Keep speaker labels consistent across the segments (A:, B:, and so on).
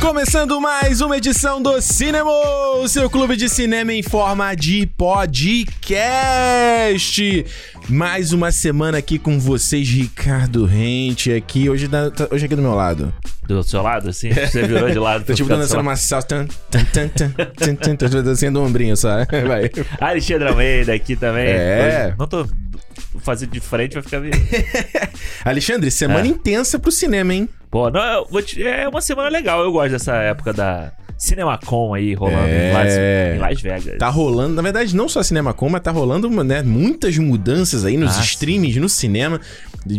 A: Começando mais uma edição do Cinema, o seu clube de cinema em forma de podcast. Mais uma semana aqui com vocês, Ricardo Rente, aqui hoje, da- tá- hoje aqui do meu lado.
B: Do seu lado, assim? Você virou de lado.
A: É. Tô tipo
B: ficando
A: dançando
B: só-
A: uma salsa. Tan, tan, tan, tan, tan, tan, tan, Tô dançando o ombrinho só. Vai.
B: Alexandre Almeida aqui também.
A: É.
B: Hoje- não tô fazendo de frente, vai ficar meio...
A: Alexandre, semana
B: É.
A: intensa pro cinema, hein?
B: Pô, não, eu vou te- é uma semana legal. Eu gosto dessa época da CinemaCon aí rolando
A: É.
B: em, Las, em Las Vegas.
A: Tá rolando, na verdade, não só a Cinemacom, mas tá rolando né, muitas mudanças aí nos
B: Ah,
A: streams, no cinema.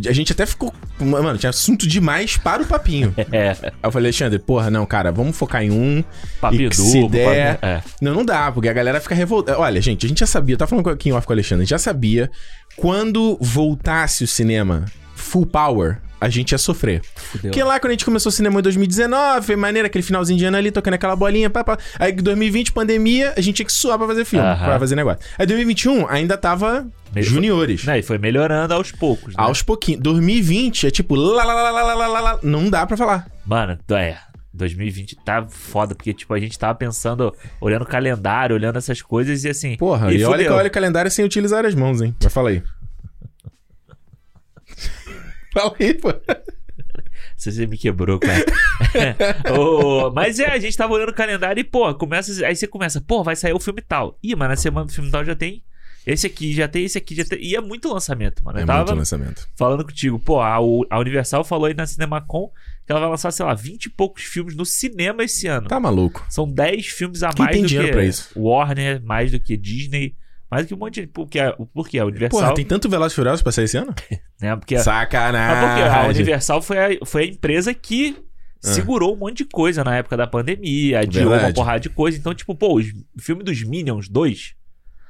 A: A gente até ficou. Mano, tinha assunto demais para o papinho. Aí
B: É,
A: eu falei, Alexandre, porra, não, cara, vamos focar em um.
B: papinho
A: E que se
B: duplo.
A: der-
B: papinho- é.
A: Não, não dá, porque a galera fica revoltada. Olha, gente, a gente já sabia, eu tava falando aqui em off com o Alexandre, a gente já sabia. Quando voltasse o cinema full power, a gente ia sofrer.
B: Fudeu.
A: Porque lá quando a gente começou o cinema em 2019, foi maneiro, aquele finalzinho de ano ali, tocando aquela bolinha, pá, pá. Aí 2020, pandemia, a gente tinha que suar pra fazer filme,
B: Aham.
A: pra fazer negócio. Aí 2021 ainda tava
B: Meio-
A: juniores.
B: Né, e foi melhorando aos poucos, né?
A: Aos pouquinhos. 2020 é tipo, lá, lá, lá, lá, lá, lá, lá, lá, não dá pra falar.
B: Mano, é. 2020 tá foda, porque, tipo, a gente tava pensando, olhando o calendário, olhando essas coisas e assim.
A: Porra, e, olha que eu
B: fudeu.
A: olho o calendário sem utilizar as mãos, hein? Vai, fala aí. fala aí, pô.
B: Você você me quebrou, cara. Ô, mas é, a gente tava olhando o calendário e, pô, começa. Aí você começa, pô, vai sair o filme tal. Ih, mas na semana do filme tal já tem. Esse aqui já tem, esse aqui já tem. E é muito lançamento, mano.
A: É
B: eu tava
A: muito lançamento.
B: falando contigo, pô, a, U- a Universal falou aí na Cinemacon que ela vai lançar, sei lá, 20 e poucos filmes no cinema esse ano.
A: Tá maluco.
B: São 10 filmes a
A: Quem
B: mais
A: tem
B: do
A: dinheiro
B: que
A: pra isso?
B: Warner, mais do que Disney, mais do que um monte de. Porque, a- porque a Universal.
A: Porra, tem tanto Velozes e Furiosos pra sair esse ano?
B: né, porque a- Mas porque a
A: Sacanagem.
B: Universal foi a, foi a empresa que
A: Ah.
B: segurou um monte de coisa na época da pandemia, adiou uma
A: Verdade.
B: porrada de coisa. Então, tipo, pô, os- o filme dos Minions 2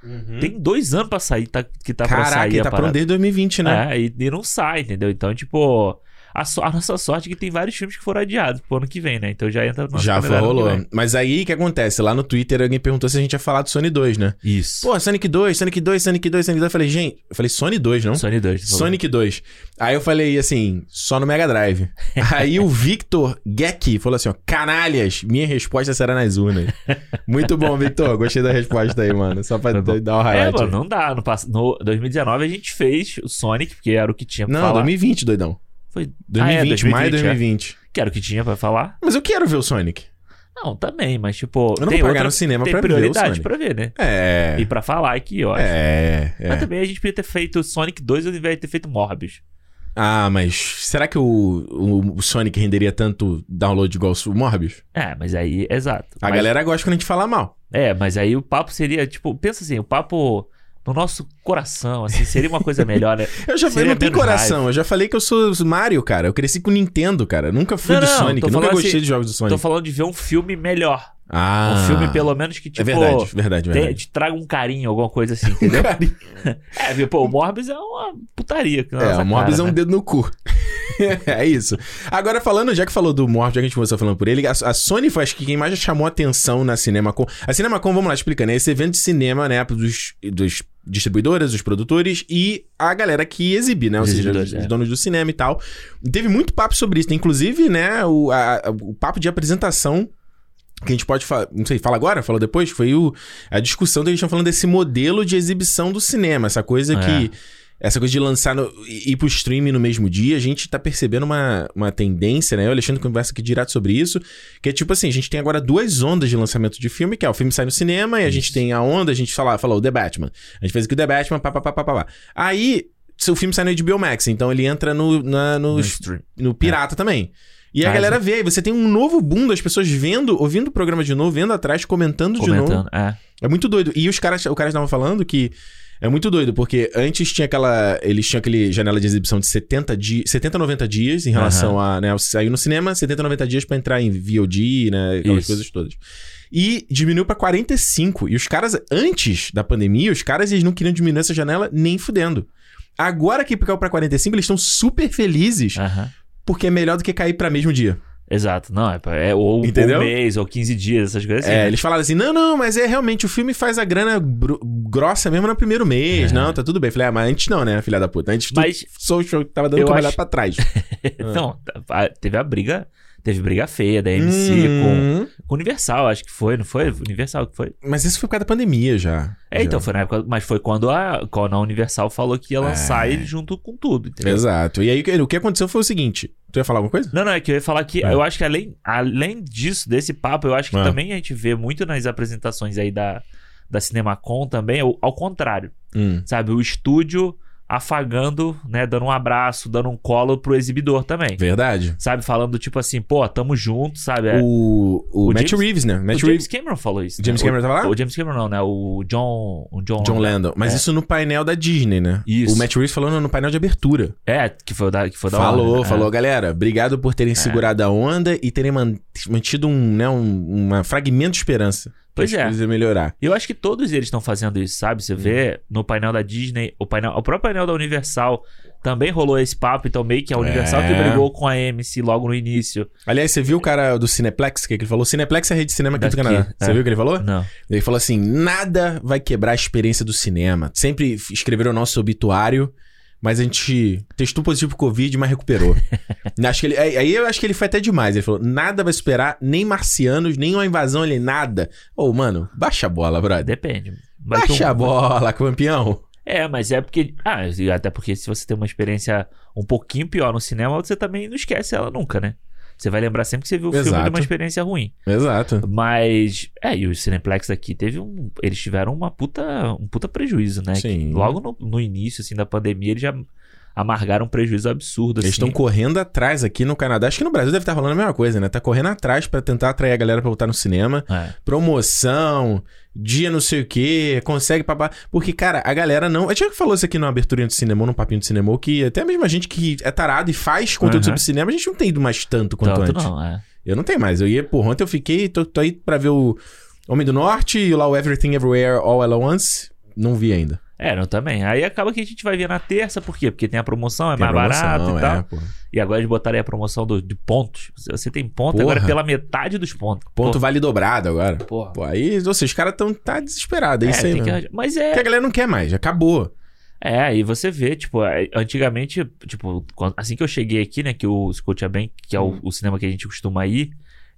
A: Uhum.
B: tem dois anos pra sair, tá, que tá pra
A: Caraca,
B: sair
A: ele
B: a
A: tá pronto
B: parada.
A: desde 2020, né?
B: É, e, e não sai, entendeu? Então, tipo, a, so- a nossa sorte é que tem vários filmes que foram adiados pro ano que vem, né? Então já entra no
A: Já
B: calendário ano que
A: rolou.
B: vem.
A: Mas aí o que acontece? Lá no Twitter alguém perguntou se a gente ia falar do Sony 2, né?
B: Isso.
A: Pô, Sonic 2, Sonic 2, Sonic 2, Sonic 2. Eu falei, gente. Eu falei, Sony 2, não?
B: Sony 2. tu falou.
A: Sonic 2. Aí eu falei assim, só no Mega Drive. Aí o Victor Gecki falou assim, ó, canalhas, minha resposta será nas urnas. Muito bom, Victor. Gostei da resposta aí, mano. Só pra
B: Foi bom.
A: dar o
B: É,
A: highlight.
B: mano, não dá. No, pass- no 2019 a gente fez o Sonic, porque era o que tinha pra
A: não,
B: falar.
A: 2020, doidão.
B: Foi...
A: 2020, maio de
B: é.
A: 2020.
B: Que era o que tinha pra falar.
A: Mas eu quero ver o Sonic.
B: Não, também, mas tipo,
A: Eu não
B: tem
A: vou pagar
B: outra
A: no cinema
B: tem
A: pra ver o
B: prioridade
A: Sonic.
B: pra ver, né?
A: É.
B: E pra falar aqui, ó.
A: É, é.
B: Mas também a gente podia ter feito Sonic 2 ao invés de ter feito Morbius.
A: Ah, mas será que o, o- o Sonic renderia tanto download igual o Morbius?
B: É, mas aí, exato.
A: A
B: Mas-
A: galera gosta quando a gente fala mal.
B: É, mas aí o papo seria, tipo, pensa assim, o papo no nosso coração, assim, seria uma coisa melhor, né?
A: Eu já eu
B: Seria
A: não tenho
B: menos
A: coração, eu já falei que eu sou Mario, cara. Eu cresci com Nintendo, cara. Eu nunca fui
B: Não,
A: do
B: não,
A: Sonic,
B: tô
A: nunca
B: falando
A: gostei
B: assim,
A: de jogos do
B: Tô
A: Sonic.
B: falando de ver um filme melhor. Um
A: Ah.
B: filme, pelo menos, que, tipo,
A: É verdade, verdade,
B: te,
A: verdade.
B: te traga um carinho, alguma coisa assim, entendeu? é, viu, pô, o Morbius é uma putaria. que na
A: É,
B: nossa
A: o Morbius
B: cara,
A: é um
B: né?
A: dedo no cu. é isso. Agora, falando, já que falou do Morbius, já que a gente começou falando por ele, a, a Sony foi, acho que quem mais já chamou atenção na Cinemacon. A Cinemacon, vamos lá, explicando, é esse evento de cinema, né, dos, dos distribuidores, dos produtores e a galera que exibe, né, ou
B: Os
A: seja,
B: exibidores,
A: os
B: é.
A: donos do cinema e tal. E teve muito papo sobre isso, né? inclusive, né, o, a- a- o papo de apresentação que a gente pode falar, não sei, fala agora, fala depois, foi o, a discussão que eles estão falando desse modelo de exibição do cinema, essa coisa
B: É.
A: que essa coisa de lançar no, e ir pro streaming no mesmo dia, a gente tá percebendo uma, uma tendência, né? Eu e o Alexandre conversa aqui direto sobre isso, que é tipo assim, a gente tem agora duas ondas de lançamento de filme, que é o filme sai no cinema e a gente
B: Isso.
A: tem a onda, a gente fala, falou, o The Batman. A gente fez aqui o The Batman, pá, pá, pá, pá, pá, pá. Aí, seu filme sai no HBO Max, então ele entra no, na, no,
B: No stream.
A: no pirata também. E a
B: Ah,
A: galera vê, aí você tem um novo boom das pessoas vendo, ouvindo o programa de novo, vendo atrás, comentando, de novo.
B: Comentando, é.
A: É muito doido. E os caras, o cara estavam falando que é muito doido, porque antes tinha aquela. Eles tinham aquele janela de exibição de 70 dias, 70, 90 dias em relação a. Né, saiu no cinema, 70, 90 dias pra entrar em VOD, né? Aquelas
B: Isso.
A: coisas todas. E diminuiu pra 45. E os caras, antes da pandemia, os caras eles não queriam diminuir essa janela nem fudendo. Agora que caiu pra 45, eles estão super felizes,
B: Aham.
A: porque é melhor do que cair pra mesmo dia.
B: Exato, não, é, pra- é ou
A: Entendeu?
B: um mês, ou 15 dias, essas coisas assim.
A: É,
B: né?
A: eles falaram assim: não, não, mas é realmente o filme faz a grana bru- grossa mesmo no primeiro mês.
B: É.
A: Não, tá tudo bem. Falei, ah, mas antes não, né, filha da puta? Antes tu
B: Mas,
A: sou o show que tava dando
B: eu
A: trabalhado
B: acho-
A: pra trás.
B: então, a- teve a briga, Teve briga feia da MC com,
A: Hum,
B: com Universal, acho que foi, não foi? Universal que foi?
A: Mas isso foi por causa da pandemia já.
B: É, então,
A: Já. É.
B: foi na época. Mas foi quando a, quando a Universal falou que ia lançar ele junto com tudo, entendeu?
A: Exato. E aí o que aconteceu foi o seguinte: tu ia falar alguma coisa?
B: Não, não, é que eu ia falar que
A: É.
B: eu acho que além, além disso, desse papo, eu acho que
A: É.
B: também a gente vê muito nas apresentações aí da, da Cinemacon também, ao, ao contrário,
A: Hum.
B: sabe? O estúdio afagando, né? Dando um abraço, dando um colo pro exibidor também.
A: Verdade.
B: Sabe? Falando tipo assim, pô, tamo junto, sabe? É.
A: O, o,
B: O
A: Matt
B: James-
A: Reeves, né? Matt
B: O James
A: Reeves.
B: Cameron falou isso.
A: James
B: né?
A: Cameron tava lá?
B: O, o James Cameron não, né? O John. O John.
A: John Landon. Mas isso no painel da Disney, né?
B: É. Isso.
A: O Matt Reeves falou no no painel de abertura.
B: É, que foi o da, que foi o da É.
A: falou,
B: Warner, né?
A: falou, galera. Obrigado por terem segurado a onda e terem man- mantido um, né, um, uma fragmento de esperança.
B: Pois
A: Pra
B: é.
A: coisa melhorar.
B: Eu acho que todos eles estão fazendo isso, sabe?
A: Hum.
B: Você vê no painel da Disney, o, painel, o próprio painel da Universal também rolou esse papo, então meio que a Universal
A: É.
B: que brigou com a MC logo no início.
A: Aliás, você viu o cara do Cineplex, que ele falou? Cineplex é a rede de cinema aqui do
B: Daqui,
A: Canadá. Você
B: é.
A: viu o que ele falou?
B: Não.
A: Ele falou assim: nada vai quebrar a experiência do cinema. Sempre f- escreveram o nosso obituário, mas a gente testou positivo pro Covid, mas recuperou. acho que ele, aí aí eu acho que ele foi até demais. Ele falou: nada vai superar nem marcianos, nem uma invasão ali, nada. Ô, mano, baixa a bola, brother.
B: Depende. Vai que
A: Baixa
B: um-
A: a bola, campeão.
B: É, mas é porque. Ah, e até porque se você tem uma experiência um pouquinho pior no cinema, você também não esquece ela nunca, né? Você vai lembrar sempre que você viu o filme de
A: Exato.
B: uma experiência ruim.
A: Exato.
B: Mas. É, e o Cineplex aqui teve um. Eles tiveram uma puta. Um puta prejuízo, né?
A: Sim.
B: Que Logo no, no início, assim, da pandemia, eles já amargaram um prejuízo absurdo,
A: Eles estão
B: assim.
A: correndo atrás aqui no Canadá. Acho que no Brasil deve estar rolando a mesma coisa, né? Tá correndo atrás pra tentar atrair a galera pra voltar no cinema.
B: É.
A: Promoção, dia não sei o quê, consegue papá. Porque, cara, a galera não. A gente já falou isso aqui na aberturinha do cinema, num papinho do cinema, que até mesmo a gente que é tarado e faz conteúdo
B: Aham.
A: sobre cinema, a gente não tem ido mais tanto quanto
B: Tanto
A: antes.
B: não, é.
A: Eu não tenho mais. Eu ia, porra, ontem eu fiquei, tô, tô aí pra ver o Homem do Norte e lá o Everything Everywhere All at Once. Não vi ainda.
B: É, não também. Aí acaba que a gente vai ver na terça, por quê? Porque tem a promoção, é
A: Tem a
B: mais barato
A: promoção,
B: e tal.
A: é, porra.
B: E agora eles botaram aí a promoção do, de pontos. Se Você tem ponto,
A: Porra.
B: agora é pela metade dos pontos.
A: Ponto vale dobrado agora.
B: Porra.
A: Pô, aí, ou seja, os caras estão tá desesperados, é,
B: É,
A: isso aí,
B: tem que
A: mesmo.
B: arranjar- Mas
A: Porque
B: é.
A: a galera não quer mais, acabou.
B: É, aí você vê, tipo, é, antigamente, tipo, quando- assim que eu cheguei aqui, né, que o Scotia Bank, que é
A: Uhum.
B: o, o cinema que a gente costuma ir,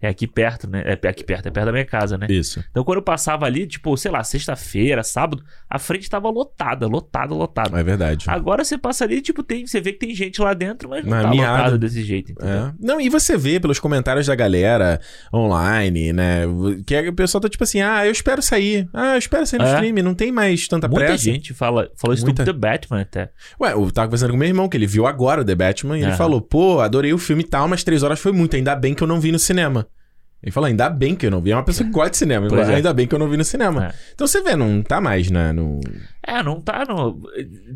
B: é aqui perto, né? É aqui perto, é perto da minha casa, né?
A: Isso.
B: Então quando eu passava ali, tipo, sei lá, sexta-feira, sábado, a frente tava lotada, lotada, lotada.
A: É verdade.
B: Agora você passa ali, tipo, tem, você vê que tem gente lá dentro, mas não
A: Mas
B: tá
A: miado.
B: lotado desse jeito, entendeu?
A: É. Não, e você vê pelos comentários da galera online, né? Que o pessoal tá tipo assim, ah, eu espero sair. Ah, eu espero sair no
B: É.
A: stream, não tem mais tanta
B: Muita
A: tá pressa.
B: gente fala, falou isso
A: Muita-
B: do The Batman até.
A: Ué, eu tava conversando com meu irmão, que ele viu agora o The Batman, e ele
B: Aham.
A: falou, pô, adorei o filme e tal, mas três horas foi muito, ainda bem que eu não vi no cinema. Ele falou, ainda bem que eu não vi. É uma pessoa que gosta de cinema. Ele
B: Pois
A: falou,
B: é.
A: Ainda bem que eu não vi no cinema.
B: É.
A: Então você vê, não tá mais, né? No...
B: É, não tá no.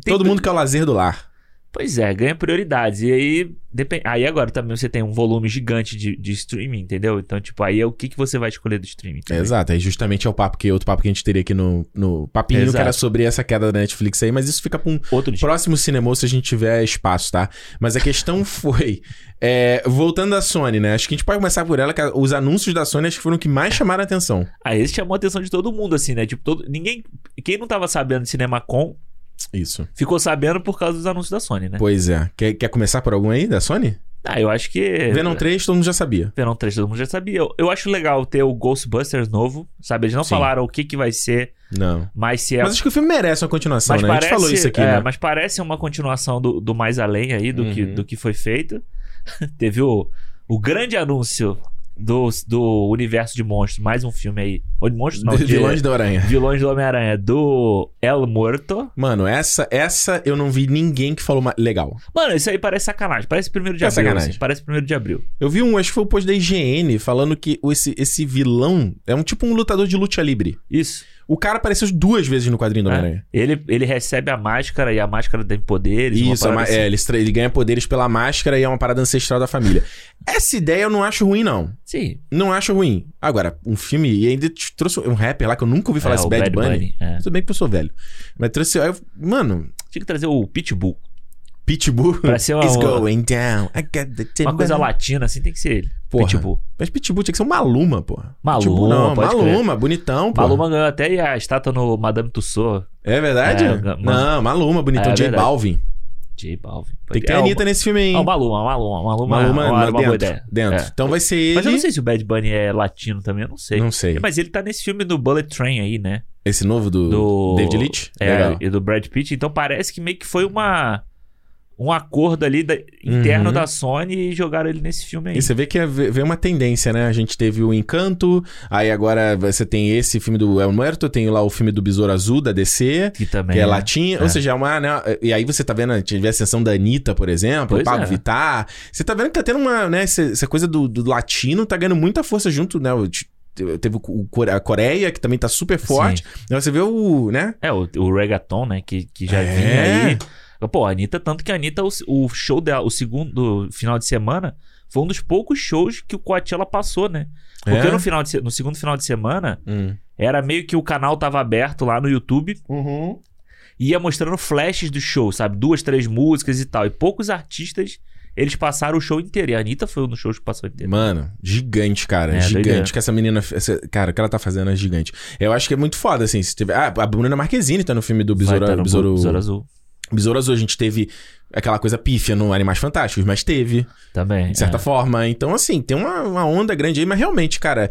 B: tem-
A: Todo mundo quer o lazer do lar.
B: Pois é, ganha prioridades. E aí, depende. Aí agora também você tem um volume gigante de, de streaming, entendeu? Então, tipo, aí é o que, que você vai escolher do streaming.
A: É,
B: também.
A: exato, aí justamente é o papo que outro papo que a gente teria aqui no, no papinho, que
B: Exato.
A: era sobre essa queda da Netflix aí, mas isso fica pra um
B: Outro dia.
A: próximo cinema se a gente tiver espaço, tá? Mas a questão foi, é, voltando à Sony, né? Acho que a gente pode começar por ela, que a- os anúncios da Sony acho que foram o que mais chamaram a atenção.
B: Aí esse chamou a atenção de todo mundo, assim, né? Tipo, todo... ninguém. Quem não tava sabendo de CinemaCon
A: Isso.
B: ficou sabendo por causa dos anúncios da Sony, né?
A: Pois é. Quer, quer começar por algum aí da Sony?
B: Ah, eu acho que.
A: Venom 3, todo mundo já sabia.
B: Venom 3 todo mundo já sabia. Eu, eu acho legal ter o Ghostbusters novo, sabe? Eles não
A: Sim.
B: falaram o que, que vai ser,
A: Não.
B: mas se é.
A: Mas acho que o filme merece uma continuação, né? a gente falou isso aqui,
B: é,
A: né?
B: mas parece uma continuação do, do mais além aí, do, que,
A: Uhum.
B: do que foi feito. Teve o, o grande anúncio do, do universo de monstros, mais um filme aí. Ou de monstros, não,
A: De,
B: de,
A: de longe da aranha.
B: vilões do Homem-Aranha, do El Morto.
A: Mano, essa, essa eu não vi ninguém que falou ma- legal.
B: Mano, isso aí parece sacanagem. Parece primeiro de
A: É
B: abril.
A: sacanagem.
B: assim, parece primeiro de abril.
A: Eu vi um, acho que foi o post da IGN, falando que o- esse, esse vilão é um tipo um lutador de luta livre.
B: Isso.
A: O cara apareceu duas vezes no quadrinho do
B: É.
A: Homem-Aranha.
B: Ele, ele recebe a máscara e a máscara tem poderes. uma
A: Isso, a
B: parada
A: ma-
B: assim.
A: é, ele, estra- ele ganha poderes pela máscara e é uma parada ancestral da família. Essa ideia eu não acho ruim, não.
B: Sim.
A: Não acho ruim. Agora, um filme, e ainda te trouxe um rapper lá que eu nunca ouvi falar,
B: é,
A: esse
B: o
A: Bad, Bunny.
B: é.
A: Tudo bem que eu sou velho. Mas trouxe. aí eu- mano,
B: Tinha que trazer o Pitbull.
A: Pitbull.
B: Pra ser uma,
A: It's
B: é uma,
A: going down. I got the timber.
B: coisa latina, assim, tem que ser ele.
A: Porra.
B: Pitbull.
A: Mas Pitbull tinha que ser um Maluma, porra.
B: Maluma,
A: Pitbull não,
B: pode crer.
A: Maluma, bonitão, porra.
B: Maluma ganhou até a estátua no Madame Tussauds.
A: É verdade?
B: É, ga-
A: não, Maluma, bonitão.
B: É
A: J
B: verdade.
A: Balvin.
B: J Balvin.
A: Tem que ter
B: é,
A: a Anitta nesse filme aí. hein?
B: É o Maluma, o Maluma, o
A: Maluma
B: Maluma, é uma,
A: lá
B: uma boa
A: dentro.
B: ideia.
A: dentro.
B: É.
A: Então vai ser ele.
B: Mas eu não sei se o Bad Bunny é latino também, eu não sei.
A: Não sei.
B: Mas ele tá nesse filme do Bullet Train aí, né?
A: Esse novo do,
B: Do-
A: David Leitch?
B: É,
A: Legal.
B: e do Brad Pitt. Então parece que meio que foi uma... Um acordo ali da- interno
A: Uhum.
B: da Sony e jogaram ele nesse filme aí.
A: E você vê que é- vê vê uma tendência, né? A gente teve o Encanto, aí agora você tem esse filme do El Muerto, tem lá o filme do Besouro Azul, da DC,
B: Que também.
A: que é
B: né?
A: latinha. Ou
B: É.
A: seja, é uma, né? E aí você tá vendo, tive a ascensão da Anitta, por exemplo, o
B: Pois
A: Pablo
B: é.
A: Vittar. Você tá vendo que tá tendo uma, né? Essa, essa coisa do, do latino tá ganhando muita força junto, né? O- te- Teve o Core- a Coreia, que também tá super forte. Aí Você vê o, né?
B: É, o, o reggaeton, né? Que, que já
A: É.
B: vinha aí. Pô, a Anitta, tanto que a Anitta, o, o show dela, o segundo final de semana, foi um dos poucos shows que o Coachella passou, né? Porque
A: É.
B: no, final de se- no segundo final de semana,
A: Hum.
B: era meio que o canal tava aberto lá no YouTube e ia mostrando flashes do show, sabe? Duas, três músicas e tal. E poucos artistas, eles passaram o show inteiro. E a Anitta foi um dos shows que passou inteiro.
A: Mano, gigante, cara.
B: É, doideira.
A: gigante. Que essa menina. essa- cara, o que ela tá fazendo é gigante. Eu acho que é muito foda, assim. Se tiver, ah, a Bruna Marquezine tá no filme do Besouro,
B: Vai tá no
A: Besouro,
B: Besouro
A: Besouro,
B: Azul.
A: Azul. A gente teve aquela coisa pífia no Animais Fantásticos, mas teve,
B: Também.
A: de certa
B: é.
A: forma. Então, assim, tem uma, uma onda grande aí, mas realmente, cara.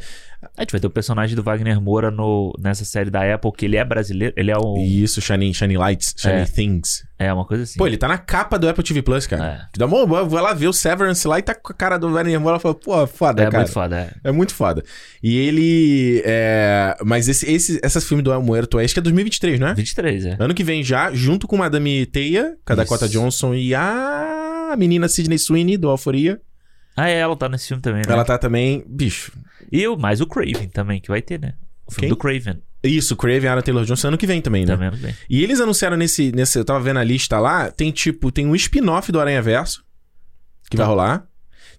B: A gente vai ter o personagem do Wagner Moura no, nessa série da Apple, que ele é brasileiro. Ele é um.
A: E isso, Shining, Shining Lights, Shining
B: É.
A: Things.
B: É, uma coisa assim.
A: Pô, ele tá na capa do Apple TV Plus, cara.
B: É.
A: Que Dá uma, vai lá ver o Severance lá e tá com a cara do Wagner Moura. Ela fala, pô, foda,
B: É
A: cara.
B: muito foda, é.
A: É muito foda. E ele. É... Mas esse, esse essa filme do El Muerto é, acho que é 2023, não é?
B: 23, é.
A: Ano que vem já, junto com Madame Teia, com a Dakota
B: Isso.
A: Johnson e a menina Sidney Sweeney do Alforia.
B: Ah, é, ela tá nesse filme também, né?
A: Ela tá também. Bicho.
B: E o, mais o Craven também, que vai ter, né? O filme
A: Quem?
B: do Craven,
A: Isso, Craven e Aaron Taylor Johnson ano que vem também, né?
B: também ano que vem.
A: E eles anunciaram nesse, nesse. Eu tava vendo a lista lá, tem tipo, tem um spin-off do Aranha Verso que vai
B: Tá.
A: rolar.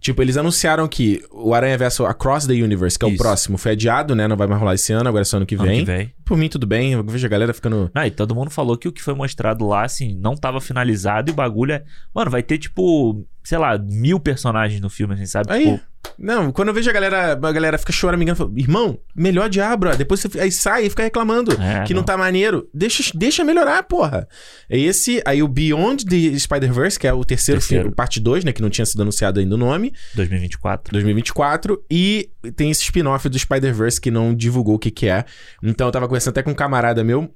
A: Tipo, eles anunciaram que o Aranha Verso Across the Universe, que é o
B: Isso.
A: próximo, foi adiado, né? Não vai mais rolar esse ano, agora é só ano que
B: Ano
A: vem.
B: que vem.
A: Por mim, tudo bem. Eu vejo a galera ficando.
B: Não, e todo mundo falou que o que foi mostrado lá, assim, não tava finalizado e o bagulho é... Mano, vai ter, tipo, sei lá, mil personagens no filme, assim, sabe?
A: Aí.
B: Tipo,
A: Não, quando eu vejo a galera, a galera fica chorando, me engano, irmão, melhor diabo, ó. depois você fi- aí sai e fica reclamando
B: é,
A: que não. tá maneiro. Deixa, deixa melhorar, porra. É Esse, aí o Beyond the Spider-Verse, que é o terceiro,
B: Terceiro.
A: filme, parte 2, né, que não tinha sido anunciado ainda o nome,
B: 2024.
A: 2024, e tem esse spin-off do Spider-Verse que não divulgou o que que é. Então eu tava conversando até com um camarada meu,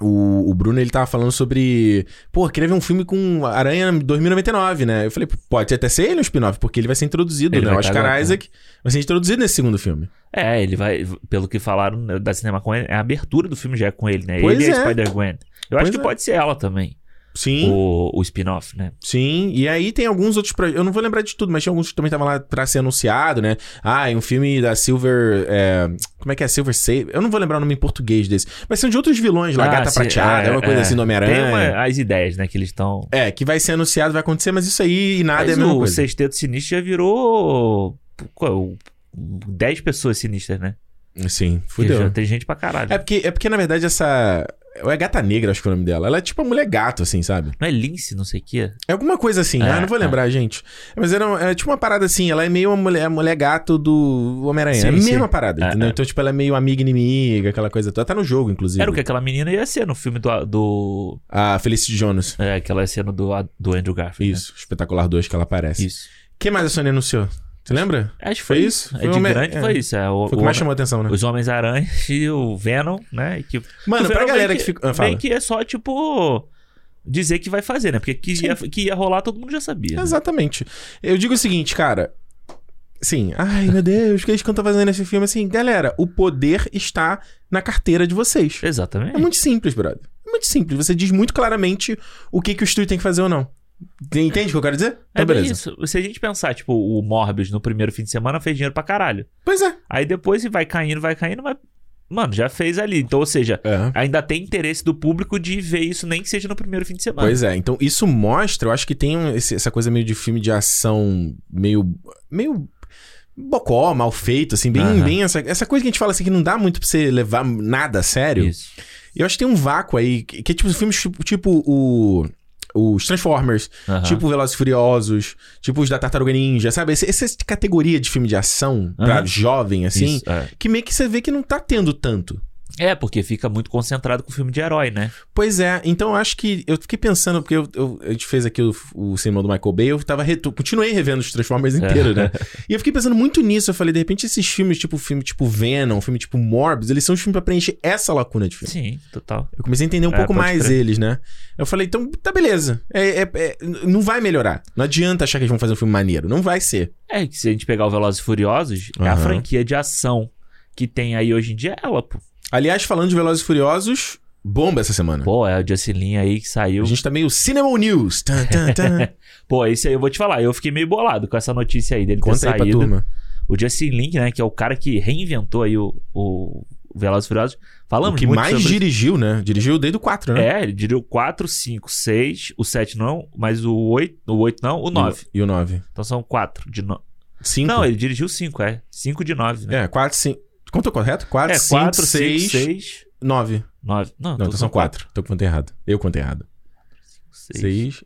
A: o, o Bruno, ele tava falando sobre. Pô, queria ver um filme com Aranha 2099, né? Eu falei, pô, pode até ser ele um spin-off, porque ele vai ser introduzido,
B: Ele
A: né?
B: vai
A: O
B: tá
A: Oscar
B: agora, né?
A: Isaac vai ser introduzido nesse segundo filme.
B: É, ele vai... Pelo que falaram né, da cinema com ele, a abertura do filme já é com ele, né?
A: Pois
B: ele e
A: é.
B: a Spider-Gwen. Eu
A: Pois
B: acho que
A: é.
B: pode ser ela também,
A: Sim,
B: o, o spin-off, né?
A: sim. E aí tem alguns outros. Pro... Eu não vou lembrar de tudo, mas tinha alguns que também estavam lá pra ser anunciado, né? Ah, e um filme da Silver. é, Como é que é? Silver Save. Eu não vou lembrar o nome em português desse. Mas são de outros vilões lá,
B: Ah,
A: Gata
B: sim,
A: Prateada,
B: é,
A: uma coisa
B: é.
A: assim do
B: Tem
A: Homem-Aranha.
B: uma, as ideias, né, que eles estão...
A: É, que vai ser anunciado, vai acontecer, mas isso aí e nada
B: Mas
A: é a mesma
B: o
A: coisa.
B: Sexteto Sinistro já virou. Qual, 10 pessoas sinistras, né?
A: Sim,
B: Porque
A: fudeu.
B: Já tem gente pra caralho.
A: É porque, é porque, na verdade, essa. É gata negra, acho que é o nome dela. Ela é tipo a mulher gato, assim, sabe?
B: Não é Lince, não sei o quê?
A: É alguma coisa assim.
B: É,
A: ah, não vou
B: é.
A: lembrar, gente. Mas era, era tipo uma parada assim. Ela é meio a mulher, a mulher gato do Homem-Aranha.
B: Sim,
A: É a
B: sim.
A: mesma parada,
B: É,
A: entendeu?
B: é.
A: Então, tipo, ela é meio amiga inimiga, aquela coisa toda. Tá no jogo, inclusive.
B: Era o que aquela menina ia ser no filme do. do
A: A Felicity Jones.
B: é, aquela cena do, do Andrew Garfield. né?
A: Isso. Espetacular 2 que ela aparece. O
B: Isso.
A: que mais a Sony anunciou? Você lembra?
B: Acho que
A: Foi
B: foi,
A: isso?
B: isso.
A: Foi
B: É, de
A: o me-
B: grande
A: é.
B: foi isso. É,
A: Foi o
B: o, o
A: que mais
B: Homem-
A: chamou a atenção, né?
B: Os Homens-Aranhas e o Venom, né? E que,
A: Mano,
B: o
A: pra
B: Venom
A: galera
B: meio
A: que, fica. Ah, fala.
B: meio que é só, tipo. Dizer que vai fazer, né? Porque que ia, que ia rolar, todo mundo já sabia. né?
A: Exatamente. Eu digo o seguinte, cara. Sim, ai meu Deus, o que eles estão fazendo nesse filme? Assim, galera, o poder está na carteira de vocês. É
B: Exatamente.
A: muito simples, brother. É muito simples. Você diz muito claramente o que, que o estúdio tem que fazer ou não. Entende o que eu quero dizer?
B: É
A: Então,
B: bem
A: beleza.
B: isso. Se a gente pensar, tipo, o Morbius no primeiro fim de semana fez dinheiro pra caralho.
A: Pois é.
B: Aí depois vai caindo, vai caindo, mas. Mano, já fez ali. Então, ou seja, ainda tem interesse do público de ver isso, nem que seja no primeiro fim de semana.
A: Pois é. Então, isso mostra, eu acho que tem um- esse- essa coisa meio de filme de ação, meio. meio. bocó, mal feito, assim, bem.
B: Aham.
A: bem essa, essa coisa que a gente fala assim que não dá muito pra você levar nada a sério.
B: Isso.
A: E eu acho que tem um vácuo aí, que, que é tipo os filmes tipo, tipo o. Os Transformers,
B: Aham.
A: tipo Velozes e Furiosos, tipo os da Tartaruga Ninja, sabe? Esse- Essa, categoria de filme de ação pra
B: Aham.
A: jovem, assim,
B: Isso, é.
A: que meio que você vê que não tá tendo tanto.
B: É, porque fica muito concentrado com o filme de herói, né?
A: Pois é, então eu acho que eu fiquei pensando, porque eu- eu- a gente fez aqui o, o cinema do Michael Bay, eu tava retu- continuei revendo os
B: É.
A: Transformers inteiros, né? E eu fiquei pensando muito nisso, eu falei, de repente esses filmes, tipo filme tipo Venom, filme tipo Morbius, eles são os filmes pra preencher essa lacuna de filme.
B: Sim, total.
A: Eu comecei a entender um
B: É,
A: pouco
B: pode
A: mais
B: crer.
A: eles, né? Eu falei, então, tá beleza. É- é- é- não vai melhorar. Não adianta achar que eles vão fazer um filme maneiro. Não vai ser.
B: É que se a gente pegar o Velozes e Furiosos, é a
A: Aham.
B: franquia de ação que tem aí hoje em dia é ela, pô.
A: Aliás, falando de Velozes e Furiosos, bomba essa semana.
B: Pô, é a Justin Lin aí que saiu.
A: A gente tá meio Cinema News. Tan, tan, tan.
B: Pô, esse aí eu vou te falar, eu fiquei meio bolado com essa notícia aí dele ter
A: Conta aí pra
B: saído.
A: turma.
B: o Justin Lin, né, que é o cara que reinventou aí o, o Velozes e Furiosos.
A: o
B: Falamos
A: que
B: muito
A: mais
B: sobre...
A: dirigiu, né? Dirigiu desde o 4, né?
B: É, ele dirigiu 4, 5, 6, o 7 não, mas o 8, o 8 não, o 9.
A: E o 9.
B: Então são 4 de 9.
A: 5.
B: Não, ele dirigiu 5, é. 5 de 9, né?
A: É, 4, 5. Conta correto? 4,
B: É,
A: 5,
B: 4, 6,
A: 6,
B: 6,
A: 9.
B: 9. Não,
A: Não, então são 4. Tô contando errado. Eu contei errado.
B: 6.
A: 6.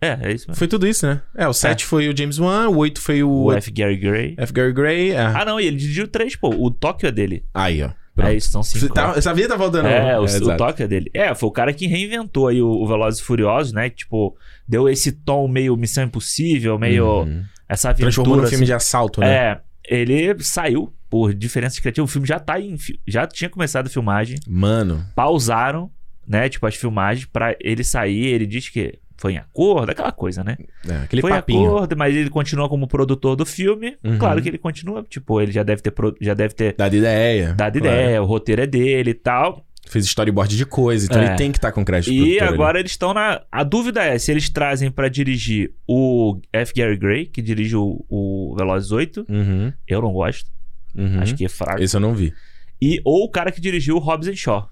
B: É, é isso mesmo.
A: Foi tudo isso, né? É, o 7 foi o James Wan, o 8 foi o,
B: O F. Gary Gray.
A: F. Gary Gray. é.
B: Ah, não, e ele dirigiu 3, pô. O Tóquio é dele.
A: Aí, ó. Pronto.
B: É isso, são 5.
A: Você tá, eu sabia que tá voltando.
B: É, o, o
A: exato.
B: toque é dele. É, foi o cara que reinventou aí o, o Velozes e Furiosos, né? Tipo, deu esse tom meio Missão Impossível, meio
A: Uhum.
B: essa aventura.
A: Transformou num
B: assim.
A: filme de assalto, né?
B: É, ele saiu por diferenças criativas. O filme já tá em, fi- já tinha começado a filmagem,
A: Mano.
B: pausaram, né? Tipo as filmagens pra ele sair. Ele diz que foi em acordo, aquela coisa, né?
A: é, aquele
B: foi em
A: papinho.
B: acordo, mas ele continua como produtor do filme.
A: Uhum.
B: Claro que ele continua, tipo, ele já deve ter, pro- já deve ter
A: Dado ideia. claro.
B: dado ideia, o roteiro é dele e tal.
A: Fez storyboard de coisa, então
B: É.
A: ele tem que estar com crédito pro
B: E
A: produtor ali.
B: agora eles estão na. A dúvida é se eles trazem pra dirigir o F. Gary Gray, que dirige o, o Velozes 8.
A: Uhum,
B: Eu não gosto.
A: uhum.
B: Acho que é fraco.
A: Esse eu não vi.
B: E, ou o cara que dirigiu o Hobbs and Shaw.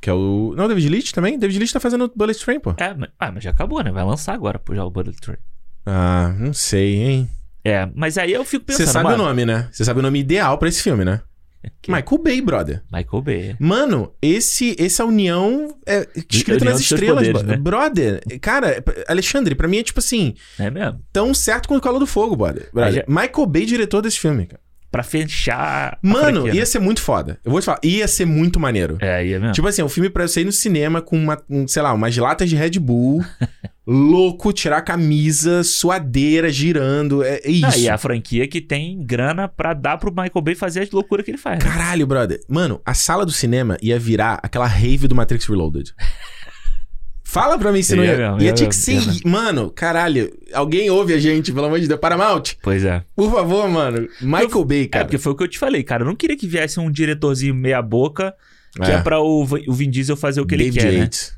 A: Que é o. Não, o David Leitch também? David Leitch tá fazendo Bullet Train, pô.
B: É, mas, ah, mas já acabou, né? Vai lançar agora pô, já o Bullet Train.
A: Ah, não sei, hein?
B: É, mas aí eu fico pensando.
A: Você sabe
B: mano,
A: o nome, né? Você sabe o nome ideal pra esse filme, né?
B: Que?
A: Michael Bay, brother.
B: Michael Bay.
A: Mano, esse essa união é escrita
B: união
A: nas
B: dos seus
A: estrelas,
B: poderes,
A: bro-
B: né?
A: brother. Cara, Alexandre, pra mim é tipo assim,
B: É mesmo?
A: tão certo quanto cola do fogo, brother. brother. Michael Bay, diretor desse filme, cara.
B: Pra fechar. a
A: Mano,
B: franquia,
A: ia
B: né?
A: ser muito foda. Eu vou te falar, ia ser muito maneiro.
B: É, ia mesmo.
A: Tipo assim, um filme pra eu sair no cinema com uma, um, sei lá, umas latas de Red Bull, louco, tirar a camisa, suadeira, girando. É, é isso.
B: Ah, e a franquia que tem grana pra dar pro Michael Bay fazer as loucuras que ele faz. né?
A: Caralho, brother. Mano, a sala do cinema ia virar aquela rave do Matrix Reloaded. Fala pra mim se não
B: Ia
A: ia.
B: mesmo,
A: ia
B: ia
A: tinha que ser.
B: mesmo, ia
A: Mano, caralho. Alguém ouve a gente, pelo amor de Deus. Paramount,
B: Pois é.
A: por favor, mano. Michael Bay,
B: É,
A: cara.
B: porque foi o que eu te falei, cara. Eu não queria que viesse um diretorzinho meia-boca que é,
A: É.
B: pra o, V- o Vin Diesel fazer o que
A: David
B: ele quer, né?
A: Yates.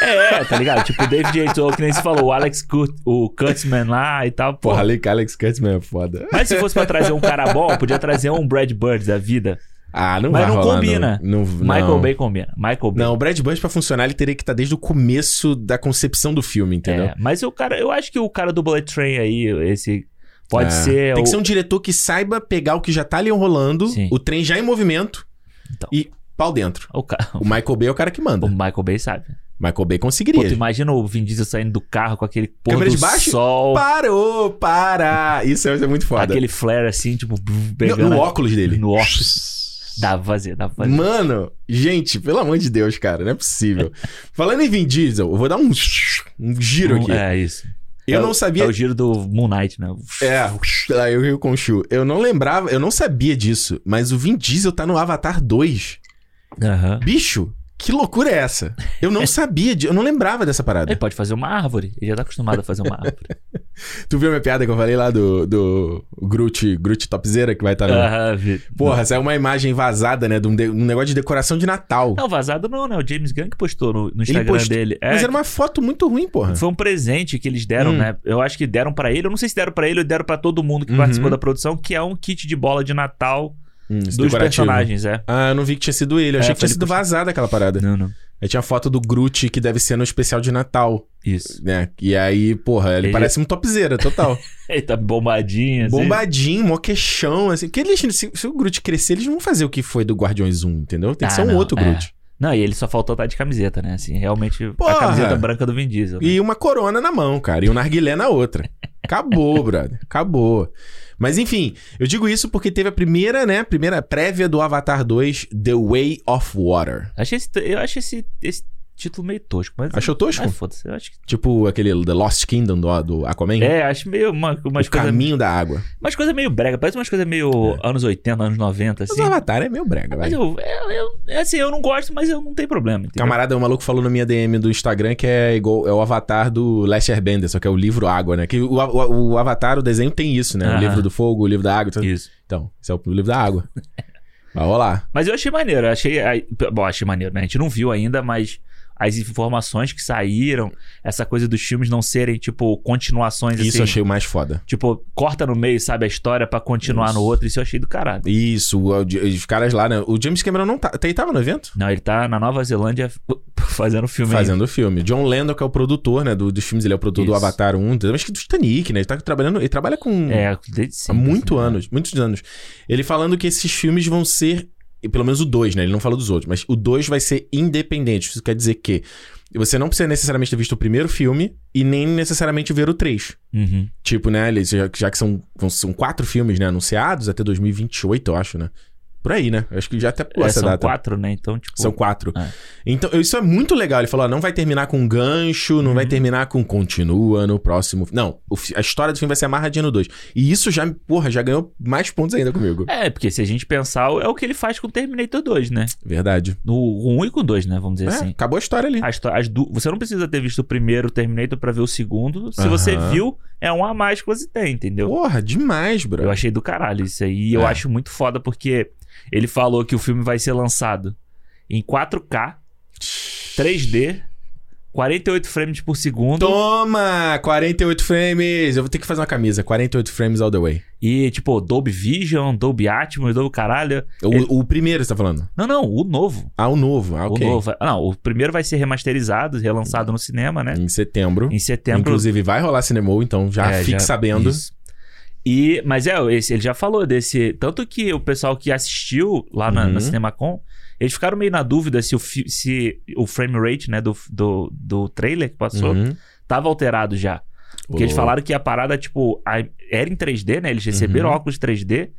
B: É, tá ligado? tipo, o David Yates, ou que nem você falou, o Alex Kurt, o Kurtzman lá e tal.
A: Porra,
B: Porra.
A: Ale- Alex Kurtzman é foda.
B: Mas se fosse pra trazer um cara bom, podia trazer um Brad Bird da vida.
A: Ah, não
B: Mas
A: vai
B: não
A: rolar,
B: combina.
A: Não, não,
B: Michael
A: não.
B: Bay combina. Michael Bay.
A: Não, o Brad Bird pra funcionar, ele teria que estar desde o começo da concepção do filme, entendeu?
B: É, mas o cara, eu acho que o cara do Bullet Train aí, esse. Pode
A: É.
B: ser.
A: Tem
B: o-
A: que ser um diretor que saiba pegar o que já tá ali rolando,
B: Sim.
A: o trem já em movimento
B: Então.
A: e pau dentro.
B: o, ca-
A: O Michael Bay é o cara que manda.
B: o Michael Bay sabe.
A: Michael Bay
B: Pô, tu
A: conseguiria.
B: imagina o Vin Diesel saindo do carro com aquele pôr
A: Câmera
B: do
A: de baixo?
B: sol,
A: Parou, para! Isso é, isso é muito foda.
B: aquele flare assim, tipo,
A: No,
B: pegando.
A: no
B: a-
A: óculos dele.
B: No óculos. Dá pra fazer, dá pra fazer.
A: Mano, gente, pelo amor de Deus, cara, não é possível. Falando em Vin Diesel, eu vou dar um, um giro
B: Não-
A: aqui.
B: É isso.
A: eu
B: o-
A: não sabia
B: É o giro do Moon Knight, né?
A: É, aí eu rio com o Shu. Eu não lembrava, eu não sabia disso, mas o Vin Diesel tá no Avatar 2.
B: Aham.
A: Bicho, que loucura é essa? Eu não sabia, de, eu não lembrava dessa
B: Ele
A: parada.
B: pode fazer uma árvore. Ele já tá acostumado a fazer uma árvore.
A: Tu viu a minha piada que eu falei lá do, do Groot, Groot Topzera que vai estar no...
B: Aham, vi.
A: Porra, saiu uma imagem vazada, né, de um, de- um negócio de decoração de Natal.
B: Não, vazado não, né? O James Gunn que postou no, no Instagram
A: postou-
B: dele. É,
A: mas era uma foto muito ruim, porra.
B: Foi um presente que eles deram,
A: Hum.
B: né? Eu acho que deram pra ele. Eu não sei se deram pra ele ou deram pra todo mundo que
A: Uhum.
B: participou da produção, que é um kit de bola de Natal
A: Hum,
B: dos
A: esse decorativo.
B: personagens, é.
A: Ah, eu não vi que tinha sido ele. Eu
B: É,
A: achei que tinha
B: foi ele
A: sido vazada aquela parada.
B: Não, não.
A: Aí tinha a foto do Groot, que deve ser no especial de Natal,
B: Isso.
A: né? E aí, porra, ele,
B: Ele-
A: parece um topzera, total.
B: Ele tá bombadinho, assim.
A: Bombadinho, mó queixão, assim. Porque eles, se, se o Groot crescer, eles não vão fazer o que foi do Guardiões 1, entendeu? Tem que
B: Ah,
A: ser um
B: não,
A: outro
B: é.
A: Groot.
B: Não, e ele só faltou estar de camiseta, né? Assim, realmente
A: Porra!
B: a camiseta branca do Vin Diesel. né?
A: E uma corona na mão, cara. E um narguilé na outra. Acabou, brother. Acabou. Mas enfim, eu digo isso porque teve a primeira, né? Primeira prévia do Avatar 2, The Way of Water.
B: Achei esse, eu achei esse, esse título meio tosco, mas.
A: Achou tosco?
B: Ah, foda-se, eu acho que.
A: Tipo aquele The Lost Kingdom do, do Aquaman.
B: É, acho meio uma, umas
A: o
B: coisas.
A: caminho da água.
B: Umas coisas meio brega, parece umas coisas meio anos 80, anos 90,
A: É. Mas
B: assim.
A: o Avatar é meio brega,
B: Mas
A: vai.
B: eu, eu, eu- é assim, eu não gosto, mas eu não tenho problema. entendeu?
A: Camarada, um maluco falou na minha DM do Instagram que é igual é o avatar do Last Airbender, só que é o livro Água, né? Que o, o- o avatar, o desenho tem isso, né? O
B: Aham.
A: livro do fogo, o livro da água. Então,
B: Isso.
A: então esse é o livro da água. Vai rolar.
B: Mas eu achei maneiro, eu achei. aí, p- Bom, achei maneiro, né? A gente não viu ainda, mas as informações que saíram, essa coisa dos filmes não serem, tipo, continuações
A: Isso eu
B: assim.
A: achei o mais foda.
B: Tipo, corta no meio, sabe, a história pra continuar no
A: Isso.
B: outro, isso eu achei do caralho.
A: Isso, o- os caras lá, né? O James Cameron não tá. Ele tava no evento?
B: Não, ele tá na Nova Zelândia fazendo filme. aí.
A: Fazendo o filme. John Landau, que é o produtor, né? do- dos filmes, ele é o produtor do
B: Isso.
A: Avatar 1, também acho que do Titanic, né? Ele tá trabalhando. Ele trabalha com.
B: É, desde
A: Há
B: sempre,
A: um muito
B: assim.
A: anos, muitos anos. Ele falando que esses filmes vão ser. e Pelo menos o 2, né? Ele não falou dos outros, mas o 2 vai ser independente. Isso quer dizer que você não precisa necessariamente ter visto o primeiro filme e nem necessariamente ver o 3.
B: Uhum.
A: Tipo, né? eles Já, já que são, vão- são quatro filmes, né? Anunciados até 2028, eu acho, né? Por aí, né? Eu acho que já até pulou
B: É,
A: essa
B: são
A: data.
B: quatro, né? Então, tipo.
A: São quatro.
B: É.
A: Então, isso é muito legal. Ele falou: ó, não vai terminar com gancho, não vai
B: Uhum.
A: terminar com continua no próximo. Não, o fi- a história do filme vai ser amarradinha no 2. E isso já, porra, já ganhou mais pontos ainda comigo.
B: É, porque se a gente pensar, é o que ele faz com Terminator 2, né?
A: Verdade.
B: No o um e com o 2, né? Vamos dizer
A: É,
B: assim.
A: acabou a história ali.
B: A histó- as du- Você não precisa ter visto o primeiro Terminator pra ver o segundo. Se
A: Aham.
B: você viu, é um a mais que você tem, entendeu?
A: Porra, demais, bro.
B: Eu achei do caralho isso aí. E eu
A: É.
B: acho muito foda porque ele falou que o filme vai ser lançado em 4K, 3D, 48 frames por segundo.
A: Então- Toma! 48 frames! Eu vou ter que fazer uma camisa. 48 frames all the way.
B: E, tipo, Dolby Vision, Dolby Atmos, Dolby caralho.
A: O,
B: Ele-
A: o primeiro, você tá falando?
B: Não, não, o novo.
A: Ah, o novo. Ah, ok.
B: É.
A: Uhum.
B: O novo. Ah, Não, o primeiro vai ser remasterizado, relançado no cinema, né?
A: Em setembro.
B: Em setembro.
A: Inclusive, vai rolar Cinemou, então já
B: É,
A: fique
B: já-
A: sabendo.
B: Isso. E, mas é, esse- ele já falou desse. Tanto que o pessoal que assistiu lá na,
A: Uhum.
B: na Cinemacon, eles ficaram meio na dúvida se o, fi- se o frame rate, né, do, do, do trailer que passou,
A: Uhum.
B: tava alterado já. Porque eles
A: Ô,
B: falaram que a parada, tipo, a- era em 3D, né? Eles receberam
A: Uhum.
B: óculos 3D.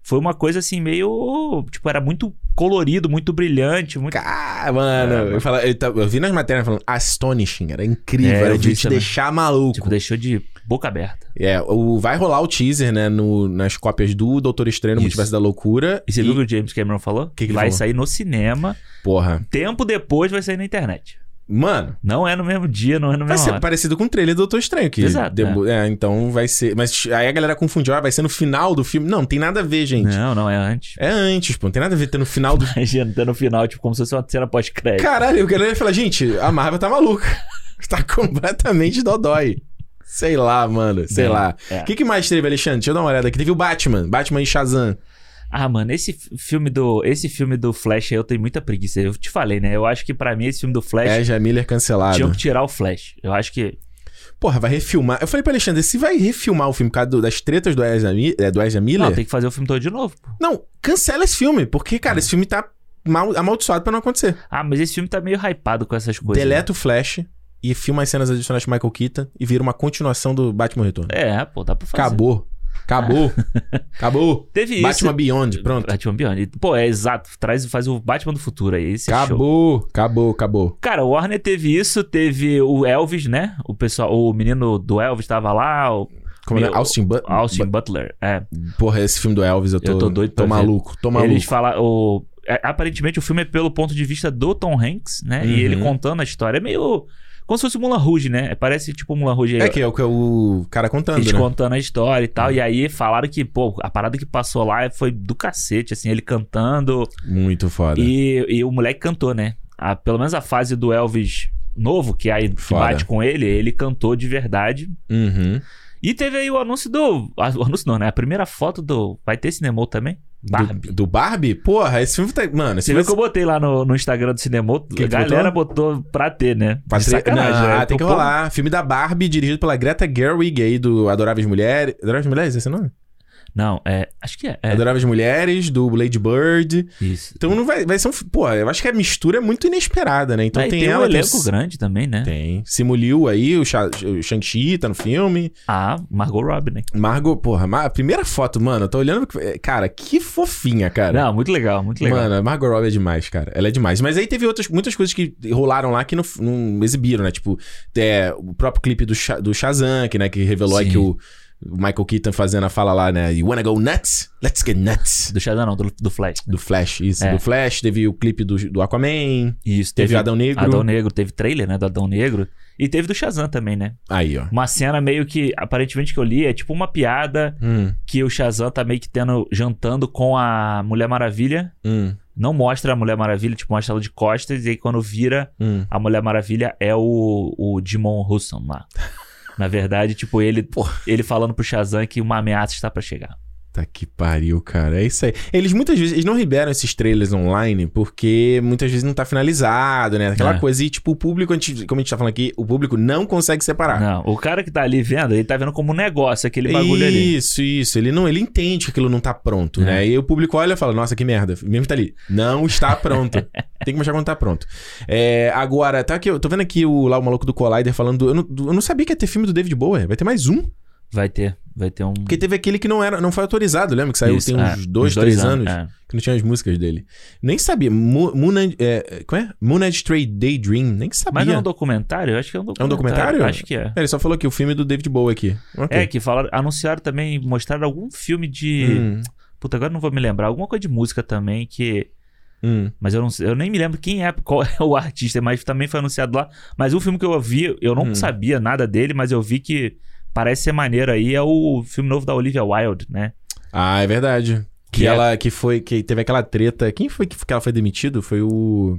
B: Foi uma coisa assim, meio. Tipo, era muito colorido, muito brilhante, muito.
A: Cara, mano,
B: É,
A: eu, falo- eu, tava- eu vi nas matérias falando astonishing, era incrível,
B: É, eu
A: era
B: vi
A: de te
B: isso também.
A: deixar maluco.
B: Tipo, deixou de boca aberta.
A: É, o, vai rolar o teaser, né, no- nas cópias do Doutor Estranho, no
B: Isso.
A: Multiverso da Loucura.
B: E você viu o que o James Cameron falou?
A: Que que ele
B: vai
A: falou?
B: sair no cinema.
A: Porra.
B: Tempo depois vai sair na internet.
A: Mano,
B: Não é no mesmo dia, não é no
A: vai
B: mesmo
A: ser
B: hora.
A: parecido com o trailer do Doutor Estranho, que...
B: Exato,
A: demo- é. então vai ser... Mas aí a galera confundiu, ah, vai ser no final do filme. Não, não tem nada a ver, gente.
B: Não, não é antes.
A: É antes, pô, não tem nada a ver ter no final do...
B: Imagina, tá no final, tipo, como se fosse uma cena pós-crédito.
A: Caralho, o galera ia falar, gente, a Marvel tá maluca. tá completamente dodói. Sei lá, mano, sei
B: É,
A: lá. O
B: é.
A: que, que mais teve, Alexandre? Deixa eu dar uma olhada aqui. Teve o Batman, Batman e Shazam.
B: Ah, mano, esse f- filme do esse filme do Flash aí eu tenho muita preguiça. Eu te falei, né? Eu acho que pra mim esse filme do Flash
A: É, Miller cancelado.
B: tinha um- que tirar o Flash. Eu acho que
A: Porra, vai refilmar. Eu falei pra Alexandre, se vai refilmar o filme por causa do- das tretas do Ezra, Mi- é, do Ezra Miller...
B: não, tem que fazer o filme todo de novo. pô.
A: Não, cancela esse filme, porque, cara, esse filme tá mal, amaldiçoado pra não acontecer.
B: Ah, mas esse filme tá meio hypado com essas coisas.
A: Deleta o Flash e filma as cenas adicionais de Michael Keaton e vira uma continuação do Batman Retorno.
B: né? É, pô, dá pra fazer.
A: Acabou. Acabou. Acabou.
B: Teve
A: Batman
B: isso.
A: Beyond, pronto.
B: Batman Beyond. Pô, é exato. Traz, faz o Batman do futuro aí. Esse é show.
A: Acabou, acabou, acabou.
B: Cara, o Warner teve isso, teve o Elvis, né? O pessoal, o menino do Elvis tava lá, o
A: Como é?
B: Meu,
A: Austin Butler.
B: Austin Butler. É.
A: Porra, esse filme do Elvis, eu tô,
B: Eu tô doido
A: Tô
B: pra ver.
A: maluco, tô maluco.
B: Eles falam. O, é, aparentemente o filme é pelo ponto de vista do Tom Hanks, né?
A: Uhum.
B: E ele contando a história. É meio. Como se fosse o Mulan Rouge, né? Parece tipo o Mulan Rouge.
A: É que é o que é o cara contando,
B: Eles
A: né? É.
B: contando a história e tal. E aí falaram que, pô, a parada que passou lá foi do cacete, assim, ele cantando.
A: Muito foda.
B: E, e o moleque cantou, né? A- pelo menos a fase do Elvis novo, que aí que
A: Foda.
B: bate com ele, ele cantou de verdade.
A: Uhum.
B: E teve aí o anúncio do. a- O anúncio não, né? A primeira foto do. Vai ter cinema também? Barbie.
A: Do, do Barbie? Porra, esse filme tá... Mano, esse
B: Você viu
A: filme...
B: que eu botei lá no, no Instagram do cinema?
A: que
B: a galera botou pra ter, né? De sacanagem,
A: Não,
B: né?
A: tem que
B: Então, pô,
A: rolar. Filme da Barbie, dirigido pela Greta Gerwig, aí do Adoráveis Mulheres... Adoráveis Mulheres, esse é o nome?
B: Não, é. Acho que é. é.
A: Adoráveis Mulheres, do Lady Bird.
B: Isso.
A: Então não vai, vai ser um. fi- Pô, eu acho que a mistura é muito inesperada, né? Então
B: Aí
A: tem,
B: tem
A: ela.
B: um elenco
A: tem, o-
B: grande também, né?
A: tem. Simuliu aí, o, Sha- o Shang-Chi tá no filme.
B: Ah, Margot Robbie, né?
A: Margot, porra, Mar- a primeira foto, mano, eu tô olhando. é, Cara, que fofinha, cara.
B: Não, muito legal, muito legal.
A: Mano, a Margot Robbie é demais, cara. Ela é demais. Mas aí teve outras, muitas coisas que rolaram lá que não, não exibiram, né? Tipo, é, o próprio clipe do, Sha- do Shazam, que, né, que revelou aí
B: Sim.
A: que o o Michael Keaton fazendo a fala lá, né? You wanna go nuts? Let's get nuts.
B: Do Shazam, não, do, do Flash. né?
A: Do Flash, isso.
B: É.
A: Do Flash, teve o clipe do, do Aquaman,
B: Isso,
A: teve o Adão Negro.
B: Adão Negro, teve trailer, né, do Adão Negro. E teve do Shazam também, né?
A: Aí, ó.
B: Uma cena meio que, aparentemente que eu li, é tipo uma piada
A: Hum,
B: que o Shazam tá meio que tendo, jantando com a Mulher Maravilha.
A: hum,
B: Não mostra a Mulher Maravilha, tipo, mostra ela de costas. E aí quando vira,
A: hum.
B: a Mulher Maravilha é o, o Dimon Husson lá. Na verdade, tipo, ele, ele falando pro Shazam que uma ameaça está pra chegar.
A: Tá que pariu, cara. É isso aí. Eles muitas vezes eles não liberam esses trailers online porque muitas vezes não tá finalizado, né? Aquela
B: É.
A: coisa e, tipo, o público, a gente- como a gente tá falando aqui, o público não consegue separar.
B: Não, o cara que tá ali vendo, ele tá vendo como um negócio aquele bagulho ali.
A: isso, isso. Ele não, ele entende que aquilo não tá pronto,
B: É.
A: né? E o público olha e fala, nossa, que merda. Mesmo que tá ali, não está pronto. Tem que mostrar quando tá pronto. É, agora, tá aqui, eu tô vendo aqui o, lá o maluco do Collider falando, do- eu não, do- eu não sabia que ia ter filme do David Bowie, vai ter mais um.
B: Vai ter, vai ter um.
A: Porque teve aquele que não era, não foi autorizado, lembra? Que saiu
B: Isso,
A: tem
B: é,
A: uns dois, três anos.
B: é.
A: Que não tinha as músicas dele. Nem sabia. Mo- Moon and, é, como é? Moon and Stray Daydream. Nem sabia.
B: Mas não é um documentário? Eu acho que é um documentário.
A: documentário?
B: Acho que é.
A: É, Ele só falou aqui o filme do David Bowie aqui. Ok.
B: É, que falaram, anunciaram também, mostraram algum filme de.
A: Hum,
B: Puta, agora não vou me lembrar. Alguma coisa de música também que.
A: hum.
B: Mas eu não sei- eu nem me lembro quem é, qual é o artista, mas também foi anunciado lá. Mas o filme que eu vi, eu não
A: Hum.
B: sabia nada dele, mas eu vi que parece ser maneiro aí. É o filme novo da Olivia Wilde, né?
A: Ah, é verdade. Que,
B: Que é-
A: ela que foi. Que teve aquela treta. Quem foi que, que ela foi demitido? Foi o.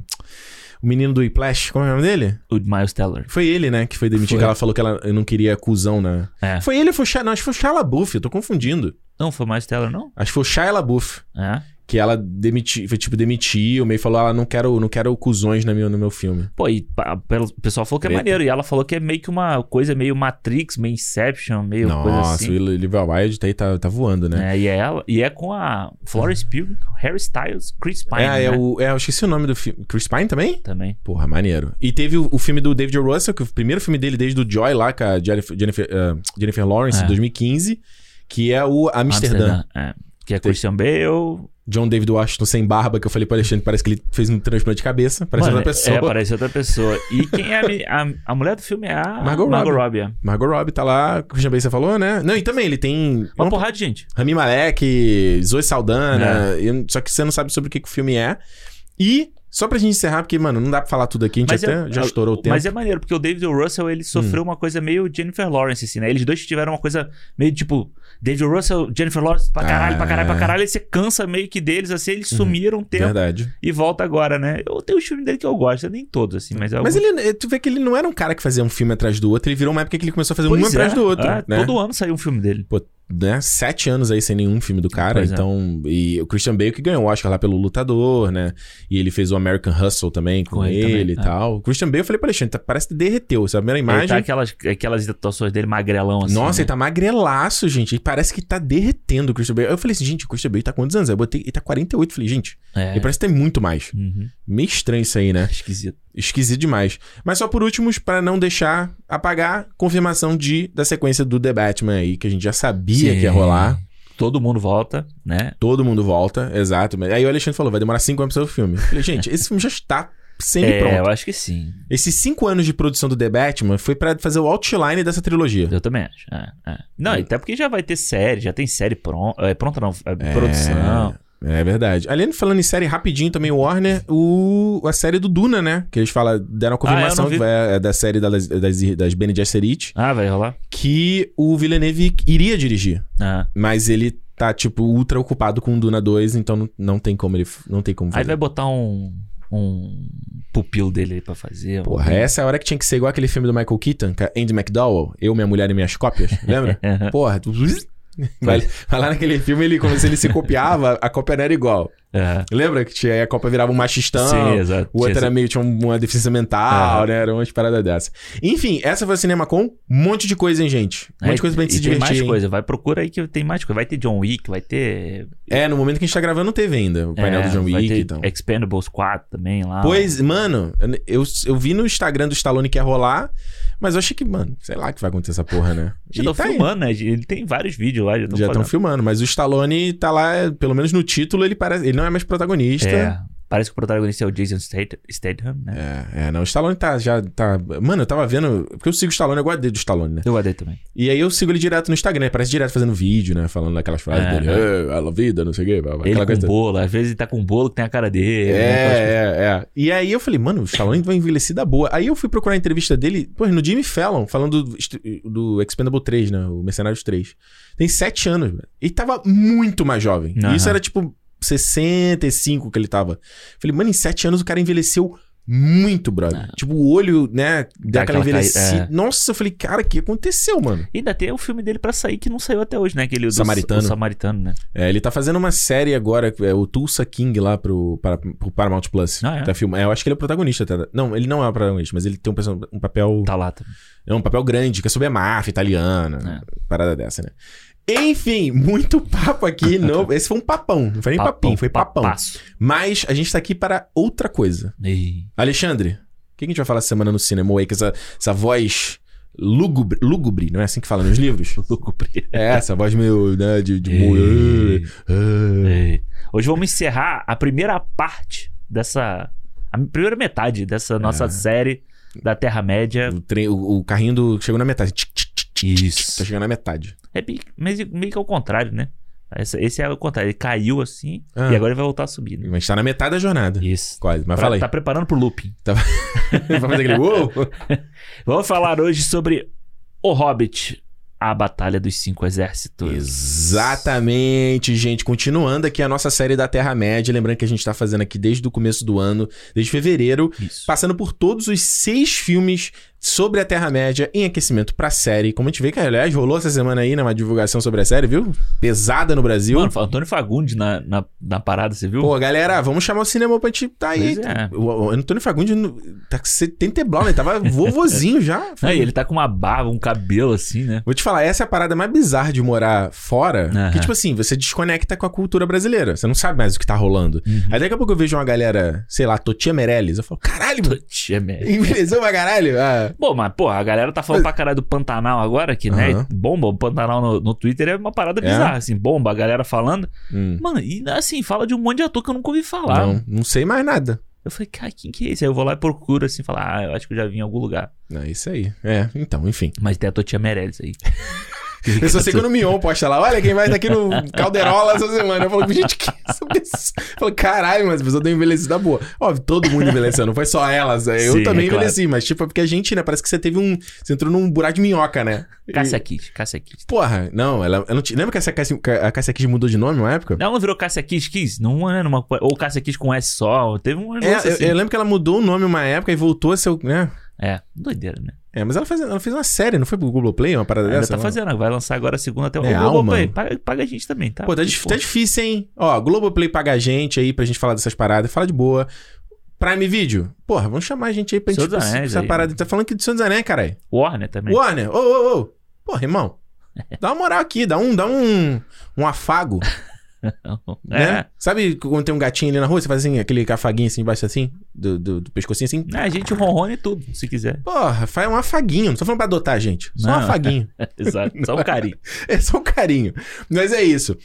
A: O menino do Whiplash. Como é o nome dele?
B: O Miles Teller.
A: Foi ele, né? Que foi demitido.
B: Foi.
A: Que ela falou que ela não queria cuzão, né?
B: É.
A: Foi ele ou foi o Shia- Não, acho que foi o Shia LaBeouf. Eu tô confundindo.
B: Não, foi o Miles Teller, não?
A: Acho que foi o Shia LaBeouf.
B: É.
A: Que ela demitiu, foi tipo, demitiu, meio falou, ah, não quero, não quero cuzões na minha, no meu filme.
B: Pô, e pa- pelo- o pessoal falou que é
A: Treta.
B: maneiro. E ela falou que é meio que uma coisa meio Matrix, meio Inception, meio coisa
A: Nossa,
B: assim.
A: o Olivia Wilde tá aí tá, tá voando, né?
B: É, e, é ela, e é com a Florence Pugh, Harry Styles, Chris
A: É,
B: Pine,
A: Uhum. é,
B: né?
A: o, é, eu esqueci o nome do filme. Chris Pine também?
B: Também.
A: Porra, maneiro. E teve o, o filme do David O. Russell, que é o primeiro filme dele desde o Joy lá, com a Jennifer, Jennifer, ah, Jennifer Lawrence, em
B: É.
A: 2015, que é o Amsterdã.
B: é. Que é Christian Bale.
A: John David Washington sem barba, que eu falei pro Alexandre, parece que ele fez um transplante de cabeça, parece
B: Mano,
A: outra pessoa.
B: É, parece outra pessoa. E quem é a, me- a, a mulher do filme é a
A: Margot
B: Robbie. é.
A: Margot Robbie tá lá, Christian Bale, você falou, né? Não, e também ele tem... eu
B: Uma
A: não-
B: porrada de gente.
A: Rami Malek, Zoe Saldana,
B: É.
A: e- só que você não sabe sobre o que, que o filme é. E, só pra gente encerrar, porque, mano, não dá pra falar tudo aqui, a gente
B: Mas
A: até
B: é-
A: já estourou o tempo. Hum.
B: Mas é maneiro, porque o David O. Russell, ele sofreu uma coisa meio Jennifer Lawrence, assim, né? Eles dois tiveram uma coisa meio tipo... David O. Russell, Jennifer Lawrence, pra caralho, pra caralho, pra caralho. Aí você cansa meio que deles, assim. Eles sumiram um tempo
A: Ah. Uhum. Verdade.
B: e volta agora, né? Eu tenho os filmes dele que eu gosto. Nem todos, assim, mas...
A: Mas ele, tu vê que ele não era um cara que fazia um filme atrás do outro, ele virou uma época que ele começou a fazer um
B: Pois é,
A: atrás do outro.
B: é,
A: né?
B: Todo ano saiu um filme dele.
A: né? Sete anos aí sem nenhum filme do cara.
B: Pois é.
A: então. E o Christian Bale que ganhou o Oscar lá pelo Lutador, né? E ele fez o American Hustle também com,
B: Com ele
A: ele,
B: também,
A: e
B: é.
A: tal. O Christian Bale, eu falei pra Alexandre, tá- parece que derreteu. Essa primeira imagem.
B: Ele tá aquelas, aquelas atuações dele magrelão, assim.
A: Nossa,
B: né?
A: ele tá magrelaço, gente. E parece que tá derretendo o Christian Bale. Eu falei assim, gente, o Christian Bale tá com quantos anos? Aí Eu botei, ele tá 48. Falei, gente,
B: É.
A: ele parece que tem muito mais.
B: Uhum. É
A: Meio estranho isso aí, né?
B: Esquisito.
A: Esquisito demais. Mas só por último, pra não deixar apagar, confirmação de, da sequência do The Batman aí, que a gente já sabia
B: Sim.
A: que ia rolar.
B: Todo mundo volta, né?
A: Todo mundo volta, exato. Mas Aí o Alexandre falou, vai demorar cinco anos pra sair o filme. Eu falei, gente, esse filme já está
B: É,
A: semi-pronto.
B: eu acho que sim.
A: Esses cinco anos de produção do The Batman foi pra fazer o outline dessa trilogia.
B: Eu também acho. é, é. Não, até porque já vai ter série, já tem série pronta. É, pronta não, é,
A: É,
B: produção.
A: É verdade. Além de falando em série rapidinho também, Warner, o, a série do Duna, né? Que eles falam, deram a confirmação
B: Ah, eu não vi.
A: é, é da série das, das, das Bene Gesserit,
B: Ah, vai rolar?
A: que o Villeneuve iria dirigir.
B: Ah.
A: Mas ele tá, tipo, ultra ocupado com o Duna 2, então não, não tem como ele. Não tem como
B: Aí
A: fazer.
B: vai botar um, um pupilo dele aí pra fazer. um
A: Porra, essa é a hora que tinha que ser igual aquele filme do Michael Keaton, que é Andy McDowell, Eu, Minha Mulher e Minhas Cópias, lembra?
B: Aham.
A: Porra, tu- Vai, vai lá naquele filme, ele, como se ele se copiava, a cópia não era igual.
B: É.
A: Lembra que tinha, a Copa virava um machistão?
B: Sim, exato.
A: O outro era meio, tinha um, uma deficiência mental,
B: Aham.
A: né? Era umas paradas dessas. Enfim, essa foi a CinemaCon. Um monte de coisa, hein, gente? Um monte de coisa pra gente
B: É, e
A: se
B: tem
A: divertir.
B: mais
A: hein?
B: coisa. Vai, procura aí que tem mais coisa. Vai ter John Wick, vai ter...
A: É, no momento que a gente tá gravando, não teve ainda o painel
B: é, tá.
A: do John
B: vai
A: Wick
B: ter
A: e tal.
B: Expendables 4 também lá.
A: Pois, é, mano, eu, eu vi no Instagram do Stallone que ia rolar, mas eu achei que, mano, sei lá que vai acontecer essa porra, né?
B: Já
A: E
B: estão
A: tá aí.
B: filmando, né? Ele tem vários vídeos lá, já estão
A: Já estão filmando, mas o Stallone tá lá, pelo menos no título, ele parece. Ele não é mais protagonista.
B: É, parece que o protagonista é o Jason Stat- Statham, né?
A: É, é, não. O Stallone tá, já tá. Mano, eu tava vendo. Porque eu sigo o Stallone, eu guardei do Stallone, né?
B: Eu guardei também.
A: E aí eu sigo ele direto no Instagram, ele parece direto fazendo vídeo, né? Falando daquelas frases
B: É,
A: dele,
B: né?
A: "Eh, a vida, não sei o quê. blá, blá",
B: ele
A: aquela
B: com
A: coisa.
B: bolo, às vezes ele tá com um bolo que tem a cara dele.
A: É,
B: né?
A: é, é. E aí eu falei, mano, o Stallone vai envelhecer da boa. Aí eu fui procurar a entrevista dele, pô, no Jimmy Fallon, falando do, est- do Expendable 3, né? O Mercenários 3. Tem 7 anos, velho. Ele tava muito mais jovem. E
B: Aham.
A: isso era tipo 65 que ele tava. Falei, mano, em 7 anos o cara envelheceu muito, brother. Tipo, o olho, né? Deu
B: Dá
A: aquela
B: aquela cai-
A: envelhecida.
B: é.
A: Nossa, eu falei, cara, o que aconteceu, mano?
B: E ainda tem o filme dele pra sair que não saiu até hoje, né? Aquele do
A: Samaritano.
B: o Samaritano, né?
A: É, ele tá fazendo uma série agora, é o Tulsa King lá pro, para, pro Paramount Plus.
B: Ah, é?
A: Tá filmando. É, eu acho que ele é o protagonista. Tá? Não, ele não é o protagonista, mas ele tem um, person- um papel.
B: Tá lá também.
A: É um papel grande, que é sobre a máfia italiana.
B: É.
A: Parada dessa, né? Enfim, muito papo aqui. No... Esse foi um papão. Não foi nem
B: Papão,
A: papinho, foi papão.
B: Papaço.
A: Mas a gente tá aqui para outra coisa.
B: E...
A: Alexandre, o que a gente vai falar essa semana no cinema aí? Que essa, essa voz lúgubre, lúgubre, não é assim que fala nos livros?
B: Lúgubre.
A: É, essa voz meio, né, de... de...
B: Ei.
A: Ah.
B: É. Hoje vamos encerrar a primeira parte dessa. A primeira metade dessa nossa
A: É.
B: série da Terra-média.
A: O, trem- o- o carrinho do- chegou na metade. Tic, tic, tic, tic, Tá
B: Isso.
A: chegando na metade.
B: É meio, meio- meio que ao contrário, né? Essa- Esse é o contrário. Ele caiu assim
A: Ah.
B: e agora ele vai voltar a subir. Né?
A: Mas tá na metade da jornada.
B: Isso.
A: Quase. Mas
B: Pra-
A: fala aí.
B: Tá preparando pro looping.
A: Vai fazer aquele uou?
B: Vamos falar hoje sobre O Hobbit, a Batalha dos Cinco Exércitos.
A: Exatamente, gente. Continuando aqui a nossa série da Terra-média. Lembrando que a gente tá fazendo aqui desde o começo do ano, desde fevereiro.
B: Isso.
A: Passando por todos os seis filmes sobre a Terra-média em aquecimento pra série. Como a gente vê que, aliás, rolou essa semana aí, né? Uma divulgação sobre a série, viu? Pesada no Brasil.
B: Mano, Antônio Fagundes na, na, na parada, você viu?
A: Pô, galera, vamos chamar o cinema pra gente tá aí.
B: Pois é.
A: O, o Antônio Fagundes no- tá com 70 e blau, né? Ele tava vovozinho já.
B: Não, e ele tá com uma barba, um cabelo assim, né?
A: Vou te falar, essa é a parada mais bizarra de morar fora.
B: Aham.
A: Que, tipo assim, você desconecta com a cultura brasileira. Você não sabe mais o que tá rolando.
B: Uhum.
A: Aí daqui a pouco eu vejo uma galera, sei lá, Totia Meirelles. Eu falo, caralho, mano.
B: Tia merda.
A: Envelheceu pra caralho? Ah,
B: Bom, mas, porra, a galera tá falando pra caralho do Pantanal agora, que, né?
A: Aham.
B: Bomba, o Pantanal no, no Twitter é uma parada
A: É?
B: bizarra, assim, bomba, a galera falando.
A: hum.
B: Mano, e assim, fala de um monte de ator que eu nunca ouvi falar.
A: Não, não sei mais nada.
B: Eu falei, cara, quem que é esse? Aí eu vou lá e procuro, assim, falar, ah, eu acho que eu já vim em algum lugar.
A: Não, é isso aí. É, então, enfim.
B: Mas tem a Totia Meirelles aí.
A: Eu só sei quando o Mion posta lá, olha quem vai estar aqui no Calderola essa semana. Eu falo, gente, que é essa pessoa? Eu falo, caralho, mas a pessoa tem envelhecida tá boa. Óbvio, todo mundo envelheceu, não foi só elas. né? Eu
B: Sim,
A: também
B: é claro.
A: envelheci, mas tipo, é porque a gente, né, parece que você teve um... Você entrou num buraco de minhoca, né? E-
B: Cássia Kiss, Cássia Kiss.
A: Porra, não, ela... Eu não te... Lembra que essa Cassia, a Cassia Kiss mudou de nome uma época?
B: Ela não virou Cássia Kiss Kiss? Não era uma. Ou Cássia Kiss com S só. Teve um.
A: É, eu,
B: assim.
A: eu lembro que ela mudou o nome uma época e voltou a ser... o- Né?
B: é, doideira, né?
A: É, mas ela, faz, ela fez uma série, não foi pro Globoplay, uma parada
B: Ainda
A: dessa?
B: tá
A: não?
B: fazendo, vai lançar agora a segunda até o.
A: É,
B: Ô, ô,
A: Alma.
B: pai, paga, paga a gente também, tá?
A: Pô, tá, dif- tá difícil, hein? Ó, Globoplay paga a gente aí pra gente falar dessas paradas, fala de boa. Prime Video, porra, vamos chamar a gente aí pra
B: Senhor
A: gente
B: dos
A: essa-
B: Anéis
A: essa
B: aí.
A: parada. Tá falando que de Senhor dos Anéis, caralho.
B: Warner também.
A: Warner, ô, ô, ô. Porra, irmão. Dá uma moral aqui, dá um, dá um, um afago, né?
B: É.
A: Sabe quando tem um gatinho ali na rua, você faz assim, aquele afaguinho assim embaixo assim, do, do, do pescocinho assim?
B: É, A gente ronrona e tudo, se quiser.
A: Porra, faz um afaguinho. Não tô falando pra adotar, gente. Só um
B: Não.
A: afaguinho.
B: Exato. Só um carinho.
A: É só um carinho. Mas é isso.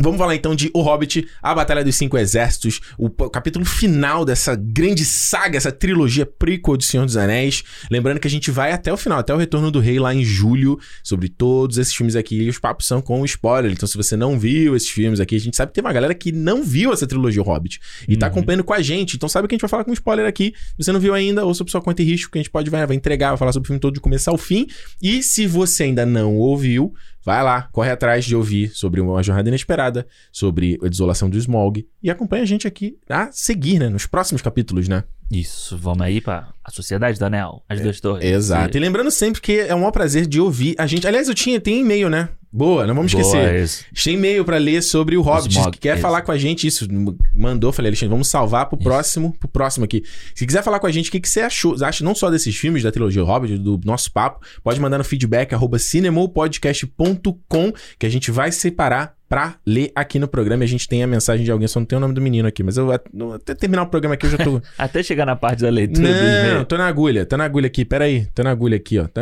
A: Vamos falar então de O Hobbit, A Batalha dos Cinco Exércitos, o p- capítulo final dessa grande saga, essa trilogia prequel de Senhor dos Anéis. Lembrando que a gente vai até o final, até o Retorno do Rei lá em julho, sobre todos esses filmes aqui. E os papos são com spoiler. Então, se você não viu esses filmes aqui, a gente sabe que tem uma galera que não viu essa trilogia O Hobbit e tá
B: Uhum.
A: acompanhando com a gente. Então, sabe que a gente vai falar com spoiler aqui. Se você não viu ainda, ou sobre sua conta e risco, que a gente pode vai, vai entregar, vai falar sobre o filme todo de começar ao fim. E se você ainda não ouviu, Vai lá, corre atrás de ouvir sobre uma jornada inesperada, sobre a desolação do Smog e acompanha a gente aqui a seguir, né? Nos próximos capítulos, né?
B: Isso, vamos aí pra a Sociedade do Anel, as duas torres.
A: Exato. E lembrando sempre que é um maior prazer de ouvir a gente. Aliás, eu tinha, tem e-mail, né? Boa, não vamos
B: Boa,
A: esquecer.
B: isso.
A: A gente Tem e-mail pra ler sobre o Hobbit.
B: Smog,
A: quer
B: isso.
A: falar com a gente? Isso, m- mandou. Falei, Alexandre, vamos salvar pro próximo, pro próximo aqui. Se quiser falar com a gente, o que, que você achou? Acha não só desses filmes da trilogia Hobbit, do nosso papo, pode mandar no feedback, arroba cinemopodcast.com, que a gente vai separar pra ler aqui no programa. E a gente tem a mensagem de alguém, só não tem o nome do menino aqui, mas eu até terminar o programa aqui eu já tô.
B: Até chegar na parte da leitura do
A: Não,
B: e-mail.
A: tô na agulha, tô na agulha aqui, peraí, tô na agulha aqui, ó. Tá-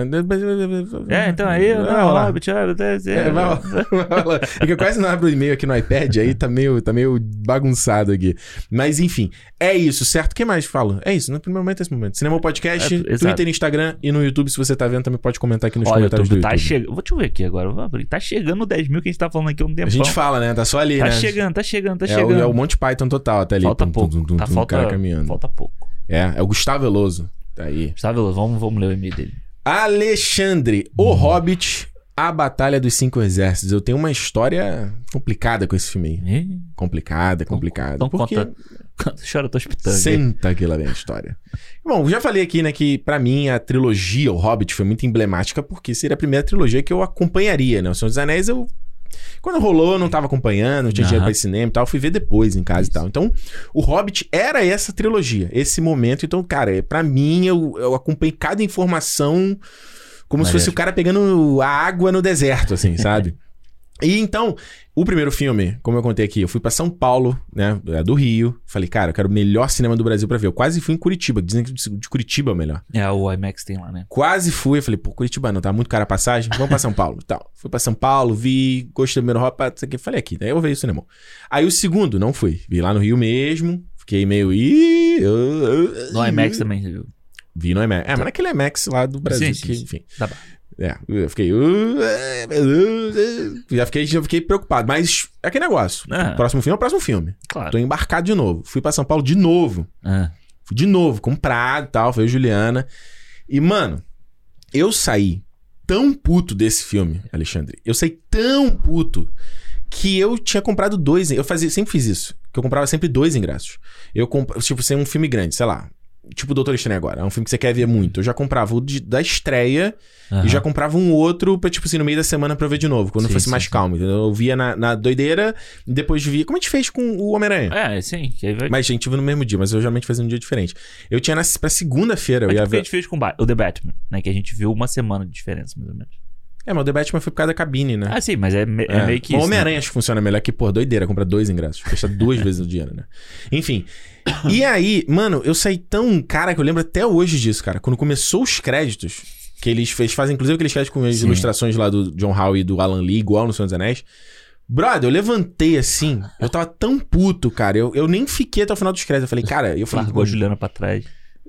B: É, então aí, eu
A: Vai
B: não,
A: rolar.
B: Hobbit, olha, até-
A: É, vai lá, vai lá. É que eu quase não abro o e-mail aqui no iPad, aí tá meio, tá meio bagunçado aqui. Mas enfim, é isso, certo? O que mais falo? É isso, no primeiro momento é esse momento. Cinema Podcast,
B: É, exato.
A: Twitter, Instagram e no YouTube, se você tá vendo, também pode comentar aqui nos
B: Olha, o
A: comentários
B: YouTube
A: do
B: tá
A: YouTube.
B: chegando. Vou te ver aqui agora. vou abrir. Tá chegando o 10 mil que a gente tá falando aqui há um
A: A
B: tempão.
A: gente fala, né? Tá só ali,
B: tá
A: né?
B: chegando, tá chegando, tá
A: É o,
B: chegando.
A: é o Monty Python total, até ali.
B: Falta
A: Tum, tum,
B: pouco.
A: tum, tum,
B: tá,
A: tum, o
B: falta,
A: cara caminhando.
B: falta pouco.
A: É, é o Gustavo Veloso. Tá aí.
B: Gustavo, Veloso, vamos, vamos ler o e-mail dele.
A: Alexandre,
B: Hum.
A: o Hobbit, a Batalha dos Cinco Exércitos. Eu tenho uma história complicada com esse filme aí.
B: Ih,
A: Complicada, complicada.
B: Então
A: porque
B: conta. Quanto chora, eu tô hospitando.
A: senta aqui lá vem a história. Bom, já falei aqui, né, que pra mim a trilogia, o Hobbit, foi muito emblemática, porque seria a primeira trilogia que eu acompanharia, né? O Senhor dos Anéis, eu. Quando rolou, eu não tava acompanhando, não tinha dinheiro
B: Aham.
A: pra ir cinema e tal, eu fui ver depois em casa
B: Isso.
A: e tal. Então, o Hobbit era essa trilogia, esse momento. Então, cara, é- pra mim, eu, eu acompanhei cada informação como se
B: Maneiro.
A: fosse o cara pegando a água no deserto, assim, sabe? E então, o primeiro filme, como eu contei aqui, eu fui pra São Paulo, né, é do Rio. Falei, cara, eu quero o melhor cinema do Brasil pra ver. Eu quase fui em Curitiba, dizem que de Curitiba é o melhor.
B: É, o IMAX tem lá, né?
A: Quase fui, eu falei, pô, Curitiba não, tá muito cara a passagem, vamos pra São Paulo. tal. Fui pra São Paulo, vi, gostei do primeiro Hopa, isso aqui, falei aqui, daí eu vou ver o cinema. Aí o segundo, não fui, vi lá no Rio mesmo, fiquei meio... "Ih, ah, ah,
B: No
A: ah".
B: IMAX também, você viu?
A: Vi no IMAX. É, mas naquele IMAX lá do Brasil,
B: Sim, sim,
A: que,
B: sim.
A: enfim.
B: Tá bom.
A: É, eu fiquei. "Uh, é, meu Deus, é". já fiquei. Já fiquei preocupado. Mas é aquele negócio.
B: Ah,
A: Próximo filme é o próximo filme. Tô
B: claro.
A: embarcado de novo. Fui pra São Paulo de novo.
B: Ah,
A: Fui de novo, comprado e tal. Foi Juliana. E, mano, eu saí tão puto desse filme, Alexandre. Eu saí tão puto que eu tinha comprado dois. Eu fazia, sempre fiz isso. Que eu comprava sempre dois ingressos. Eu comprava, tipo, sem um filme grande, sei lá. Tipo Doutor Estranho agora. É um filme que você quer ver muito. Eu já comprava o de- da estreia
B: aham.
A: e já comprava um outro pra, tipo assim, no meio da semana pra eu ver de novo, quando
B: Sim,
A: fosse
B: sim,
A: mais
B: sim.
A: calmo. entendeu? Eu via na, na doideira, e depois via. Como a gente fez com o Homem-Aranha?
B: É, sim. Que aí vai...
A: Mas, gente, eu vi no mesmo dia, mas eu geralmente fazia um dia diferente. Eu tinha na, pra segunda-feira, eu
B: Mas
A: ia
B: tipo, que a
A: ver.
B: gente fez com o Ba- o The Batman, né? Que a gente viu uma semana de diferença, mais ou menos.
A: É, mas o The Batman foi por causa da cabine, né?
B: Ah, sim, mas é, me- é meio que
A: Bom,
B: isso.
A: Homem-Aranha acho que funciona melhor que, pô, doideira, comprar dois ingressos. Custa duas vezes o dinheiro, né? Enfim. E aí, mano, eu saí tão. Cara, que eu lembro até hoje disso, cara. Quando começou os créditos, que eles fez, fazem, inclusive, aqueles créditos com as
B: Sim.
A: ilustrações lá do John Howe e do Alan Lee, igual no Senhor dos Anéis. Brother, eu levantei assim, eu tava tão puto, cara. Eu, eu nem fiquei até o final dos créditos. Eu falei, cara, eu
B: né?
A: falei.
B: Largou a Juliana pra trás.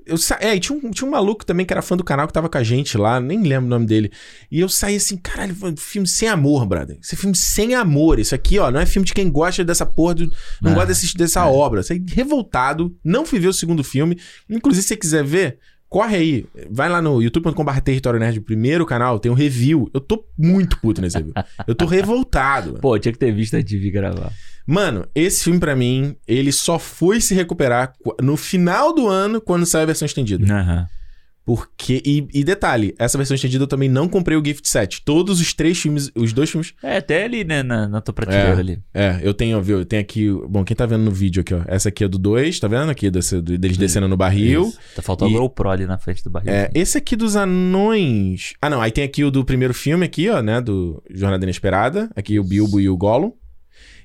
A: Eu sa... É, e tinha um, tinha um maluco também que era fã do canal que tava com a gente lá, nem lembro o nome dele. E eu saí assim, caralho, mano, filme sem amor, brother. Esse filme sem amor. Isso aqui, ó, não é filme de quem gosta dessa porra, do... não
B: Ah,
A: gosta desse, dessa obra. Saí revoltado, não fui ver o segundo filme. Inclusive, se você quiser ver, corre aí. Vai lá no youtube.com.br Território Nerd, o primeiro canal, tem um review. Eu tô muito puto nesse review. Eu tô revoltado. mano.
B: Pô, eu tinha que ter visto a TV gravar.
A: Mano, esse filme pra mim, ele só foi se recuperar qu- no final do ano, quando saiu a versão estendida.
B: Aham.
A: Porque. E, e detalhe, essa versão estendida eu também não comprei o Gift Set. Todos os três filmes, os dois filmes.
B: É, até ali, né? Na, na tua prateleira
A: É.
B: ali.
A: É, eu tenho, viu? Eu tenho aqui. Bom, quem tá vendo no vídeo aqui, ó? Essa aqui é do 2, tá vendo? Aqui desse- do- deles descendo no barril.
B: Isso. Tá faltando
A: E-
B: o GoPro ali na frente do barril.
A: É, esse aqui dos anões. Ah, não. Aí tem aqui o do primeiro filme, aqui, ó, né? Do Jornada Inesperada. Aqui o Bilbo e o Gollum.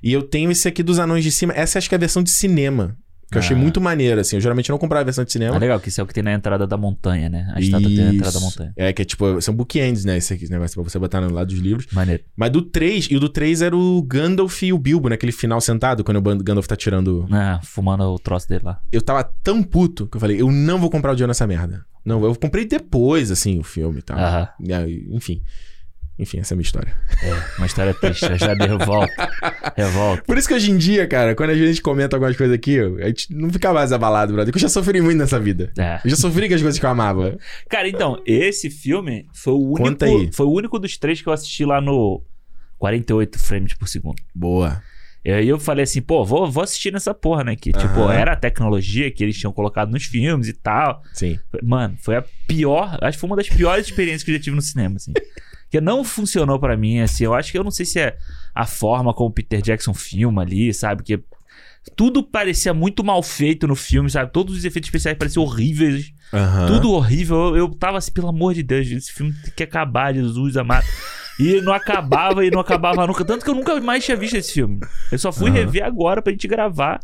A: E eu tenho esse aqui dos anões de cima. Essa acho que é a versão de cinema. Que eu achei
B: Ah.
A: muito maneiro, assim. Eu geralmente não comprava a versão de cinema.
B: Ah, legal, que isso é o que tem na entrada da montanha, né? A estátua tem na entrada da
A: Isso.
B: montanha.
A: É, que é tipo, são bookends, né? Esse aqui, esse negócio pra você botar no lado dos livros.
B: Maneiro.
A: Mas do 3, e o do 3 era o Gandalf e o Bilbo, naquele final sentado, quando o Ban- Gandalf tá tirando.
B: Ah, fumando o troço dele lá.
A: Eu tava tão puto que eu falei, eu não vou comprar o dinheiro nessa merda. Não, eu comprei depois, assim, o filme e tal.
B: Aham.
A: E aí, Enfim. Enfim, essa é a minha história.
B: É, uma história triste. Já de revolta. Revolta.
A: Por isso que hoje em dia, cara, quando a gente comenta algumas coisas aqui, eu- a gente não fica mais abalado, brother. Porque eu já sofri muito nessa vida.
B: É.
A: Eu já sofri com as coisas que eu amava.
B: Cara, então, esse filme foi o único.
A: Conta aí.
B: Foi o único dos três que eu assisti lá no 48 frames por segundo.
A: Boa.
B: E aí eu falei assim, pô, vou, vou assistir nessa porra, né? Que, tipo,
A: Aham.
B: era a tecnologia que eles tinham colocado nos filmes e tal.
A: Sim.
B: Mano, foi a pior. Acho que foi uma das piores experiências que eu já tive no cinema, assim. Que não funcionou pra mim, assim. Eu acho que eu não sei se é a forma como o Peter Jackson filma ali, sabe? Que tudo parecia muito mal feito no filme, sabe? Todos os efeitos especiais pareciam horríveis.
A: Aham.
B: Tudo horrível. Eu, eu tava assim, pelo amor de Deus, esse filme tem que acabar, Jesus amado. E não acabava, e não acabava nunca. Tanto que eu nunca mais tinha visto esse filme. Eu só fui
A: Aham.
B: rever agora pra gente gravar.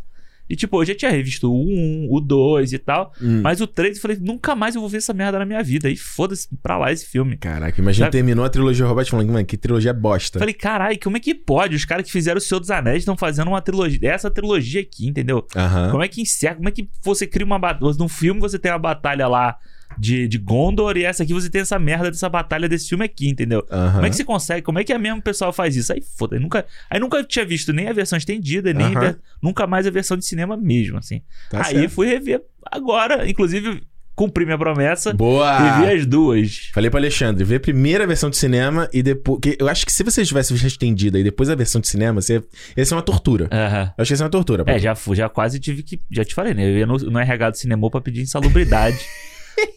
B: E, tipo, eu já tinha revisto o 1, o 2 e tal.
A: Hum.
B: Mas o 3 eu falei, nunca mais eu vou ver essa merda na minha vida. E foda-se pra lá esse filme.
A: Caraca, imagina
B: Sabe-
A: terminou a trilogia Robert falando, mano, que trilogia bosta.
B: Falei, caralho, como é que pode? Os caras que fizeram o Senhor dos Anéis estão fazendo uma trilogia. Essa trilogia aqui, entendeu?
A: Aham.
B: Como é que encerra? Como é que você cria uma batalha? Num filme você tem uma batalha lá de, de Gondor e essa aqui você tem essa merda dessa batalha desse filme aqui, entendeu?
A: Aham.
B: Como é que você consegue? Como é que a mesmo pessoal faz isso? Aí foda, eu nunca, aí nunca tinha visto nem a versão estendida, nem a
A: Aham.
B: ver- nunca mais a versão de cinema mesmo, assim.
A: Tá
B: aí
A: certo.
B: fui rever agora, inclusive cumpri minha promessa
A: Boa!
B: e vi as duas.
A: Falei pro Alexandre, vê a primeira versão de cinema e depois. que eu acho que se você tivesse visto a estendida e depois a versão de cinema, você... ia ser uma tortura.
B: Aham.
A: Eu acho que ia ser uma tortura.
B: É, já, fu- já quase tive que. Já te falei, né? Eu ia no, no RH do cinema pra pedir insalubridade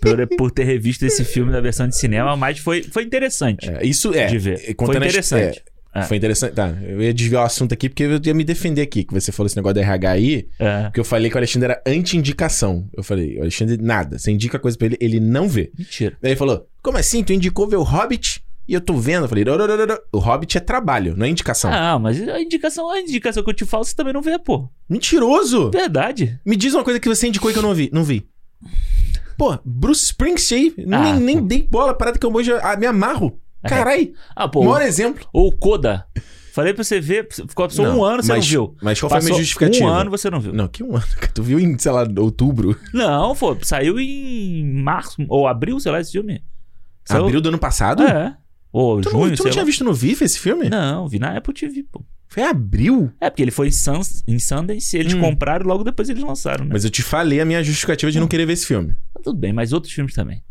B: por, por ter revisto esse filme na versão de cinema, mas foi, foi interessante.
A: É, Isso é.
B: de ver. Foi
A: contando a his-
B: interessante.
A: é,
B: É.
A: Foi interessante. Tá, eu ia desviar o assunto aqui porque eu ia me defender aqui, que você falou esse negócio da RH aí,
B: É.
A: porque eu falei que o Alexandre era anti-indicação. Eu falei, o Alexandre, nada. Você indica coisa pra ele, ele não vê.
B: Mentira.
A: Daí ele falou, como assim? Tu indicou ver o Hobbit e eu tô vendo? Eu falei, "Rororororo, o Hobbit é trabalho, não é indicação.
B: Ah, mas a indicação, a indicação que eu te falo, você também não vê, pô.
A: Mentiroso!
B: Verdade.
A: Me diz uma coisa que você indicou e que eu não vi. Não vi. Pô, Bruce Springsteen,
B: Ah.
A: nem, nem dei bola, parada que eu hoje ah, me amarro. Carai,
B: Ah, pô.
A: maior exemplo.
B: Ou Koda. Falei pra você ver, ficou passou
A: Não,
B: um ano, você
A: mas-
B: não viu.
A: Mas qual foi a
B: Passou
A: minha justificativa?
B: Um ano você não viu.
A: Não, que um ano, cara. Tu viu em, sei lá, outubro.
B: Não, pô, saiu em março ou abril, sei lá, esse filme. Saiu-
A: Abril do ano passado?
B: É. Ou
A: Tu
B: junho,
A: não, tu não
B: sei
A: tinha
B: lá.
A: visto no VIF esse filme?
B: Não, vi na Apple TV, pô.
A: Foi abril?
B: É, porque ele foi em, Suns, em Sundance, eles
A: Hum.
B: compraram e logo depois eles lançaram, né?
A: Mas eu te falei a minha justificativa de não querer ver esse filme.
B: Mas tudo bem, mas outros filmes também.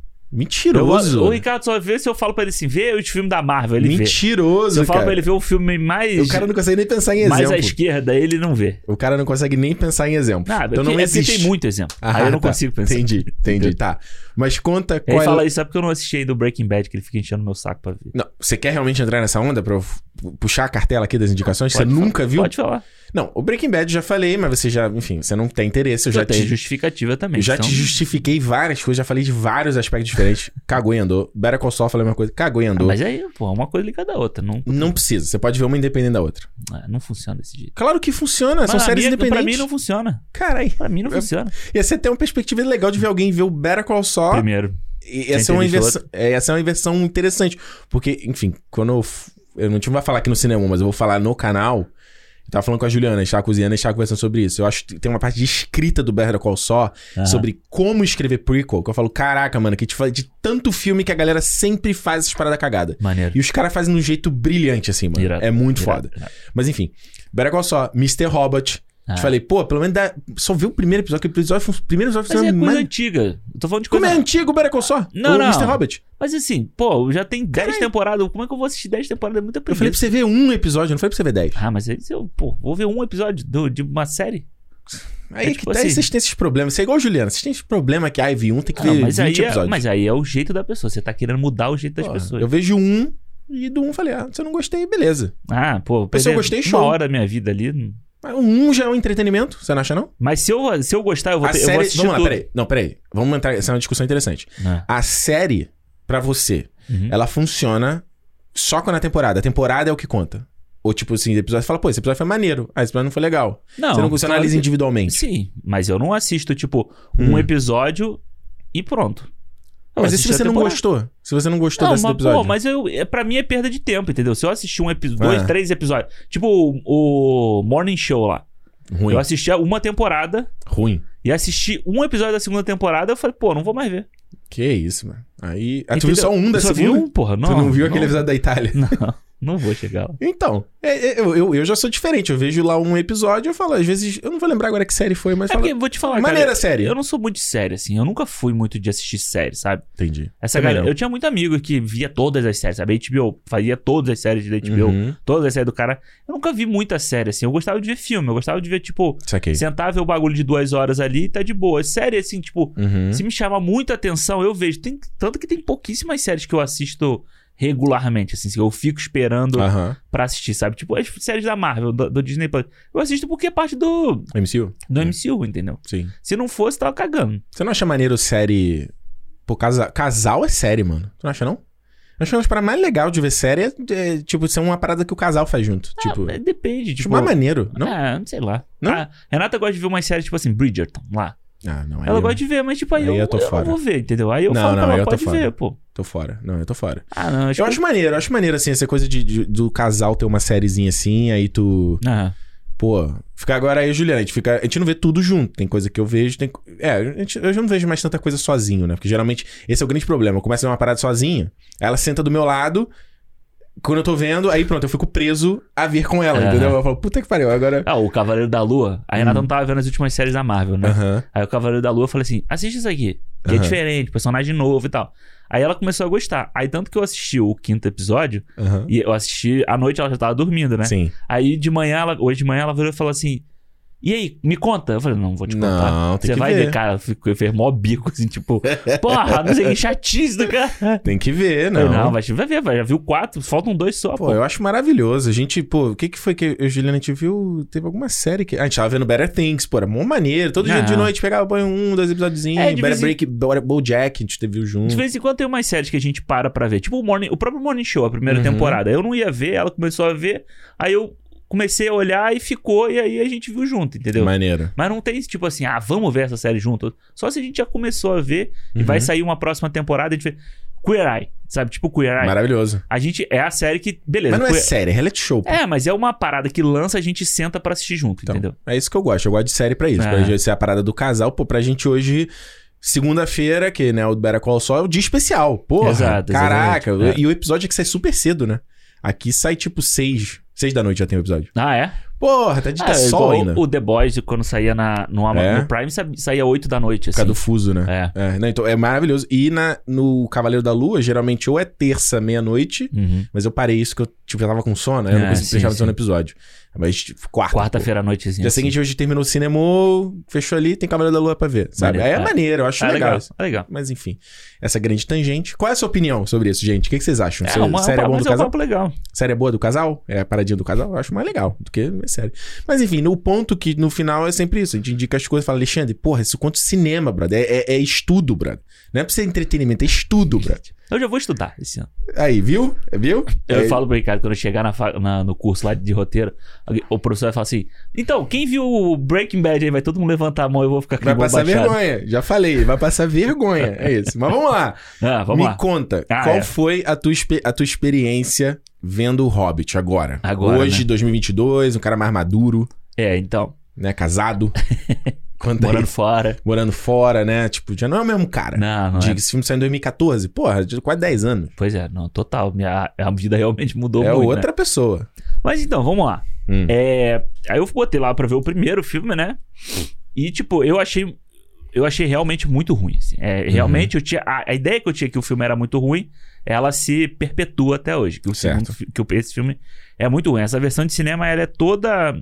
A: Mentiroso.
B: Eu- o Ricardo só vê se eu falo pra ele assim, vê os filmes da Marvel, ele vê. Se
A: Mentiroso,
B: eu falo
A: cara.
B: pra ele ver o filme mais,
A: O cara não consegue nem pensar em
B: mais
A: exemplo.
B: à esquerda, ele não vê.
A: O cara não consegue nem pensar em exemplo. então
B: Nada, é porque-
A: não
B: é porque
A: existe.
B: tem muito exemplo.
A: Ah,
B: aí eu não
A: tá.
B: consigo pensar.
A: Entendi, entendi. Tá. Mas conta
B: Ele
A: qual é-
B: fala isso, é porque eu não assisti aí do Breaking Bad, que ele fica enchendo meu saco pra ver.
A: Não, você quer realmente entrar nessa onda pra eu f- puxar a cartela aqui das indicações?
B: Pode
A: você
B: falar,
A: nunca viu?
B: Pode falar.
A: Não, o Breaking Bad eu já falei, mas você já, enfim, você não tem interesse. Eu já,
B: tenho
A: te,
B: justificativa também.
A: eu já
B: então-
A: te justifiquei várias coisas, já falei de vários aspectos diferentes. Cagou e andou. Better Call Saul falei a mesma coisa. Cagou e
B: Ah,
A: andou.
B: mas aí, pô, é uma coisa ligada à outra. Não,
A: Não precisa, você pode ver uma independente da outra.
B: ah, não funciona desse jeito.
A: Claro que funciona, É, são
B: Mas na
A: séries
B: minha-
A: independentes. É.
B: Pra mim não funciona.
A: Caralho,
B: Pra mim não
A: Eu-
B: funciona.
A: ia ser até uma perspectiva legal de ver alguém ver o Better Call Saul
B: Primeiro.
A: E essa é, uma
B: Entre
A: inversão, é, essa é uma inversão interessante. Porque, enfim, quando eu. f- Eu não tive vai falar aqui no cinema, mas eu vou falar no canal. Eu tava falando com a Juliana, a gente tava cozinhando, a gente tava conversando sobre isso. Eu acho que tem uma parte de escrita do Better Call Saul
B: Aham.
A: sobre como escrever prequel, que eu falo, caraca, mano, que te fala de tanto filme que a galera sempre faz essas paradas cagadas.
B: Maneiro.
A: E os caras fazem de um jeito brilhante, assim, mano.
B: Irado,
A: é muito
B: irado,
A: foda. Mas enfim, Better Call Saul, Mr. Robot.
B: Ah.
A: Te falei, pô, pelo menos dá... só vê o primeiro episódio, que o episódio foi... o primeiro episódio
B: Mas
A: foi
B: é coisa
A: mais-
B: antiga. Eu tô falando de
A: Como
B: coisa.
A: é antigo o Better Call Saul?
B: Não,
A: o
B: não.
A: Mr. Robot.
B: Mas assim, pô, já tem 10
A: Caralho.
B: temporadas. Como é que eu vou assistir 10 temporadas? É muita
A: Eu falei pra
B: preguiça.
A: você ver um episódio, não falei pra você ver dez.
B: Ah, mas aí se eu, pô, vou ver um episódio do- de uma série?
A: Aí,
B: É tipo
A: que tá, aí
B: assim.
A: vocês têm esses problemas. Você é igual o Juliano, vocês têm esse problema que, ai, vi um, tem que
B: Ah, não,
A: ver
B: mas,
A: 20
B: aí é,
A: episódios.
B: mas aí é o jeito da pessoa. Você tá querendo mudar o jeito das
A: Porra,
B: pessoas.
A: Eu vejo um e do um falei, ah, se eu não gostei, beleza.
B: Ah, pô,
A: Mas se eu
B: perder
A: gostei,
B: uma
A: show.
B: hora da minha vida ali.
A: Mas um já é um entretenimento, você não acha não?
B: Mas se eu, se eu gostar, eu vou
A: a
B: ter. eu vou
A: série...
B: assistir
A: Vamos lá,
B: tudo.
A: peraí. Não, peraí. Vamos entrar, essa é uma discussão interessante.
B: Ah,
A: A série, pra você,
B: uhum.
A: ela funciona só quando a temporada. A temporada é o que conta. Ou tipo assim, episódio, você fala, pô, esse episódio foi maneiro. Ah, esse episódio não foi legal.
B: Não,
A: você não você analisa
B: claro que-
A: individualmente.
B: Sim, mas eu não assisto, tipo, um
A: Hum.
B: episódio e pronto. Eu
A: Mas e se
B: assisto a
A: você não
B: é temporada.
A: gostou? Se você não gostou
B: Não,
A: desse
B: mas,
A: episódio?
B: pô, mas eu, é, pra mim é perda de tempo, entendeu? Se eu assistir um episódio, dois,
A: Ah.
B: três episódios. Tipo o, o Morning Show lá.
A: Ruim,
B: Eu assisti uma temporada
A: ruim.
B: e assisti um episódio da segunda temporada. Eu falei, pô, não vou mais ver.
A: Que isso, mano. Aí. Ah, tu
B: Entendeu?
A: viu só um da
B: Eu só
A: segunda?
B: vi um, porra. Não,
A: tu não viu aquele
B: não.
A: episódio da Itália?
B: Não. Não vou chegar lá.
A: Então, é- é- eu, eu, eu já sou diferente. Eu vejo lá um episódio eu falo, às vezes, eu não vou lembrar agora que série foi, mas
B: É
A: fala.
B: porque, vou te falar,
A: Maneira
B: cara,
A: série.
B: Eu não sou muito de série, assim. Eu nunca fui muito de assistir série, sabe?
A: Entendi.
B: Essa
A: Também
B: galera,
A: não.
B: eu tinha muito amigo que via todas as séries, sabe? HBO, fazia todas as séries de HBO,
A: Uhum.
B: todas as séries do cara. Eu nunca vi muita série, assim. Eu gostava de ver filme, eu gostava de ver, tipo,
A: Saquei.
B: sentar, ver o bagulho de duas horas ali e tá de boa. Série, assim, tipo,
A: Uhum.
B: Se me chama muita atenção, eu vejo. Tem- tanto que tem pouquíssimas séries que eu assisto regularmente, assim, que eu fico esperando
A: Aham.
B: pra assistir, sabe? Tipo, as séries da Marvel, do, do Disney Plus. Eu assisto porque é parte do,
A: MCU?
B: do
A: Hum.
B: MCU, entendeu?
A: Sim.
B: Se não fosse, tava cagando.
A: Você não acha maneiro série. Pô, casa... casal é série, mano. Tu não acha, não? Eu acho que uma parada mais legal de ver série é, é, tipo, ser uma parada que o casal faz junto. tipo,
B: ah,
A: acho
B: depende, tipo.
A: mais maneiro, não?
B: Ah, não sei lá.
A: Não?
B: Ah, Renata gosta de ver umas séries, tipo assim, Bridgerton, lá.
A: Ah, não, aí
B: Ela
A: eu
B: gosta de ver, mas tipo, aí,
A: aí
B: eu,
A: eu tô
B: eu não
A: fora.
B: vou ver, entendeu? Aí eu
A: Não,
B: falo
A: não,
B: pra
A: aí
B: ela,
A: eu tô
B: pode
A: fora.
B: ver, pô.
A: tô fora. Não, eu tô fora.
B: Ah, não, acho
A: Eu
B: que...
A: acho maneiro, eu acho maneiro, assim, essa coisa de, de- do casal ter uma sériezinha assim, aí tu.
B: Ah,
A: Pô, fica agora aí, Juliana, a gente, fica, a gente não vê tudo junto. Tem coisa que eu vejo, tem. co- É, a gente- eu já não vejo mais tanta coisa sozinho, né? Porque geralmente esse é o grande problema. Eu começo a ver uma parada sozinho, ela senta do meu lado. Quando eu tô vendo, aí pronto, eu fico preso a ver com ela,
B: Aham.
A: entendeu? Eu falo, puta que pariu, agora.
B: Ah, o Cavaleiro da Lua. A Renata
A: Hum.
B: não tava vendo as últimas séries da Marvel, né?
A: Aham.
B: Aí o Cavaleiro da Lua eu falei assim: assiste isso aqui, que é
A: Aham.
B: diferente, personagem novo e tal. Aí ela começou a gostar. Aí tanto que eu assisti o quinto episódio,
A: Aham.
B: e eu assisti, à noite ela já tava dormindo, né?
A: Sim.
B: Aí de manhã, ela, hoje de manhã ela virou e falou assim: E aí, me conta? Eu falei, não, vou te contar.
A: Não, tem
B: Você
A: que
B: vai ver,
A: ver.
B: cara, ficou eu fez mó bico, assim, tipo, porra, não sei, que chatice do cara.
A: Tem que ver,
B: Não,
A: não.
B: não vai, vai ver, vai, já viu quatro, faltam dois só, pô.
A: Pô, eu acho maravilhoso. A gente, pô, o que que foi que eu e a Juliana, a gente viu? Teve alguma série que. ah, A gente tava vendo Better Things, pô, era mó maneiro. Todo dia
B: Aham.
A: de noite pegava põe um, dois episódiozinhos.
B: É, de
A: Better
B: vez em-
A: Break, Better Bojack, a gente teve junto.
B: De vez em quando tem umas séries que a gente para pra ver. Tipo o, Morning, o próprio Morning Show, a primeira
A: Uhum.
B: temporada. Eu não ia ver, ela começou a ver. Aí eu comecei a olhar e ficou. E aí a gente viu junto, entendeu? Mas,
A: Maneiro.
B: não tem esse tipo assim, ah, vamos ver essa série junto. Só se a gente já começou a ver e
A: Uhum.
B: vai sair uma próxima temporada, a gente vê. Queer Eye, sabe? Tipo Queer Eye.
A: Maravilhoso.
B: A gente é a série que. Beleza.
A: Mas não é
B: Queer-
A: série, é reality show. pô.
B: é, mas é uma parada que lança, a gente senta pra assistir junto,
A: Então,
B: entendeu?
A: É isso que eu gosto. Eu gosto de série pra isso.
B: É.
A: Pra gente ser a parada do casal, pô, pra gente hoje. Segunda-feira, que né, o Better Call Saul é o dia especial. Porra,
B: Exato,
A: caraca.
B: exatamente.
A: E o episódio é que sai super cedo, né? Aqui sai tipo seis. Seis da noite já tem o episódio.
B: Ah, é?
A: Porra, tá de
B: Ah,
A: tá sol
B: igual
A: ainda.
B: O The Boys, quando saía na, no, Ama-
A: É.
B: no Prime, sa- saía 8 da noite,
A: Por causa
B: assim.
A: do fuso, né?
B: É.
A: É, não, então é maravilhoso. E na, no Cavaleiro da Lua, geralmente ou é terça, meia-noite,
B: Uhum.
A: mas eu parei isso que eu, tipo, eu tava com sono, aí eu não
B: É,
A: consegui
B: sim,
A: prestar atenção
B: sim.
A: no episódio. Mas, tipo, quarta.
B: Quarta-feira à
A: pô.
B: noitezinha. assim.
A: Dia seguinte, hoje terminou o cinema, fechou ali, tem Cavaleiro da Lua pra ver, sabe?
B: Maneiro,
A: aí é,
B: é.
A: maneiro, eu acho
B: Ah,
A: legal.
B: legal.
A: isso.
B: ah, legal.
A: Mas, enfim, essa grande tangente. Qual é a sua opinião sobre isso, gente? O que, que vocês acham?
B: É,
A: Série-
B: uma,
A: série é bom
B: mas
A: do
B: é um
A: casal?
B: papo legal.
A: Série é boa do casal? É a paradinha do casal? Eu acho mais legal do que é série. Mas enfim, no ponto que no final é sempre isso. A gente indica as coisas e fala, Alexandre, porra, isso quanto cinema, brother. É, é- é estudo, brother. Não é pra ser entretenimento, é estudo, brother.
B: Eu já vou estudar esse ano.
A: Aí, viu? Viu?
B: Eu
A: É,
B: falo pro Ricardo, quando eu chegar na fa- na- no curso lá de roteiro, alguém- o professor vai falar assim: Então, quem viu o Breaking Bad aí, vai todo mundo levantar a mão e eu vou ficar com
A: Vai
B: a mão
A: passar
B: baixada.
A: vergonha, já falei, vai passar vergonha. É isso. Mas vamos lá.
B: Ah, vamos
A: Me
B: lá.
A: conta,
B: Ah,
A: qual
B: é.
A: foi a tua, expe- a tua experiência vendo o Hobbit agora?
B: Agora, né?
A: Hoje, 2022, um cara mais maduro,
B: É, então,
A: né? Casado. Conta aí.
B: morando fora.
A: morando fora, né? Tipo, já não é o mesmo cara.
B: Não, não.
A: Diga,
B: É.
A: esse filme saiu em 2014. Porra, de quase 10 anos.
B: Pois é, não, total. Minha, a vida realmente mudou
A: é
B: muito. né?
A: outra pessoa.
B: Mas então, vamos lá.
A: Hum.
B: É, aí eu botei lá pra ver o primeiro filme, né? E, tipo, eu achei. Eu achei realmente muito ruim. assim. É,
A: Uhum.
B: realmente, eu tinha. A, a ideia que eu tinha é que o filme era muito ruim, ela se perpetua até hoje. Que, o
A: Certo.
B: segundo fi- que o- esse filme é muito ruim. Essa versão de cinema, ela é toda.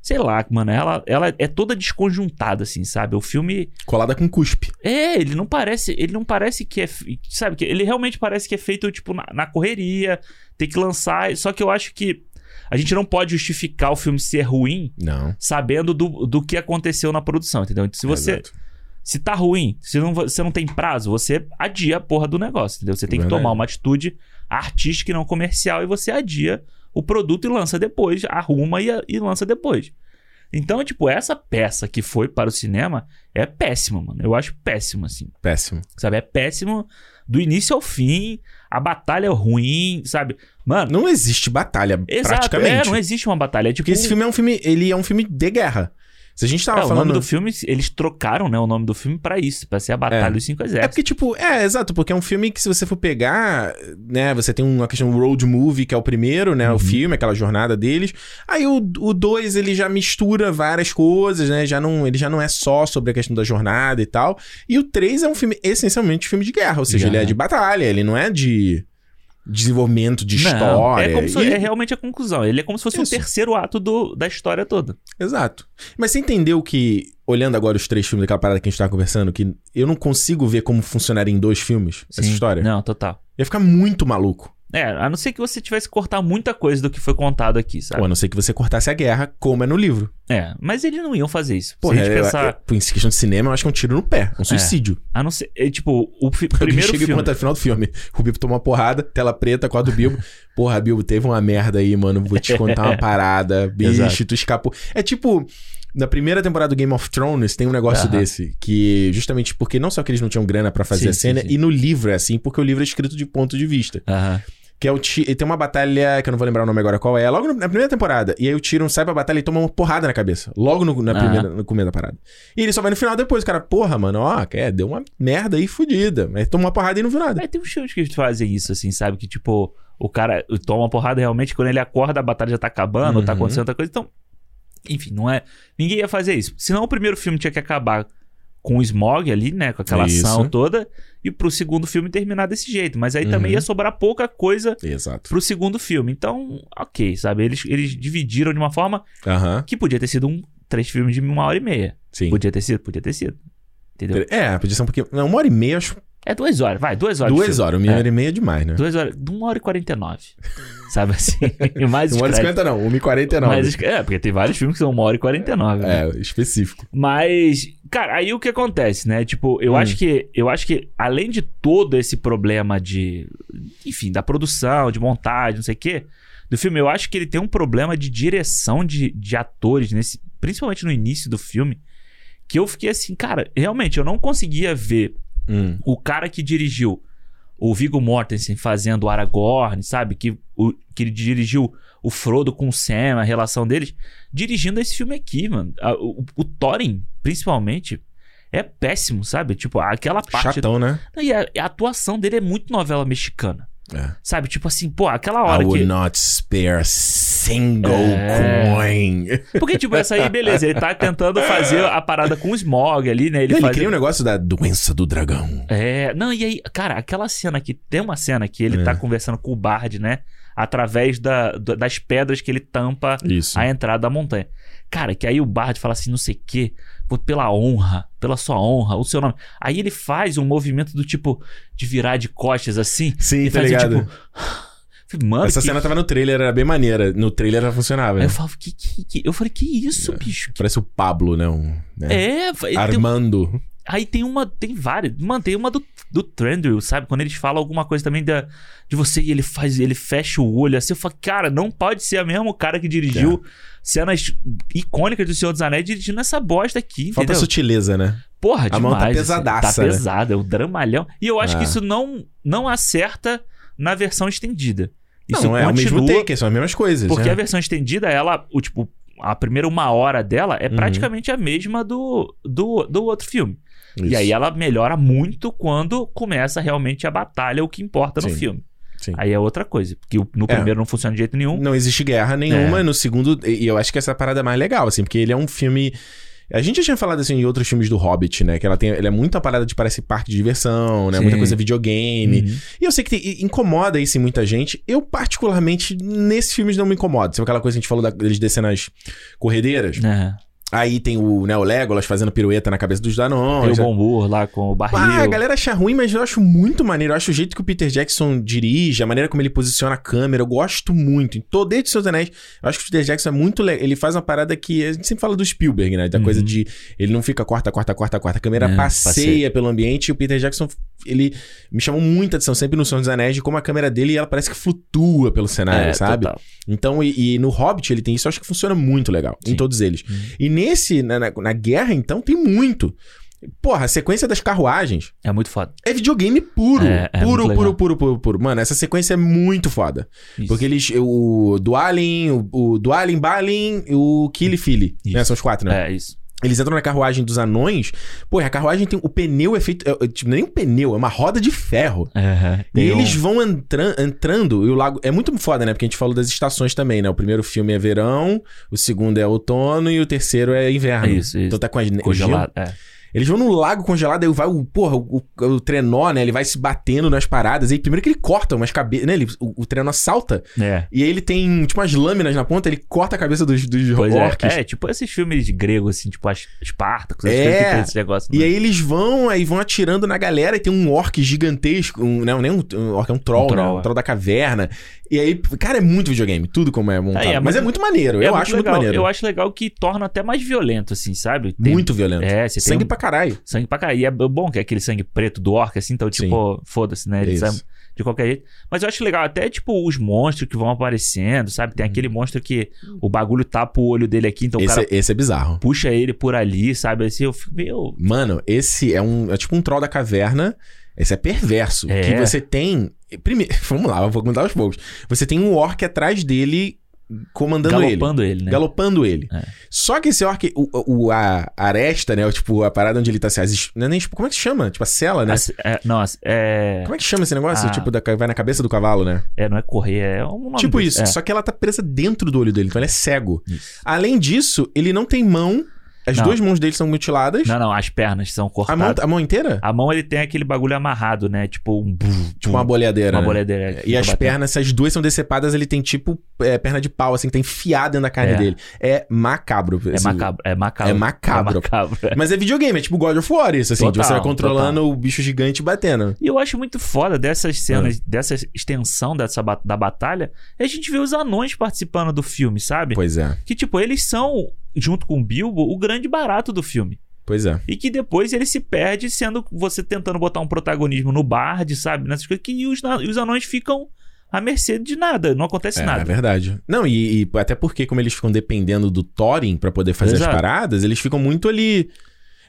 B: Sei lá, mano, ela, ela é toda desconjuntada, assim, sabe? O filme.
A: Colada com cuspe.
B: É, ele não parece, ele não parece que é, fe- sabe, que ele realmente parece que é feito tipo na, na correria, tem que lançar, só que eu acho que a gente não pode justificar o filme ser ruim
A: Não.
B: sabendo do, do que aconteceu na produção, entendeu?
A: É
B: Então, se você
A: Exato.
B: se tá ruim, se não, você não tem prazo, você adia a porra do negócio, entendeu? Você tem que
A: Verdade.
B: tomar uma atitude artística e não comercial e você adia o produto e lança depois, arruma e, e lança depois. Então, tipo, essa peça que foi para o cinema é péssima, mano. Eu acho péssima, assim.
A: Péssimo.
B: Sabe? É péssimo do início ao fim. A batalha é ruim, sabe? Mano,
A: Não existe batalha,
B: exato.
A: praticamente.
B: É, não existe uma batalha. É tipo,
A: Porque esse filme é um filme. Ele é um filme de guerra. Se a gente tava
B: É, O
A: falando.
B: nome do filme, eles trocaram, né? O nome do filme pra isso, pra ser a Batalha
A: É.
B: dos Cinco
A: É
B: Exércitos.
A: porque, tipo, é, exato, porque é um filme que, se você for pegar, né, você tem uma questão road movie, que é o primeiro,
B: Uhum.
A: né, o filme, aquela jornada deles. Aí o 2, ele já mistura várias coisas, né, já não, ele já não é só sobre a questão da jornada e tal. E o 3 é um filme, essencialmente, filme de guerra, ou seja,
B: Já,
A: ele é
B: né?
A: de batalha, ele não é de desenvolvimento de
B: Não,
A: história.
B: é, como se,
A: E-
B: é realmente a conclusão. Ele é como se fosse o
A: Isso.
B: terceiro ato do, da história toda.
A: Exato. Mas você entendeu que, olhando agora os três filmes daquela parada que a gente tava conversando, que eu não consigo ver como funcionaria em dois filmes essa
B: Sim.
A: história?
B: Não, total.
A: Ia ficar muito maluco.
B: É, a não ser que você tivesse que cortar muita coisa do que foi contado aqui, sabe?
A: Pô, a não ser que você cortasse a guerra, como é no livro.
B: É, mas eles não iam fazer isso.
A: Pô,
B: Se a gente
A: é,
B: pensar,
A: é, por isso, questão de cinema, eu acho que é um tiro no pé, um suicídio.
B: a não ser, é, tipo, o fi-
A: Alguém
B: primeiro
A: chega
B: filme...
A: e conta no final do filme. O Bibo toma uma porrada, tela preta, acorda o Bibo. Porra, Bibo, teve uma merda aí, mano. Vou te contar uma parada. Bicho,
B: Exato.
A: tu escapou. É tipo. Na primeira temporada do Game of Thrones tem um negócio
B: Aham.
A: desse, que justamente porque não só que eles não tinham grana pra fazer
B: Sim,
A: a cena,
B: sim, sim.
A: e no livro é assim, porque o livro é escrito de ponto de vista.
B: Aham.
A: Que é o ti- e Tem uma batalha, que eu não vou lembrar o nome agora qual é, logo no- na primeira temporada. E aí o Tyrion sai pra batalha e toma uma porrada na cabeça. Logo no, na
B: Ah.
A: primeira, no começo da parada. E ele só vai no final depois. O cara, porra, mano, ó, é, deu uma merda aí fodida. Mas toma uma porrada e não viu nada.
B: É, tem uns filmes que eles fazem isso, assim, sabe? Que, tipo, o cara toma uma porrada realmente, quando ele acorda, a batalha já tá acabando, ou tá
A: Uhum.
B: acontecendo outra coisa. Então, enfim, não é. Ninguém ia fazer isso. Senão o primeiro filme tinha que acabar com o smog ali, né? Com aquela
A: Isso.
B: ação toda. E pro segundo filme terminar desse jeito. Mas aí também
A: Uhum.
B: ia sobrar pouca coisa
A: Exato.
B: pro segundo filme. Então, ok, sabe? Eles, eles dividiram de uma forma
A: Aham,
B: que podia ter sido um. Três filmes de uma hora e meia.
A: sim.
B: Podia ter sido, podia ter sido. Entendeu?
A: É, podia ser um pouquinho. Não, uma hora e meia, acho.
B: É duas horas, vai, duas horas. de
A: duas
B: filme.
A: horas. Uma
B: É.
A: hora e meia é demais, né?
B: Duas horas. de Uma hora e quarenta e nove. Sabe assim? E mais os
A: Uma hora e
B: créditos.
A: cinquenta não, uma e quarenta não. né?
B: Mais os- É, porque tem vários filmes que são uma hora e quarenta e nove. né?
A: É, específico.
B: Mas, cara, aí o que acontece, né? Tipo, eu
A: Hum.
B: acho que. Eu acho que, além de todo esse problema de. Enfim, da produção, de montagem, não sei o quê. Do filme, eu acho que ele tem um problema de direção de, de atores, nesse, principalmente no início do filme. Que eu fiquei assim, cara, realmente, eu não conseguia ver
A: Hum.
B: o cara que dirigiu o Viggo Mortensen fazendo o Aragorn, sabe? Que, o, que ele dirigiu o Frodo com o Sam, a relação deles. Dirigindo esse filme aqui, mano. A- O, o Thorin, principalmente, é péssimo, sabe? Tipo, aquela parte...
A: Chatão, né?
B: E a, e a atuação dele é muito novela mexicana.
A: É.
B: Sabe? Tipo assim, pô, aquela
A: I
B: hora
A: will
B: que...
A: not spare single
B: É.
A: coin.
B: Porque, tipo, essa aí, beleza. Ele tá tentando fazer a parada com o Smog ali, né?
A: Ele,
B: Ele, faz...
A: cria um negócio da doença do dragão.
B: É, não, e aí, cara, aquela cena que tem uma cena que ele
A: É.
B: tá conversando com o Bard, né? Através da, da- das pedras que ele tampa
A: Isso.
B: a entrada da montanha. Cara, que aí o Bard fala assim, não sei o quê, vou pela honra, pela sua honra, o seu nome. Aí ele faz um movimento do tipo de virar de costas assim.
A: Sim,
B: e
A: tá
B: faz um
A: ligado?
B: tipo. Falei, Mano,
A: Essa
B: que-
A: cena tava no trailer, era bem maneira. No trailer ela funcionava. né?
B: Aí eu falo, que, que, que- Eu falei, que
A: É.
B: isso, bicho?
A: Parece o Pablo, né? Um, né?
B: É, ele tem
A: Armando.
B: Aí tem uma, tem várias. Mano, tem uma do, do Thranduil, sabe? Quando eles falam alguma coisa também da, de você e ele faz, ele fecha o olho assim. Eu falo, cara, não pode ser o mesmo cara que
A: É.
B: dirigiu cenas icônicas do Senhor dos Anéis dirigindo essa bosta aqui,
A: Falta
B: entendeu?
A: sutileza, né?
B: Porra,
A: a
B: demais.
A: mão tá
B: assim.
A: pesadaça,
B: Tá
A: né?
B: pesada, é um dramalhão. E eu acho
A: É.
B: que isso não, não acerta na versão estendida. Isso
A: não, é o
B: continua,
A: mesmo take, são as mesmas coisas.
B: porque
A: né?
B: a versão estendida, ela, o tipo, a primeira uma hora dela é
A: Uhum.
B: praticamente a mesma do, do, do outro filme.
A: Isso.
B: é E aí ela melhora muito quando começa realmente a batalha, o que importa no
A: Sim,
B: filme.
A: sim.
B: Aí é outra coisa, porque o- no
A: É. Uhum.
B: primeiro não funciona de jeito nenhum.
A: Não existe guerra nenhuma.
B: É.
A: No segundo, e e eu acho que essa é a parada mais legal, assim, porque ele é um filme. A gente já tinha falado assim em outros filmes do Hobbit, né? Que ela tem. Ele é muita parada de parece parque de diversão, né? Muita
B: Sim.
A: coisa videogame.
B: Uhum.
A: E eu sei que tem- e- incomoda isso em muita gente. Eu, particularmente, nesses filmes não me incomoda. Sabe aquela coisa que a gente falou da- deles descendo as corredeiras?
B: É.
A: Aí tem o, né, o Legolas fazendo pirueta na cabeça dos Danons.
B: Tem o
A: né?
B: Bombur lá com o barril.
A: Ah, a galera acha ruim, mas eu acho muito maneiro. Eu acho o jeito que o Peter Jackson dirige, a maneira como ele posiciona a câmera, eu gosto muito. Em todo, desde os seus anéis, eu acho que o Peter Jackson é muito legal. Ele faz uma parada que a gente sempre fala do Spielberg, né? Da
B: Uhum.
A: coisa de. Ele não fica corta, corta, corta, corta. A câmera
B: É,
A: passeia,
B: passeia.
A: pelo ambiente. E o Peter Jackson, ele me chamou muita atenção sempre no Senhor dos Anéis de como a câmera dele ela parece que flutua pelo cenário,
B: É,
A: né, sabe?
B: total.
A: Então, e, e no Hobbit ele tem isso, eu acho que funciona muito legal, em
B: Sim.
A: todos eles.
B: Uhum.
A: E nesse, na, na- na guerra, então, tem muito. Porra, a sequência das carruagens
B: É muito foda.
A: é videogame puro.
B: É, é
A: puro,
B: muito legal.
A: puro, puro, puro, puro. Mano, essa sequência é muito foda.
B: Isso.
A: Porque eles. O Dualin, o, o Dualin, Balin e o Killy Philly.
B: Isso.
A: Né? São os quatro, né?
B: É, isso.
A: Eles entram na carruagem dos anões. Pô, e a carruagem tem. O pneu é feito. é- é, tipo, não é nem um pneu, é uma roda de ferro.
B: Aham.
A: E
B: Tem
A: eles
B: um-
A: vão entran- entrando, e o lago. É muito foda, né? Porque a gente falou das estações também, né? O primeiro filme é verão, o segundo é outono e o terceiro é inverno.
B: Isso, isso.
A: Então tá com as ne- gelo.
B: Congelado. É.
A: Eles vão no lago congelado, aí vai o. Porra, o, o- o trenó, né? Ele vai se batendo nas paradas. Aí primeiro que ele corta umas cabeças. Né? Ele, o, o trenó salta.
B: É.
A: E aí ele tem, tipo, umas lâminas na ponta, ele corta a cabeça dos, dos
B: Pois
A: orcs.
B: é. é, tipo esses filmes gregos, assim, tipo as Espartacos, as
A: É.
B: coisas que tem esse negócio.
A: E
B: né?
A: aí eles vão, aí vão atirando na galera e tem um orc gigantesco, um, não, nem um, um orc, é um troll,
B: Um
A: né?
B: troll,
A: Um
B: é.
A: troll da caverna. E aí, cara, é muito videogame, tudo como é montado.
B: É, é
A: Mas é muito maneiro,
B: É
A: eu acho
B: legal.
A: muito maneiro.
B: Eu acho legal que torna até mais violento, assim, sabe? Tem-
A: Muito violento.
B: É, você
A: Sangue
B: tem um-
A: pra caralho.
B: sangue pra cá. E é bom que é aquele sangue preto do orc, assim, então, tipo, foda-se, né? Ele
A: Isso.
B: sai de qualquer jeito. Mas eu acho legal, até, tipo, os monstros que vão aparecendo, sabe? Tem aquele monstro que o bagulho tapa o olho dele aqui, então o
A: Uhum. esse,
B: cara
A: é- esse é bizarro.
B: puxa ele por ali, sabe? Assim, eu fico meio.
A: Mano, esse é um. É tipo um troll da caverna. Esse é perverso.
B: É.
A: Que você tem. Primeiro, vamos lá, eu vou contar aos poucos. Você tem um orc atrás dele comandando ele.
B: Galopando ele, né?
A: Galopando ele.
B: É.
A: Só que esse orc, o, o- a aresta, né? o Tipo, a parada onde ele tá se. as es- não é nem, tipo, como é que chama? Tipo, a cela, né?
B: As- é, não, as- é,
A: Como é que chama esse negócio?
B: Ah.
A: Tipo, da, ca- vai na cabeça do cavalo, né?
B: é, não é correr, é um nome
A: tipo isso.
B: desse.
A: Só que ela tá presa dentro do olho dele, então ele é cego.
B: É, isso.
A: Além disso, ele não tem mão. As
B: Não.
A: duas mãos dele são mutiladas.
B: Não, não, as pernas são
A: A mão,
B: cortadas.
A: a mão inteira?
B: A mão ele tem aquele bagulho amarrado, né? Tipo um.
A: Tipo uma boleadeira.
B: uma
A: né?
B: boleadeira. que
A: E
B: fica
A: as
B: batendo.
A: pernas, se as duas são decepadas, ele tem tipo é, perna de pau, assim, que tá enfiada na carne
B: É.
A: dele. É macabro.
B: É
A: esse-
B: macabro. É macabro.
A: É macabro.
B: É macabro.
A: Mas é videogame, é tipo God of War isso, assim. de
B: Total,
A: você vai controlando o bicho gigante e batendo.
B: E eu acho muito foda dessas cenas,
A: É.
B: dessa extensão dessa ba- da batalha, é a gente vê os anões participando do filme, sabe?
A: Pois é,
B: Que, tipo, eles são, junto com o Bilbo, o grande barato do filme.
A: pois é.
B: E que depois ele se perde sendo você tentando botar um protagonismo no Bard, sabe? Nessas coisas que os, na- os anões ficam à mercê de nada, não acontece
A: É, é
B: nada.
A: verdade. Não, e, e até porque, como eles ficam dependendo do Thorin pra poder fazer
B: Exato.
A: as paradas, eles ficam muito ali.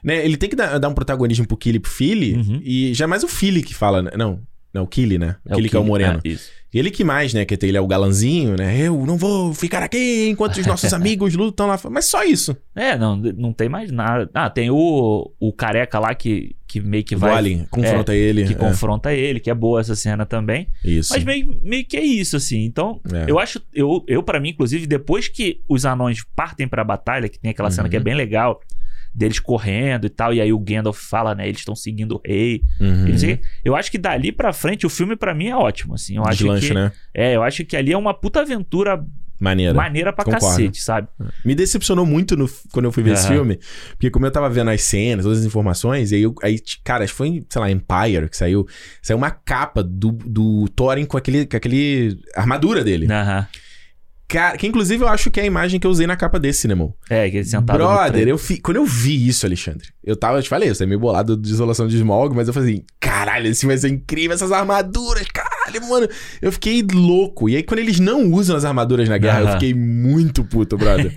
A: Né? Ele tem que dar, dar um protagonismo pro Killy e pro Philly.
B: Uhum.
A: E já é mais o Philly que fala, né? Não. Não, o Killy, né? O Killy que é o
B: Killy,
A: moreno.
B: é, isso.
A: Ele que mais, né? Que ele é o galanzinho, né? Eu não vou ficar aqui enquanto os nossos amigos lutam lá. fora. Mas só isso.
B: É, não, não tem mais nada. Ah, tem o, o careca lá que, que meio que
A: O
B: vai.
A: Golem confronta ele.
B: Que
A: é,
B: confronta ele, que é boa essa cena também.
A: Isso.
B: Mas meio, meio que é isso, assim. Então,
A: É.
B: eu acho, eu, eu para mim, inclusive, depois que os anões partem pra batalha, que tem aquela cena
A: Uhum.
B: que é bem legal, deles correndo e tal, e aí o Gandalf fala, né, eles estão seguindo o rei.
A: Uhum.
B: e não sei o quê. Eu acho que dali pra frente, o filme pra mim é ótimo, assim. Eu acho
A: Deslanche,
B: que,
A: né?
B: É, eu acho que ali é uma puta aventura
A: Maneiro.
B: maneira pra
A: Concordo.
B: cacete, sabe?
A: Me decepcionou muito no- quando eu fui ver esse
B: Aham.
A: filme. Porque como eu tava vendo as cenas, todas as informações, e aí, eu, aí t- cara, acho que foi em, sei lá, Empire que saiu. Saiu uma capa do, do Thorin com aquele, com aquele armadura dele.
B: Aham.
A: Cara, que inclusive eu acho que é a imagem que eu usei na capa desse né, cinema.
B: É, que ele sentado no
A: Brother,
B: trem.
A: eu fi... quando eu vi isso, Alexandre, eu tava, eu te falei, eu saí meio bolado de isolação de smog, mas eu falei assim, caralho, esse vai ser incrível, essas armaduras, caralho, mano. Eu fiquei louco. E aí, quando eles não usam as armaduras na guerra, eu
B: Aham.
A: fiquei muito puto, brother.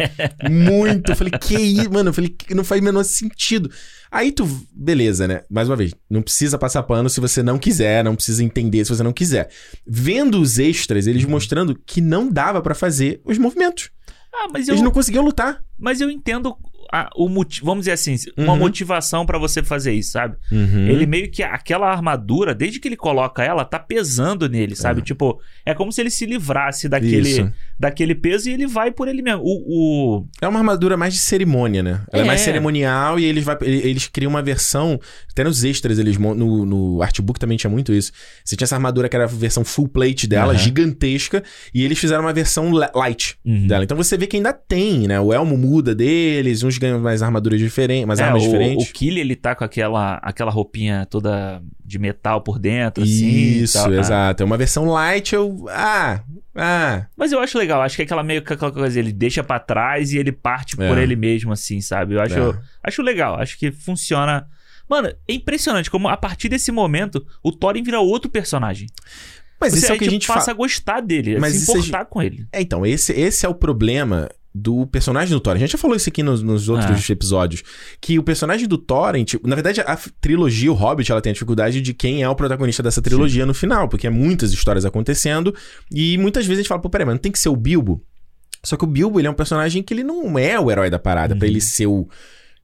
A: muito. Eu falei, que isso, mano? Eu falei, que não faz o menor sentido. Aí tu, beleza, né? Mais uma vez, não precisa passar pano se você não quiser, não precisa entender se você não quiser. Vendo os extras,
B: Uhum.
A: eles mostrando que não dava pra fazer os movimentos.
B: Ah, mas
A: Eles
B: eu,
A: não conseguiam lutar.
B: mas eu entendo a- o motivo. Vamos dizer assim, uma
A: Uhum.
B: motivação pra você fazer isso, sabe? Ele meio que aquela armadura, desde que ele coloca ela, tá pesando nele, sabe? Tipo, é como se ele se livrasse
A: Isso.
B: daquele, daquele peso e ele vai por ele mesmo. O, o-
A: É uma armadura mais de cerimônia, né? Ela é,
B: É.
A: mais cerimonial e eles, vai, ele- eles criam uma versão. Até nos extras, eles mon- no, no artbook também tinha muito isso. Você tinha essa armadura que era a versão full plate dela,
B: Aham.
A: gigantesca, e eles fizeram uma versão le- light
B: é,
A: dela. Então você vê que ainda tem, né? O elmo muda deles, uns ganham mais armaduras diferentes, mais
B: É,
A: armas
B: o,
A: diferentes.
B: o Killy, ele tá com aquela, aquela roupinha toda de metal por dentro, assim. e
A: Isso,
B: tal, né?
A: exato. É uma versão light, eu. Ah! Ah!
B: Mas eu acho legal, acho que é aquela meio que aquela coisa, ele deixa pra trás e ele parte
A: É.
B: por ele mesmo, assim, sabe? Eu acho,
A: É.
B: acho legal, acho que funciona. Mano, é impressionante como a partir desse momento o Thorin vira outro personagem.
A: Mas
B: Você
A: isso é o que a gente
B: passa
A: fala.
B: a gostar dele,
A: Mas
B: a se
A: isso a
B: importar com ele.
A: É, então, esse, esse é o problema do personagem do Thorin. A gente já falou isso aqui nos, nos outros episódios. Que o personagem do Thorin, tipo, na verdade, a f- trilogia, o Hobbit, ela tem a dificuldade de quem é o protagonista dessa trilogia no final, porque é muitas histórias acontecendo. E muitas vezes a gente fala, pô, peraí, mas não tem que ser o Bilbo. Só que o Bilbo, ele é um personagem que ele não é o herói da parada, pra
B: Uhum.
A: ele ser o.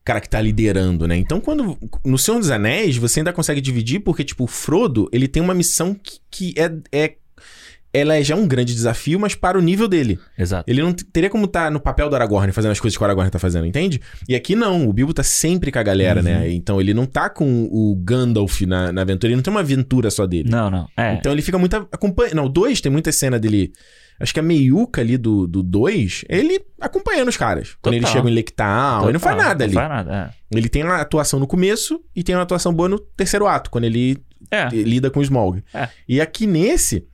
A: cara que tá liderando, né? Então, quando. No Senhor dos Anéis, você ainda consegue dividir, porque, tipo, o Frodo, ele tem uma missão que, que é. é ela é já um grande desafio, mas para o nível dele.
B: Exato.
A: Ele não t- teria como estar no papel do Aragorn fazendo as coisas que o Aragorn tá fazendo, entende? E aqui não, o Bilbo tá sempre com a galera, né? Então ele não tá com o Gandalf na, na aventura, ele não tem uma aventura só dele.
B: Não, não. É.
A: Então ele fica muito. a- Acompanha... Não, o 2 tem muita cena dele. Acho que a meiuca ali do 2, ele acompanhando os caras. Quando ele
B: Total.
A: chega em Lectal, ele não faz
B: Total,
A: nada ali.
B: Não faz nada, é.
A: Ele tem uma atuação no começo e tem uma atuação boa no terceiro ato, quando ele
B: é. É.
A: eh, lida com o Smaug.
B: É.
A: E aqui nesse,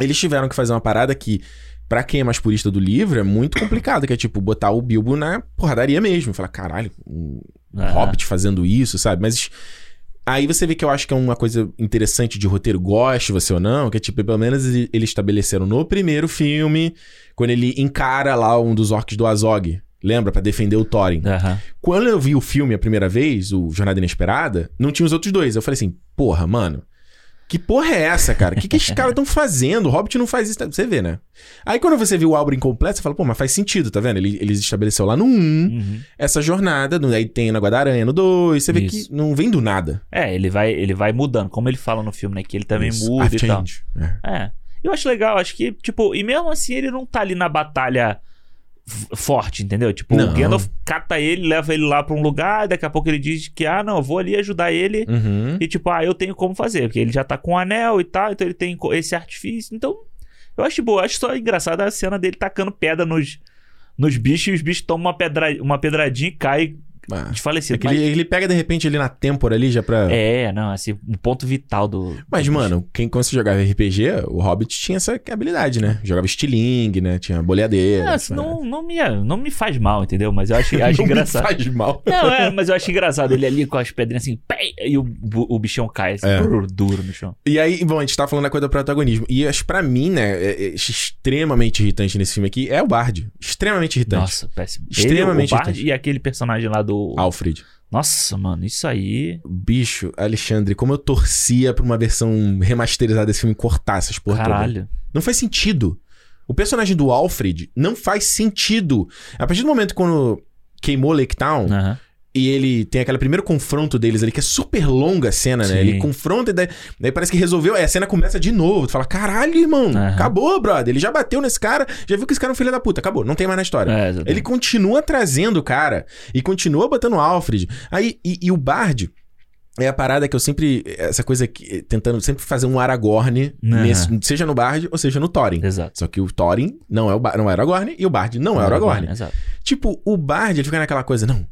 A: eles tiveram que fazer uma parada que, pra quem é mais purista do livro, é muito complicado, que é tipo botar o Bilbo na porradaria mesmo. Falar, caralho, um
B: Aham.
A: Hobbit fazendo isso, sabe? Mas aí você vê que eu acho que é uma coisa interessante de roteiro, goste você ou não, que é tipo, pelo menos ele- eles estabeleceram no primeiro filme, quando ele encara lá um dos orcs do Azog. Lembra? Pra defender o Thorin.
B: Aham.
A: Quando eu vi o filme a primeira vez, o Jornada Inesperada, não tinha os outros dois. Eu falei assim, porra, mano. Que porra é essa, cara? O que, que esses caras estão fazendo? O Hobbit não faz isso. tá? Você vê, né? Aí quando você viu o álbum incompleto, você fala, pô, mas faz sentido, tá vendo? Ele, eles estabeleceu lá no 1
B: Uhum.
A: essa jornada. no- Aí tem na Guadaranha no 2. Você vê
B: Isso.
A: que não vem do nada.
B: É, ele vai, ele vai mudando. Como ele fala no filme, né? Que ele também
A: Isso.
B: muda
A: I've
B: e tal.
A: changed. É.
B: É. Eu acho legal, acho que, tipo, e mesmo assim ele não tá ali na batalha f- forte, entendeu? Tipo,
A: Não.
B: o Gandalf cata ele, leva ele lá pra um lugar, daqui a pouco ele diz que, ah, não, eu vou ali ajudar ele.
A: Uhum.
B: E tipo, ah, eu tenho como fazer, porque ele já tá com o anel e tal, então ele tem co- esse artifício. Então, eu acho boa, acho só engraçada a cena dele tacando pedra nos, nos bichos e os bichos tomam uma, pedra, uma pedradinha e cai
A: Ah. É
B: desfalecido.
A: que ele, ele pega de repente ali na têmpora ali já pra.
B: Mas- É, não, assim, um ponto vital do.
A: Mas,
B: do bicho.
A: mano, quem quando você jogava RPG, o Hobbit tinha essa habilidade, né? Jogava estilingue, né? Tinha boleadeira.
B: É,
A: essa-
B: assim, não, não, me, não me faz mal, entendeu? Mas eu acho, acho
A: Não me
B: engraçado.
A: faz mal.
B: Não, é, mas eu acho engraçado ele ali com as pedrinhas assim, pei, e o, o bichão cai assim,
A: É.
B: brrr, duro no chão.
A: E aí, bom, a gente tá falando da coisa do protagonismo. E acho que pra mim, né, é- é extremamente irritante nesse filme aqui é o Bard. Extremamente irritante.
B: Nossa, péssimo. Ele,
A: Extremamente
B: o Bard
A: irritante.
B: e aquele personagem lá do.
A: Alfred.
B: Nossa, mano, isso aí.
A: Bicho, Alexandre, como eu torcia pra uma versão remasterizada desse filme cortar essas porra toda.
B: Caralho.
A: Não faz sentido. O personagem do Alfred não faz sentido. A partir do momento quando queimou Lake Town,
B: Aham.
A: E ele tem aquele primeiro confronto deles ali, que é super longa a cena, né?
B: Sim.
A: Ele confronta e daí, daí parece que resolveu. Aí a cena começa de novo. Tu fala, caralho, irmão,
B: Aham.
A: acabou, brother. Ele já bateu nesse cara, já viu que esse cara é um filho da puta. Acabou, não tem mais na história.
B: É, exatamente.
A: Ele continua trazendo o cara e continua botando o Alfred. Aí, e, e o Bard é a parada que eu sempre. Essa coisa que. Tentando sempre fazer um Aragorn,
B: Aham.
A: nesse- seja no Bard ou seja no Thorin.
B: Exato.
A: Só que o Thorin não é o, Ba- não é o Aragorn e o Bard É. não é o Aragorn.
B: Exato.
A: Tipo, o Bard, ele fica naquela coisa, não.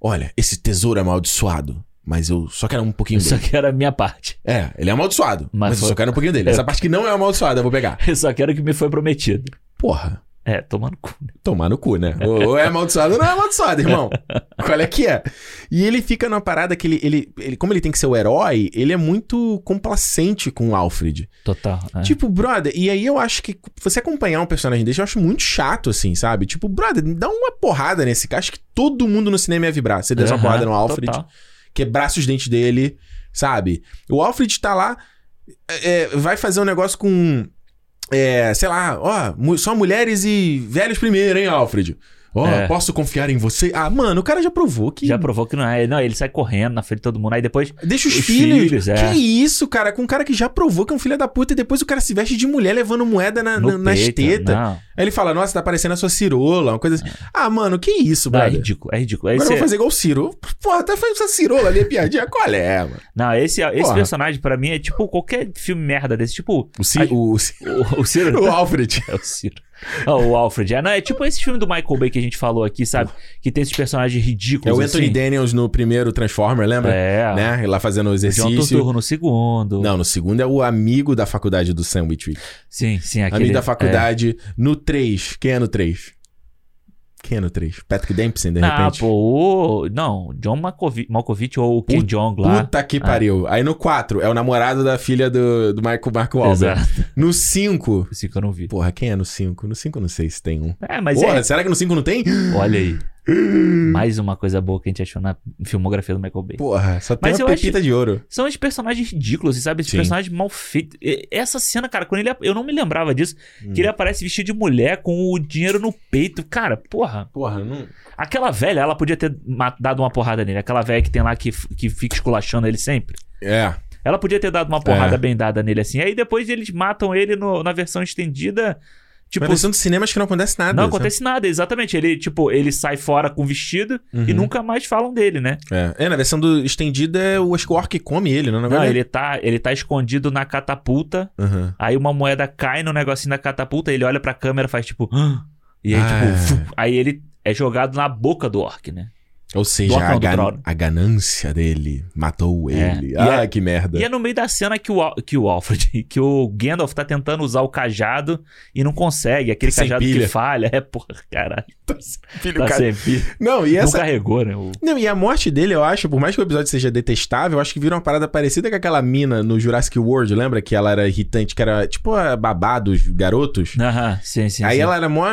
A: Olha, esse tesouro é amaldiçoado, mas eu só quero um pouquinho
B: Isso
A: dele.
B: aqui era a minha parte.
A: É, ele é amaldiçoado, mas,
B: Mas
A: eu
B: foi-
A: só quero um pouquinho dele.
B: É.
A: Essa parte que não é amaldiçoada, eu vou pegar.
B: Eu só quero o que me foi prometido.
A: Porra,
B: É, tomando cu. né?
A: tomar no cu, né? Ou ou é amaldiçoado ou não é amaldiçoado, irmão. Qual é que é? E ele fica numa parada que ele, ele, ele- como ele tem que ser o herói, ele é muito complacente com o Alfred.
B: Total. é.
A: Tipo, brother, e aí eu acho que você acompanhar um personagem desse, eu acho muito chato, assim, sabe? Tipo, brother, dá uma porrada nesse cara. Acho que todo mundo no cinema ia vibrar. Você deu uma
B: Aham,
A: porrada no Alfred,
B: total.
A: quebrasse os dentes dele, sabe? O Alfred tá lá, é, é, vai fazer um negócio com. é, sei lá, ó, mu- só mulheres e velhos primeiro, hein, Alfred? Ó,
B: É.
A: posso confiar em você? Ah, mano, o cara já provou que.
B: Já provou que não é. Não, ele sai correndo na frente de todo mundo. Aí depois.
A: Deixa os,
B: Os
A: filhos.
B: filhos, é.
A: Que isso, cara? Com um cara que já provou que é um filho da puta e depois o cara se veste de mulher levando moeda na, na,
B: No
A: nas
B: peito,
A: tetas.
B: Não.
A: Aí ele fala, nossa, tá parecendo a sua cirola, uma coisa assim. Ah, mano, que isso,
B: Não, é
A: brother?
B: ridículo, é ridículo. Aí
A: Agora eu
B: você-
A: vou fazer igual o Ciro. Porra, tá fazendo essa cirola ali, piadinha. Qual é, mano?
B: Não, esse, esse
A: Porra.
B: personagem pra mim é tipo qualquer filme merda desse. Tipo,
A: O Ciro. O, Ci-
B: o, o Ciro.
A: o Alfred.
B: É o Ciro. Ah, o Alfred. É, não, é tipo esse filme do Michael Bay que a gente falou aqui, sabe? Que tem esses personagens
A: É
B: ridículos.
A: o
B: assim.
A: Anthony Daniels no primeiro Transformer, lembra?
B: É.
A: Né? Lá fazendo o
B: O John
A: exercício.
B: Turturro no segundo.
A: Não, no segundo é o amigo da faculdade do Sam Witwick.
B: Sim, sim. Aquele, é.
A: Amigo da faculdade. No 3. Quem é no 3? Quem é no 3? Patrick Dempsey, de
B: É. Ah,
A: repente.
B: pô. o- Não, John Malkovich, Malkovich ou o Ken Jong lá. Ah.
A: Puta que pariu. Aí no 4 é o namorado da filha do, do Marco, Marco Wahlberg.
B: Exato.
A: No 5.
B: Esse que eu não vi.
A: Porra, quem é no 5? No 5 não sei se tem um.
B: É, mas
A: Porra,
B: é.
A: será que no 5 não tem?
B: Olha aí. Mais uma coisa boa que a gente achou na filmografia do Michael Bay.
A: Porra, só tem
B: Mas
A: uma
B: eu
A: pepita de ouro.
B: São os personagens ridículos, sabe? Esses
A: Sim.
B: personagens mal feitos. E- Essa cena, cara, quando ele. Eu não me lembrava disso. Que
A: Hum.
B: ele aparece vestido de mulher com o dinheiro no peito. Cara, porra.
A: Porra, não.
B: Aquela velha, ela podia ter ma- dado uma porrada nele. Aquela velha que tem lá que, f- que fica esculachando ele sempre.
A: É.
B: Ela podia ter dado uma porrada
A: É.
B: bem dada nele assim. Aí depois eles matam ele no- na versão estendida. Tipo,
A: Mas versão do cinema acho que não acontece nada. né?
B: não
A: sabe?
B: acontece nada, exatamente. Ele, tipo, ele sai fora com o vestido e
A: Uhum.
B: nunca mais falam dele, né?
A: É. É, na versão do estendida, é o- acho que o Orc come ele, né?
B: Não, ele tá, ele tá escondido na catapulta.
A: Aham.
B: Aí uma moeda cai no negocinho da catapulta, ele olha pra câmera, faz tipo. "Ah!" E aí,
A: Ah.
B: tipo, fu- aí ele é jogado na boca do orc, né?
A: Ou seja,
B: Orc não,
A: a,
B: do
A: gan-
B: Troll.
A: a ganância dele matou
B: É.
A: ele.
B: E
A: Ah,
B: é-
A: que merda.
B: E é no meio da cena que o, Al- que o Alfred, que o Gandalf tá tentando usar o cajado e não consegue. Aquele
A: Sem
B: cajado
A: pilha.
B: que falha. É, porra, caralho.
A: Filho,
B: Tá
A: cara-
B: sem pilha.
A: Não, e essa.
B: Não carregou, né? O-
A: Não, e a morte dele, eu acho, por mais que o episódio seja detestável, eu acho que vira uma parada parecida com aquela mina no Jurassic World, lembra? Que ela era irritante, que era tipo a babá dos garotos.
B: Aham, sim, sim.
A: aí
B: sim.
A: ela era mó.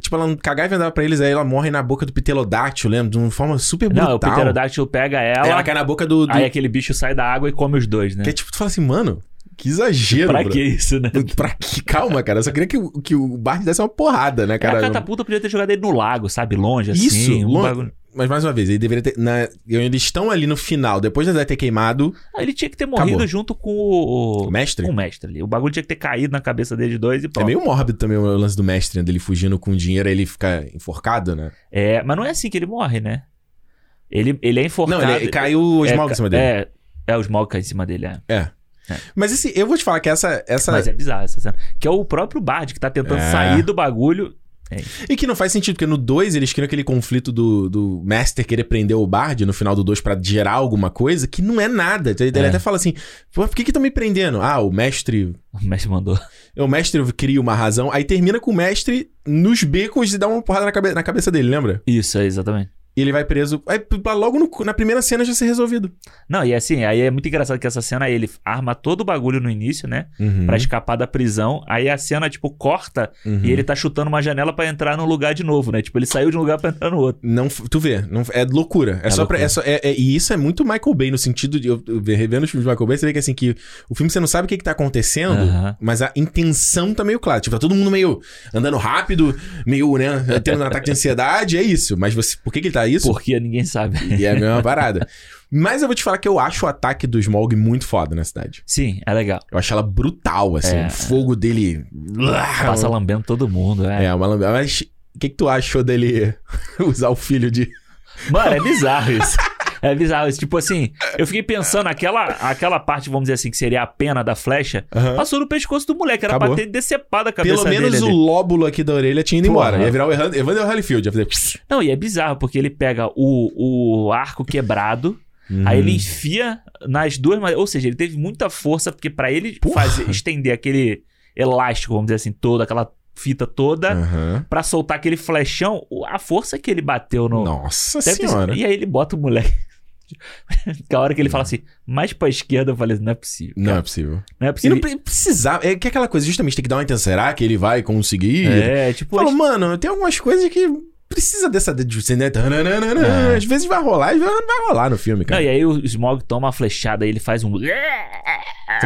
A: Tipo, ela cagava e andava pra eles, aí ela morre na boca do pterodáctilo, lembra? De uma forma super é brutal.
B: Não, o Pterodactyl pega ela,
A: Aí ela cai na boca do. do-
B: aí é aquele bicho sai da água e come os dois, né?
A: Que é tipo, tu fala assim, mano, que exagero,
B: pra
A: bro.
B: que isso, né?
A: Pra que? Calma, cara. Eu só queria que, o- que o Bart desse uma porrada, né, cara?
B: a catapulta podia ter jogado ele no lago, sabe? Longe, assim.
A: Isso,
B: um
A: longe.
B: bagulho-
A: Mas mais uma vez, ele deveria ter. Na... Eles estão ali no final, depois de ter queimado
B: Ah, Ele tinha que ter morrido
A: Acabou.
B: junto com o...
A: o mestre.
B: com o mestre ali. O bagulho tinha que ter caído na cabeça deles dois e
A: É
B: pronto.
A: meio mórbido também o lance do mestre, né? Dele fugindo com dinheiro, aí ele fica enforcado, né?
B: É, mas não é assim que ele morre, né? Ele, ele é enforcado.
A: Não, ele caiu o
B: é,
A: esmalte em cima dele.
B: É, é o Smaug cai em cima dele, é.
A: Mas esse, eu vou te falar que essa. essa
B: Mas é bizarro essa cena. Que é o próprio Bard que tá tentando
A: É.
B: sair do bagulho.
A: E que não faz sentido, porque no 2 eles criam aquele conflito do, do Master querer prender o Bard no final do 2 pra gerar alguma coisa, que não é nada. Ele
B: É.
A: até fala assim: Pô, por que estão me prendendo? Ah, o mestre
B: O mestre mandou.
A: É, O mestre cria uma razão, aí termina com o mestre nos becos e dá uma porrada na, cabe- na cabeça dele, lembra?
B: Isso, é exatamente.
A: E ele vai preso. Aí p- pra logo no cu- na primeira cena já ser resolvido.
B: Não, e assim, aí é muito engraçado que essa cena ele arma todo o bagulho no início, né? Pra escapar da prisão. Aí a cena, tipo, corta
A: Uhum.
B: e ele tá chutando uma janela pra entrar num lugar de novo, né? Tipo, ele saiu de um lugar pra entrar no outro.
A: Não, f- tu vê, não f- é loucura. É,
B: É
A: só pra.
B: loucura.
A: é só- é- é- e isso é muito Michael Bay, no sentido de. Eu, eu ve- revendo os filmes de Michael Bay, você vê que assim, que o filme você não sabe o que, que tá acontecendo,
B: Aham.
A: mas a intenção tá meio clara. Tipo, tá todo mundo meio andando rápido, meio, né, tendo um ataque de ansiedade, é isso. Mas você. Por que, que ele tá isso?
B: Porque ninguém sabe.
A: E é a mesma parada. Mas eu vou te falar que eu acho o ataque do Smog muito foda na cidade.
B: Sim, é legal.
A: Eu acho ela brutal, assim.
B: É.
A: O fogo dele.
B: Passa lambendo todo mundo, é.
A: É, uma lambe- Mas o que, que tu achou dele usar o filho de.
B: Mano, é bizarro isso. É bizarro isso. Tipo assim, eu fiquei pensando, aquela, aquela parte, vamos dizer assim, que seria a pena da flecha,
A: Aham.
B: passou no pescoço do moleque. Era
A: Acabou.
B: pra ter decepado a cabeça
A: Pelo menos
B: dele.
A: o
B: ali.
A: lóbulo aqui da orelha tinha ido
B: Porra.
A: embora. Ia virar o Evan- Evander Holyfield. Ia fazer.
B: Não, e é bizarro, porque ele pega o, o arco quebrado, Uhum. aí
A: Hum.
B: ele enfia nas duas mãos. Ou seja, ele teve muita força, porque pra ele
A: Porra.
B: fazer, estender aquele elástico, vamos dizer assim, todo, aquela fita
A: É.
B: toda,
A: Aham.
B: pra soltar aquele flechão, o- a força que ele bateu no,
A: Nossa
B: Deve ter-
A: senhora.
B: E aí ele bota o moleque. Que a hora que ele fala assim, mais pra esquerda, eu falei, não é possível. cara.
A: Não é possível.
B: Não é
A: E
B: possível.
A: não pre- precisava. É que aquela coisa, justamente, tem que dar uma intenção. Será que ele vai conseguir?
B: É, tipo,
A: Falou,
B: acho-
A: mano, tem algumas coisas que precisa dessa. de- né? Tananana.
B: É.
A: Às vezes vai rolar, às vezes não vai rolar no filme,
B: não,
A: cara.
B: e é aí o Smog toma uma flechada e ele faz um.
A: Você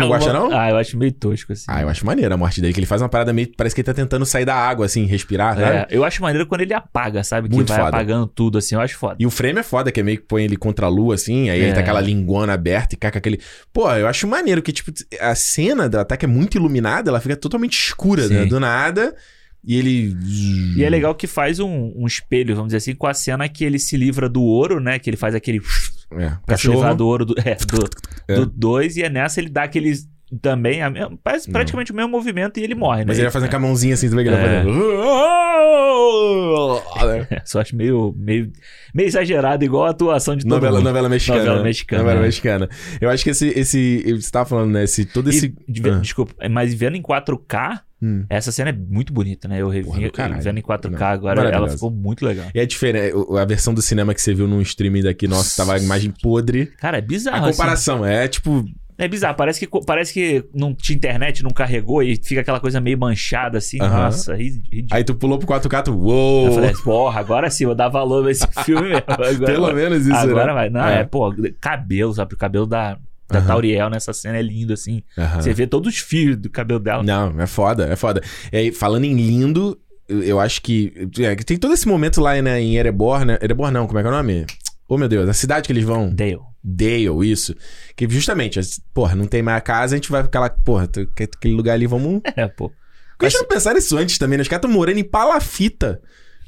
A: não gosta, não?
B: Ah, eu acho meio tosco, assim.
A: Ah, eu acho maneiro a morte dele, que ele faz uma parada meio. Parece que ele tá tentando sair da água, assim, respirar, sabe?
B: É, eu acho maneiro quando ele apaga, sabe? Que
A: Muito
B: vai
A: foda.
B: apagando tudo, assim, eu acho foda.
A: E o frame é foda, que é meio que põe ele contra a lua, assim, aí ele
B: É.
A: tá aquela linguona aberta e caca aquele. Pô, eu acho maneiro que, tipo, a cena do ataque é muito iluminada, ela fica totalmente escura,
B: Sim.
A: né? Do nada. E ele.
B: E é
A: Uhum.
B: legal que faz um, um espelho, vamos dizer assim, com a cena que ele se livra do ouro, né? Que ele faz aquele.
A: É,
B: Pra se livrar
A: cachorro.
B: do ouro do 2. É,
A: É.
B: do, do dois, e é nessa ele dá aqueles. Também, a mesma- faz
A: Não.
B: praticamente o mesmo movimento e ele morre, né?
A: Uhum. Mas ele vai fazendo com a mãozinha assim também, que ele vai
B: É.
A: fazendo.
B: É, Só acho meio, meio, meio exagerado, igual a atuação de todo
A: Novela,
B: mundo.
A: novela mexicana. né?
B: Novela mexicana,
A: Novela
B: é.
A: mexicana. Eu acho que esse, esse. Você tava falando, né? Esse, todo
B: E
A: esse.
B: de ver-
A: Ah.
B: Desculpa, mas vendo em 4K,
A: Hum.
B: essa cena é muito bonita, né? Eu
A: Porra
B: revi
A: do caralho.
B: vendo em 4K
A: Não,
B: agora, ela
A: maravilhosa.
B: ficou muito legal.
A: E é diferente. o- A versão do cinema que você viu num streaming daqui, nossa, tava a imagem podre.
B: Cara, é bizarro.
A: A comparação é tipo.
B: assim. É bizarro, parece que, co- parece que não tinha internet, não carregou e fica aquela coisa meio manchada assim.
A: Aham.
B: Nossa, ri- ridículo.
A: Aí tu pulou pro 4K, tu,
B: Eu falei,
A: uou!
B: porra, agora sim, vou dar valor nesse filme mesmo. Agora,
A: Pelo menos isso,
B: agora
A: né?
B: vai. Não,
A: É.
B: é. pô, cabelo, sabe? O cabelo da, da
A: Aham.
B: Tauriel nessa cena é lindo, assim.
A: Aham.
B: Você vê todos os fios do cabelo dela.
A: Não, é foda, é foda. E aí, falando em lindo, eu eu acho que. é, que tem todo esse momento lá né, em Erebor, né? Erebor não, como é que é o nome? Ô meu Deus, a cidade que eles vão.
B: Dale.
A: Dale, isso. Que justamente, as- porra, não tem mais a casa, a gente vai ficar lá, porra, tu- que- aquele lugar ali, vamos.
B: É, pô.
A: Porque a gente não pensaram isso antes também, né? Os caras estão morando em palafita.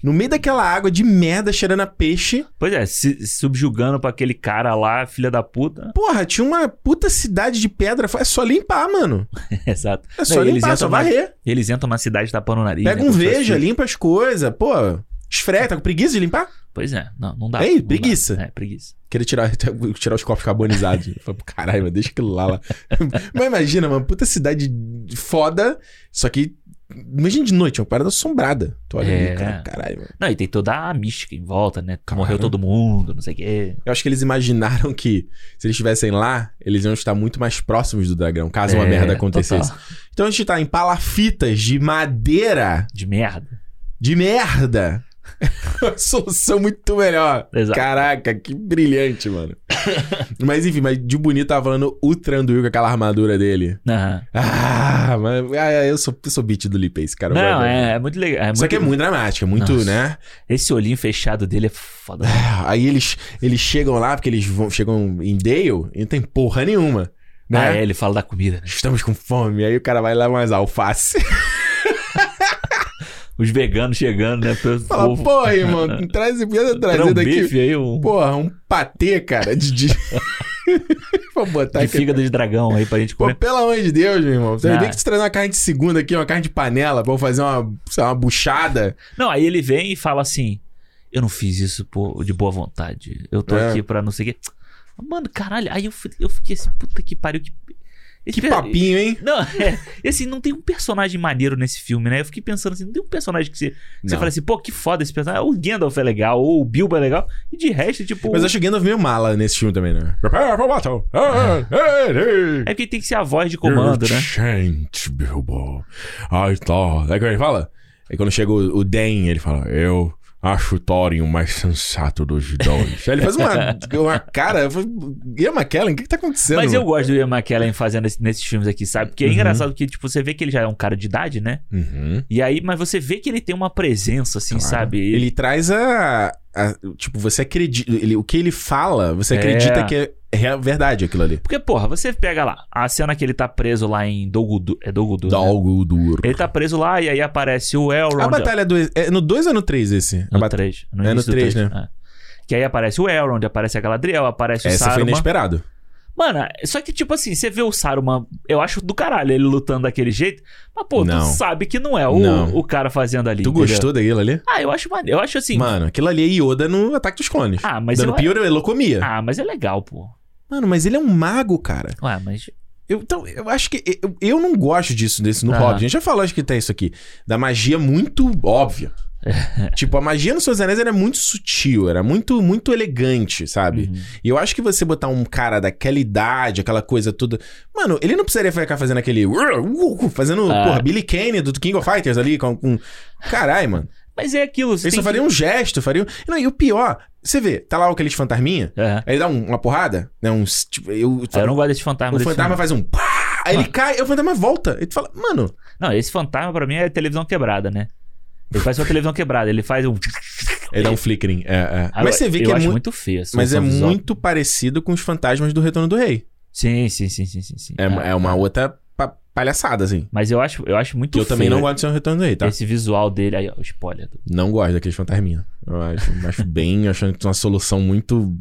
A: No meio daquela água de merda cheirando a peixe.
B: Pois é, se, se subjugando pra aquele cara lá, filha da puta.
A: Porra, tinha uma puta cidade de pedra. É só limpar, mano.
B: Exato.
A: É só
B: Não, e eles
A: limpar, é só
B: entram na-
A: varrer.
B: Eles entram na cidade tapando o nariz.
A: Pega
B: né,
A: um
B: como se fosse-
A: veja, limpa as coisas. Pô, esfrega, tá com preguiça de limpar?
B: Pois é, não, não dá.
A: Ei,
B: não dá.
A: preguiça.
B: É, preguiça.
A: Queria tirar, tirar os copos carbonizados. Eu falei, Caralho, mano, deixa aquilo lá. lá. Mas imagina, mano, puta cidade foda, só que. Imagina de noite, é uma parada assombrada. Tu olha
B: É.
A: ali, cara, caralho, mano.
B: Não, e tem toda a mística em volta, né?
A: Cara.
B: Morreu todo mundo, não sei o quê.
A: Eu acho que eles imaginaram que se eles estivessem lá, eles iam estar muito mais próximos do dragão, caso uma
B: É,
A: merda acontecesse.
B: total.
A: Então a gente tá em palafitas de madeira,
B: De merda.
A: de merda. Solução muito melhor.
B: Exato.
A: Caraca, que brilhante, mano. mas enfim, mas de bonito tava falando o Tranduil com aquela armadura dele.
B: Aham.
A: Ah, mas ah, eu sou, eu sou beat do Lee Pace, cara.
B: Não,
A: Vai- vai-
B: é, é muito legal.
A: Só que é muito dramático, é muito,
B: Nossa.
A: né?
B: Esse olhinho fechado dele é foda.
A: Aí eles, eles chegam lá, porque eles vão, chegam em Dale e não tem porra nenhuma. Né?
B: Ah, é, ele fala da comida, né?
A: Estamos com fome. Aí o cara vai lá mais alface.
B: Os veganos chegando, né? Pelo
A: Fala,
B: povo.
A: porra, irmão, traz, trazendo
B: Traz um
A: trazendo aqui.
B: bife aí, um
A: Porra, um patê, cara, de. de... Vou botar
B: de
A: tá aqui.
B: fígado né? Ah. de dragão aí pra gente
A: Pô,
B: comer.
A: pelo amor de Deus, meu irmão. Você
B: Não.
A: tem que te trazer uma carne de segunda aqui, uma carne de panela, pra eu fazer uma, sei lá, uma buchada.
B: Não, aí ele vem e fala assim: Eu não fiz isso por, de boa vontade. Eu tô
A: É.
B: aqui pra não sei o quê. Mano, caralho. Aí eu, fui- eu fiquei assim: Puta que pariu. Que, esse
A: Que
B: pe-
A: papinho, hein?
B: Não, é. E assim, não tem um personagem maneiro nesse filme, né? Eu fiquei pensando assim: Não tem um personagem que você, que você
A: Não.
B: fala assim: Pô, que foda esse personagem. O Gandalf é legal, ou o Bilbo é legal. E de resto, tipo.
A: Mas eu acho que Gandalf meio mala nesse filme também, né? Prepare for battle. Ah, ah, ah.
B: É porque tem que ser a voz de É. comando, né?
A: Gente, Bilbo. Ai, Thor. É que ele fala? Aí quando chega o, o Den, ele fala, eu acho o Thorin o mais sensato dos dois. Aí ele faz uma, uma cara. eu falo, Ian McKellen, o que, que tá acontecendo?
B: Mas eu
A: mano?
B: gosto do Ian McKellen fazendo esse- nesses filmes aqui, sabe? Porque é
A: Uhum.
B: engraçado que, tipo, você vê que ele já é um cara de idade, né?
A: Uhum.
B: E aí, mas você vê que ele tem uma presença, assim,
A: Claro.
B: sabe?
A: Ele traz a, a- Tipo, você acredita. Ele, o que ele fala, você
B: É.
A: acredita que é, é verdade aquilo ali.
B: Porque, porra, você pega lá a cena que ele tá preso lá em Dolgudur. É Dolgudur. né?
A: Dalgo duro.
B: Ele tá preso lá e aí aparece o Elrond.
A: A batalha do. É no 2 ou no 3 esse? A
B: No
A: bata-
B: 3.
A: É no três,
B: né? Que aí aparece o Elrond, aparece a Galadriel, aparece o
A: Essa foi
B: Saruman.
A: inesperado.
B: Mano, só que tipo assim, você vê o Saruman, eu acho do caralho ele lutando daquele jeito, mas pô,
A: Não.
B: tu sabe que não é o,
A: Não.
B: o cara fazendo ali.
A: Tu
B: entendeu?
A: gostou daquilo ali?
B: Ah, eu acho maneiro. Eu acho assim.
A: Mano, aquilo ali é Yoda no Ataque dos Clones.
B: Ah, mas
A: Dando
B: eu...
A: pior elocomia.
B: Ah, mas é legal, pô.
A: Mano, mas ele é um mago, cara.
B: Ué, mas.
A: Eu, então, eu acho que. Eu, eu não gosto disso desse no
B: Aham.
A: Hobbit. A gente já falou, acho que tem isso aqui. Da magia muito óbvia. tipo, a magia no Seus Anéis era muito sutil, era muito, muito elegante, sabe?
B: Uhum.
A: E eu acho que você botar um cara daquela idade, aquela coisa toda. Mano, ele não precisaria ficar fazendo aquele. Fazendo,
B: Ah.
A: porra, Billy Kane do King of Fighters ali com. com... Caralho, mano.
B: Mas é aquilo. Você
A: Ele só
B: tem
A: faria um gesto, faria. um- Não, e o pior, você vê, tá lá aqueles fantasminha,
B: que- É.
A: aí dá um- uma porrada, né? Uns. Tipo, eu,
B: Eu não gosto desse fantasma.
A: o
B: desse
A: fantasma
B: filme. Ah.
A: faz um. Pá, aí ele cai, aí o fantasma volta. E tu fala, mano,
B: Não, esse fantasma pra mim é televisão quebrada, né? Ele faz uma televisão quebrada, ele faz um.
A: ele dá um flickering. É, é.
B: Ah,
A: Mas
B: eu-
A: você vê
B: eu
A: que é
B: acho
A: muito.
B: muito feio. essa
A: Mas é
B: solução visual.
A: muito parecido com os fantasmas do Retorno do Rei.
B: Sim, sim, sim, sim, sim. sim.
A: É,
B: Ah.
A: é uma outra pa- palhaçada, assim.
B: Mas eu acho, eu acho muito
A: Que eu também
B: feio
A: não gosto de ser o Retorno do Rei, tá?
B: Esse visual dele. Aí, ó, spoiler.
A: Não gosto daqueles fantasminha. Eu acho, acho bem, achando que é uma solução muito,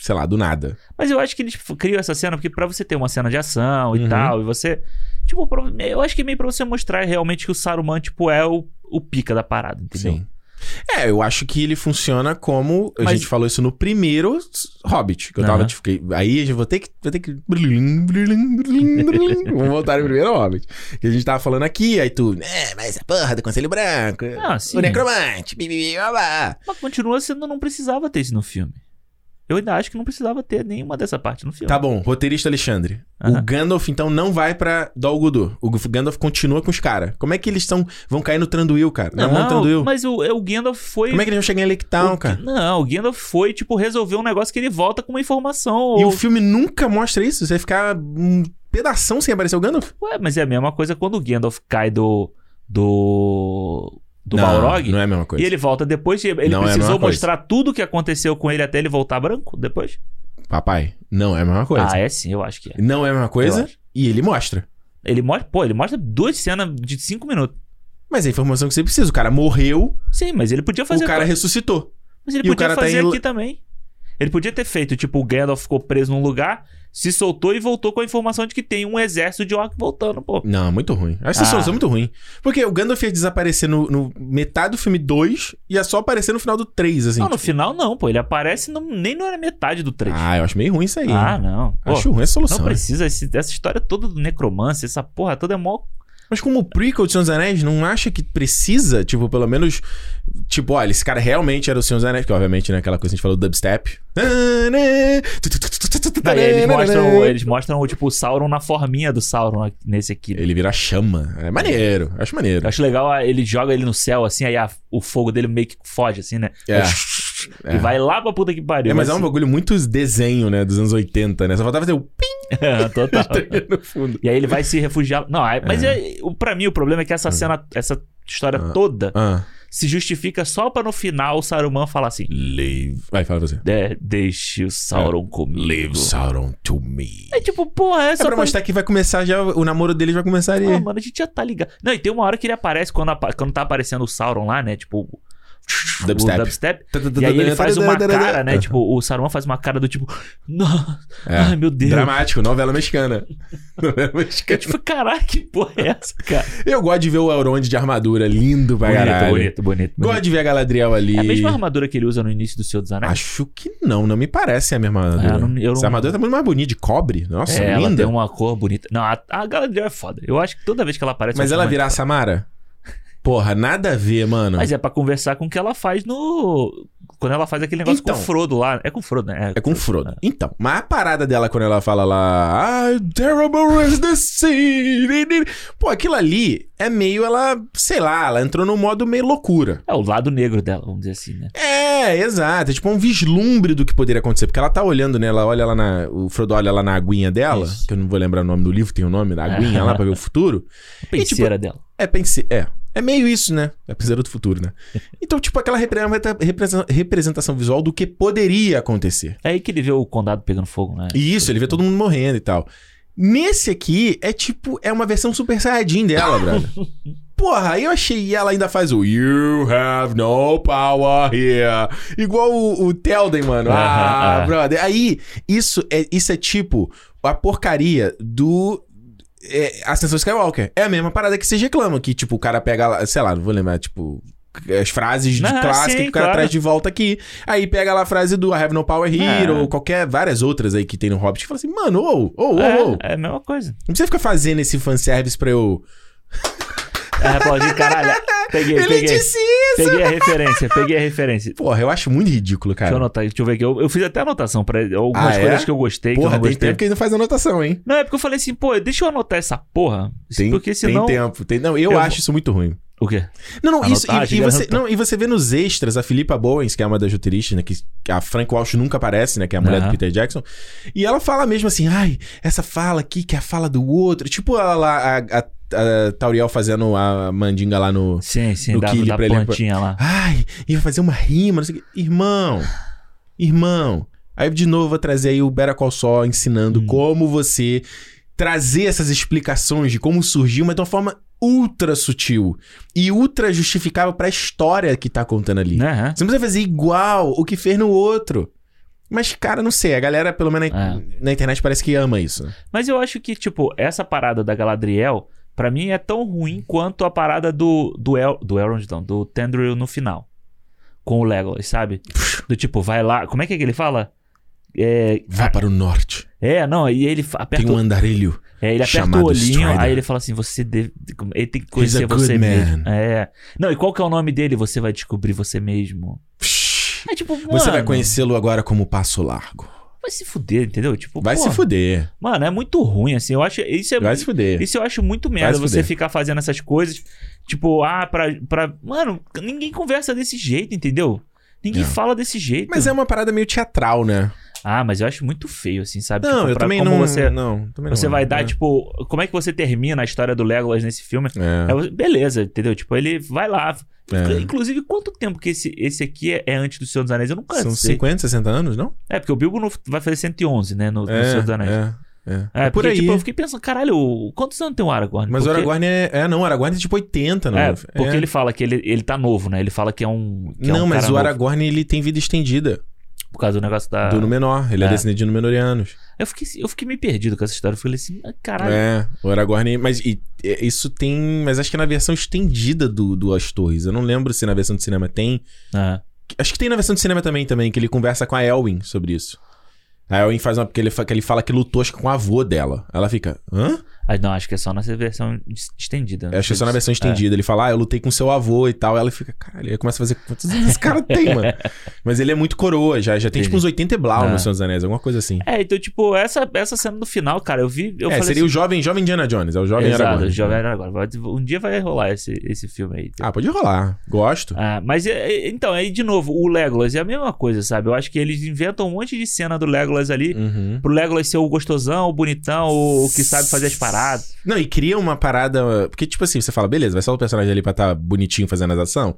A: sei lá, do nada.
B: Mas eu acho que eles f- criam essa cena porque pra você ter uma cena de ação e
A: Uhum.
B: tal, e você. Tipo, pra- eu acho que é meio pra você mostrar realmente que o Saruman, tipo, é o, o pica da parada, entendeu?
A: Sim. É, eu acho que ele funciona como. A
B: Mas-
A: gente falou isso no primeiro s- Hobbit. Que eu tava,
B: Aham.
A: tipo, que- aí eu vou ter que. Vou ter que. brilhim, brilhim, brilhim, brilhim. Vamos voltar no primeiro Hobbit. Que a gente tava falando aqui, aí tu. É, mas a porra do Conselho Branco.
B: Ah, sim.
A: o necromante. Bibi, blá, blá.
B: Mas continua sendo, não precisava ter isso no filme. Eu ainda acho que não precisava ter nenhuma dessa parte no filme.
A: Tá bom, roteirista Alexandre. O
B: Aham. Bom.
A: Gandalf, então, não vai pra Dol Gudu. O Gandalf continua com os caras. Como é que eles estão vão cair no Tranduil, cara? Na mão do Tranduil.
B: mas o, o Gandalf foi.
A: Como é que eles vão chegar em Lectown,
B: o-
A: cara?
B: Não, o Gandalf foi, tipo, resolver um negócio que ele volta com uma informação.
A: E
B: ou-
A: o filme nunca mostra isso? Você vai ficar um pedação sem aparecer o Gandalf?
B: Ué, mas é a mesma coisa quando o Gandalf cai do. do. do
A: não,
B: Balrog.
A: Não é a mesma coisa.
B: E ele volta depois, ele
A: Não é a
B: precisou
A: mesma coisa.
B: mostrar tudo o que aconteceu com ele até ele voltar branco depois?
A: Papai, não é a mesma coisa.
B: Ah, é sim, eu acho que é.
A: Não é a mesma
B: Eu
A: coisa
B: acho.
A: e ele mostra.
B: Ele mostra, pô, ele mostra duas cenas de cinco minutos.
A: Mas é a informação que você precisa. O cara morreu,
B: Sim, mas ele podia fazer.
A: o cara ressuscitou.
B: Mas ele
A: E o
B: podia
A: cara tá
B: fazer
A: em-
B: aqui também. Ele podia ter feito, tipo, o Gandalf ficou preso num lugar, se soltou e voltou com a informação de que tem um exército de orc voltando, pô.
A: Não, muito ruim. Essa
B: Ah.
A: solução é muito ruim. Porque o Gandalf ia desaparecer no, no metade do filme 2 e ia só aparecer no final do 3, assim.
B: não, no
A: tipo.
B: final não, pô. Ele aparece no- nem na metade do trecho.
A: Ah, eu acho meio ruim isso aí.
B: Ah,
A: né?
B: não. Pô,
A: acho ruim a solução.
B: não
A: né?
B: precisa esse- dessa história toda do necromance, essa porra toda é mó.
A: Mas como o prequel de Senhor dos Anéis, não acha que precisa, tipo, pelo menos... Tipo, olha, esse cara realmente era o Senhor dos Anéis, que obviamente, né, aquela coisa que a gente falou do dubstep.
B: Daí
A: é,
B: eles mostram, eles mostram, tipo, o Sauron na forminha do Sauron aqui- nesse aqui. né?
A: Ele vira chama. É maneiro, acho maneiro.
B: Eu acho legal, ah, ele joga ele no céu, assim, aí a- o fogo dele meio que foge, assim, né?
A: É.
B: E
A: É.
B: vai lá pra puta que pariu.
A: É, mas é um
B: assim.
A: bagulho muito desenho, né? Dos anos 80, né? Só faltava ter o pi
B: Total.
A: no fundo.
B: E aí ele vai se refugiar. Não, aí- mas é, o- pra mim o problema é que essa cena, essa história
A: Ah.
B: toda
A: Ah.
B: se justifica só pra no final o Saruman falar assim:
A: Leave. Vai, fala você.
B: "De- Deixe o Sauron comigo.
A: Leave Sauron to me.
B: É tipo, porra, é
A: É
B: só
A: pra mostrar que vai começar já. O namoro dele já vai começar ali.
B: Ah, mano, a gente já tá ligado. Não, e tem uma hora que ele aparece quando, apa- quando tá aparecendo o Sauron lá, né? Tipo. o-
A: Dubstep. Uhum.
B: O dubstep. E aí ele faz uma cara, né? Tipo, o Saruman faz uma cara do tipo. Nossa,
A: É.
B: ai meu Deus.
A: Dramático, novela mexicana. novela mexicana.
B: Tipo, caralho, que porra é essa, cara?
A: Eu gosto de ver o Elrond de armadura, lindo pra caralho.
B: bonito, bonito, bonito.
A: Gosto de ver a Galadriel ali.
B: É a mesma armadura que ele usa no início do Senhor dos Anéis?
A: Acho que não, não me parece a mesma armadura.
B: Ah, não- eu não-
A: Essa armadura tá muito mais bonita, de cobre. Nossa,
B: é, ela
A: linda.
B: tem uma cor bonita. Não, a, a Galadriel é foda. Eu acho que toda vez que ela aparece...
A: Mas
B: eu acho
A: ela
B: muito
A: virar a
B: foda.
A: Samara? Porra, nada a ver, mano.
B: Mas é pra conversar com o que ela faz no... Quando ela faz aquele negócio com
A: Então.
B: o Frodo lá. É com o Frodo, né?
A: É com o Frodo. Então, mas a parada dela quando ela fala lá. "Ah, terrible is the sea. Pô, aquilo ali é meio ela. Sei lá, ela entrou num modo meio loucura.
B: É o lado negro dela, vamos dizer assim, né?
A: É, exato. É tipo um vislumbre do que poderia acontecer. Porque ela tá olhando, né? Ela olha lá na. O Frodo olha lá na aguinha dela,
B: Isso.
A: que eu não vou lembrar o nome do livro, tem o nome da aguinha lá pra ver o futuro.
B: A penseira dela.
A: É, pensei. É. É meio isso, né? É piseiro do futuro, né? Então, tipo, aquela representa- represa- representação visual do que poderia acontecer.
B: É aí que ele vê o condado pegando fogo, né?
A: E Isso, ele vê todo mundo morrendo e tal. Nesse aqui, é tipo, é uma versão Super Saiyajin dela, brother. Porra, aí eu achei, e ela ainda faz o You have no power here. Igual o, o Telden, mano. Ah,
B: Aham, é.
A: brother. Aí, isso é, isso é tipo a porcaria do é, Ascensão Skywalker. É a mesma parada que vocês reclamam, que tipo, o cara pega, lá, sei lá, não vou lembrar, tipo... As frases de
B: Ah,
A: clássica
B: sim,
A: que o cara
B: claro.
A: traz de volta aqui. Aí pega lá a frase do I have no power here,
B: É.
A: ou qualquer, várias outras aí que tem no Hobbit. que Fala assim, mano, ou, ou,
B: é,
A: ou, ou. Não
B: é a mesma coisa.
A: precisa ficar fazendo esse fanservice pra eu...
B: É, aplaudir, caralho. é, Peguei,
A: Ele
B: peguei.
A: disse...
B: Peguei a referência, peguei a referência.
A: Porra, eu acho muito ridículo,
B: Deixa eu
A: cara.
B: anotar, deixa eu ver aqui. Eu, eu fiz até anotação pra algumas
A: Ah, é?
B: coisas que eu gostei, que eu
A: Porra,
B: não
A: tem
B: gostei.
A: tempo que ele não faz anotação, hein?
B: Não, é porque eu falei assim, pô, deixa eu anotar essa porra.
A: Tem,
B: porque
A: tem
B: senão.
A: tempo. Tem... Não, eu,
B: Eu
A: acho isso muito ruim.
B: O quê?
A: Não, não, isso...
B: Anotar,
A: E, e
B: achei que
A: você,
B: ia
A: não, e você vê nos extras, a Filipa Bowens, que é uma das roteiristas, né? Que que a Frank Walsh nunca aparece, né? Que é a mulher do
B: Aham.
A: Peter Jackson. E ela fala mesmo assim, ai, essa fala aqui que é a fala do outro. Tipo a, a, a, a Tauriel fazendo a mandinga lá no...
B: Sim, sim,
A: No
B: da,
A: Kili
B: da
A: pra ele-
B: plantinha lá.
A: Ai, ia fazer uma rima, não sei o quê. Irmão, irmão. Aí de novo eu vou trazer aí o Better Call Saul ensinando
B: Hum.
A: como você trazer essas explicações de como surgiu, mas de uma forma ultra sutil e ultra justificável pra história que tá contando ali.
B: Né?
A: Você não precisa fazer igual o que fez no outro. Mas, cara, não sei. A galera, pelo menos na,
B: É.
A: na internet, parece que ama isso. né?
B: Mas eu acho que, tipo, essa parada da Galadriel, pra mim é tão ruim quanto a parada do, do, El, do Elrond, não, do Tendril no final. Com o Legolas, sabe? Do tipo, vai lá. Como é que, é que ele fala? É,
A: Vá para o norte.
B: é, não, e ele fa- aperta,
A: Tem um
B: o-
A: andarilho.
B: é, ele aperta o
A: chamado
B: olhinho,
A: Strider.
B: aí ele fala assim: você deve, ele tem que conhecer
A: a good
B: você
A: man.
B: mesmo. É. Não, e qual que é o nome dele? Você vai descobrir você mesmo.
A: Psh,
B: É tipo, mano,
A: Você vai conhecê-lo agora como Passo Largo.
B: Vai se fuder, entendeu? Tipo,
A: Vai
B: porra,
A: se fuder.
B: Mano, é muito ruim, assim. Eu acho. Isso é
A: Vai se fuder.
B: Isso eu acho muito merda
A: se
B: você
A: fuder.
B: ficar fazendo essas coisas. Tipo, ah, pra, pra. Mano, ninguém conversa desse jeito, entendeu? Ninguém
A: É.
B: fala desse jeito.
A: Mas é uma parada meio teatral, né?
B: Ah, mas eu acho muito feio, assim, sabe?
A: Não,
B: Tipo,
A: eu
B: pra-
A: também
B: como
A: não.
B: Você,
A: não, também
B: você
A: não,
B: vai dar,
A: né?
B: tipo, como é que você termina a história do Legolas nesse filme?
A: É,
B: É, você- beleza, entendeu? Tipo, ele vai lá.
A: é.
B: Inclusive, quanto tempo que esse, esse aqui é, é antes do Senhor dos Anéis? Eu nunca
A: São
B: sei.
A: 50, 60 anos, não?
B: É, porque o Bilbo não vai fazer 111, né? No, no
A: é,
B: Senhor dos Anéis. É.
A: É, é. É por
B: porque,
A: aí.
B: tipo, eu fiquei pensando, caralho, o- quantos anos tem o Aragorn?
A: Mas o
B: Porque-
A: Aragorn é. É, não, o Aragorn é tipo 80, não.
B: É, porque ele fala que ele, ele tá novo, né? Ele fala que é um. que é
A: Não,
B: um
A: mas
B: cara
A: o
B: novo
A: Aragorn ele tem vida estendida
B: Por causa do negócio da.
A: do Númenor. Ele é,
B: É.
A: descendente de Númenóreanos.
B: Eu, fiquei, eu fiquei meio perdido com essa história. Eu falei assim, ah, caralho.
A: É, o Aragorn. Mas e- e- isso tem. Mas acho que é na versão estendida do, do As Torres. Eu não lembro se na versão de cinema tem.
B: Ah,
A: Acho que tem na versão de cinema também, também, que ele conversa com a Elwin sobre isso. A Elwin faz uma. Porque ele, fa- que ele fala que lutou acho que com o avô dela. Ela fica. Hã?
B: Ah, não, acho que é só nessa versão es- estendida. né?
A: Acho que é só na versão estendida. Ele fala, ah, eu lutei com seu avô e tal. Ela fica, caralho, aí começa a fazer. Quantos anos esse cara tem, mano? Mas ele é muito coroa, já, já tem tipo uns
B: Entendi.
A: 80 e blau
B: Ah.
A: no Senhor dos Anéis, alguma coisa assim.
B: É, então, tipo, essa, essa cena do final, cara, eu vi. Eu
A: é,
B: falei
A: seria o jovem, jovem Indiana Jones, é o
B: assim,
A: jovem
B: Exato,
A: Aragorn.
B: Jovem Aragorn. Vai- Um dia vai rolar esse, esse filme aí. entendeu?
A: Ah, pode rolar. Gosto.
B: Ah, mas é- é- então, aí de novo, o Legolas é a mesma coisa, sabe? Eu acho que eles inventam um monte de cena do Legolas ali
A: Uhum.
B: pro Legolas ser o gostosão, o bonitão, o, o que sabe fazer as paradas.
A: Não, e cria uma parada. Porque, tipo assim, você fala, beleza, vai só o personagem ali pra tá bonitinho fazendo as ação.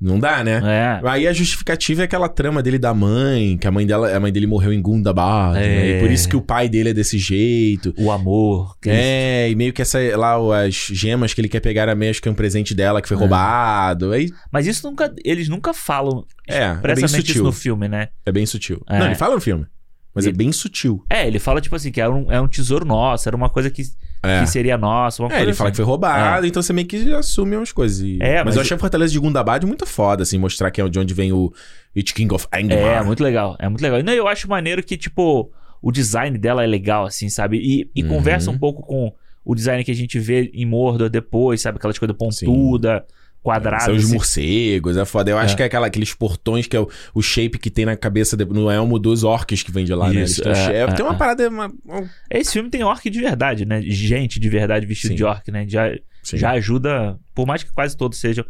A: Não dá, né?
B: É.
A: Aí a justificativa é aquela trama dele da mãe, que a mãe dela, a mãe dele morreu em Gundabad, né?
B: É.
A: E por isso que o pai dele é desse jeito.
B: O amor. que ele-
A: É, e meio que essa lá, o- as gemas que ele quer pegar era meio acho que é um presente dela que foi
B: É.
A: roubado. Aí,
B: Mas isso nunca. Eles nunca falam
A: é, é bem
B: expressamente isso
A: sutil.
B: no filme, né?
A: É bem sutil.
B: É.
A: Não, ele fala no filme, mas é
B: E-
A: bem sutil.
B: É, ele fala, tipo assim, que era um, é um tesouro nosso, era uma coisa que,
A: É.
B: que seria nossa. Uma
A: É, ele
B: coisa
A: fala que
B: assim.
A: foi roubado, então você meio que assume umas coisas. e-
B: É,
A: mas,
B: mas-
A: eu achei a Fortaleza de Gundabad muito foda, assim, mostrar que é de onde vem o It King of Anger.
B: É, muito legal. É muito legal. E não, eu acho maneiro que, tipo, o design dela é legal, assim, sabe? E, e
A: Uhum.
B: conversa um pouco com o design que a gente vê em Mordor depois, sabe? Aquelas coisas pontuda, quadradas.
A: São os
B: assim.
A: morcegos, é foda. Eu acho
B: É.
A: que é aquela, aqueles portões que é o, o shape que tem na cabeça de- no elmo dos orques que vem de lá, né? Eles
B: Isso,
A: têm um
B: é,
A: shape-
B: é,
A: tem uma
B: é.
A: parada. Uma, um,
B: Esse filme tem orc de verdade, né? Gente de verdade vestida
A: Sim.
B: de orc, né? Já,
A: sim.
B: já ajuda, por mais que quase todos sejam.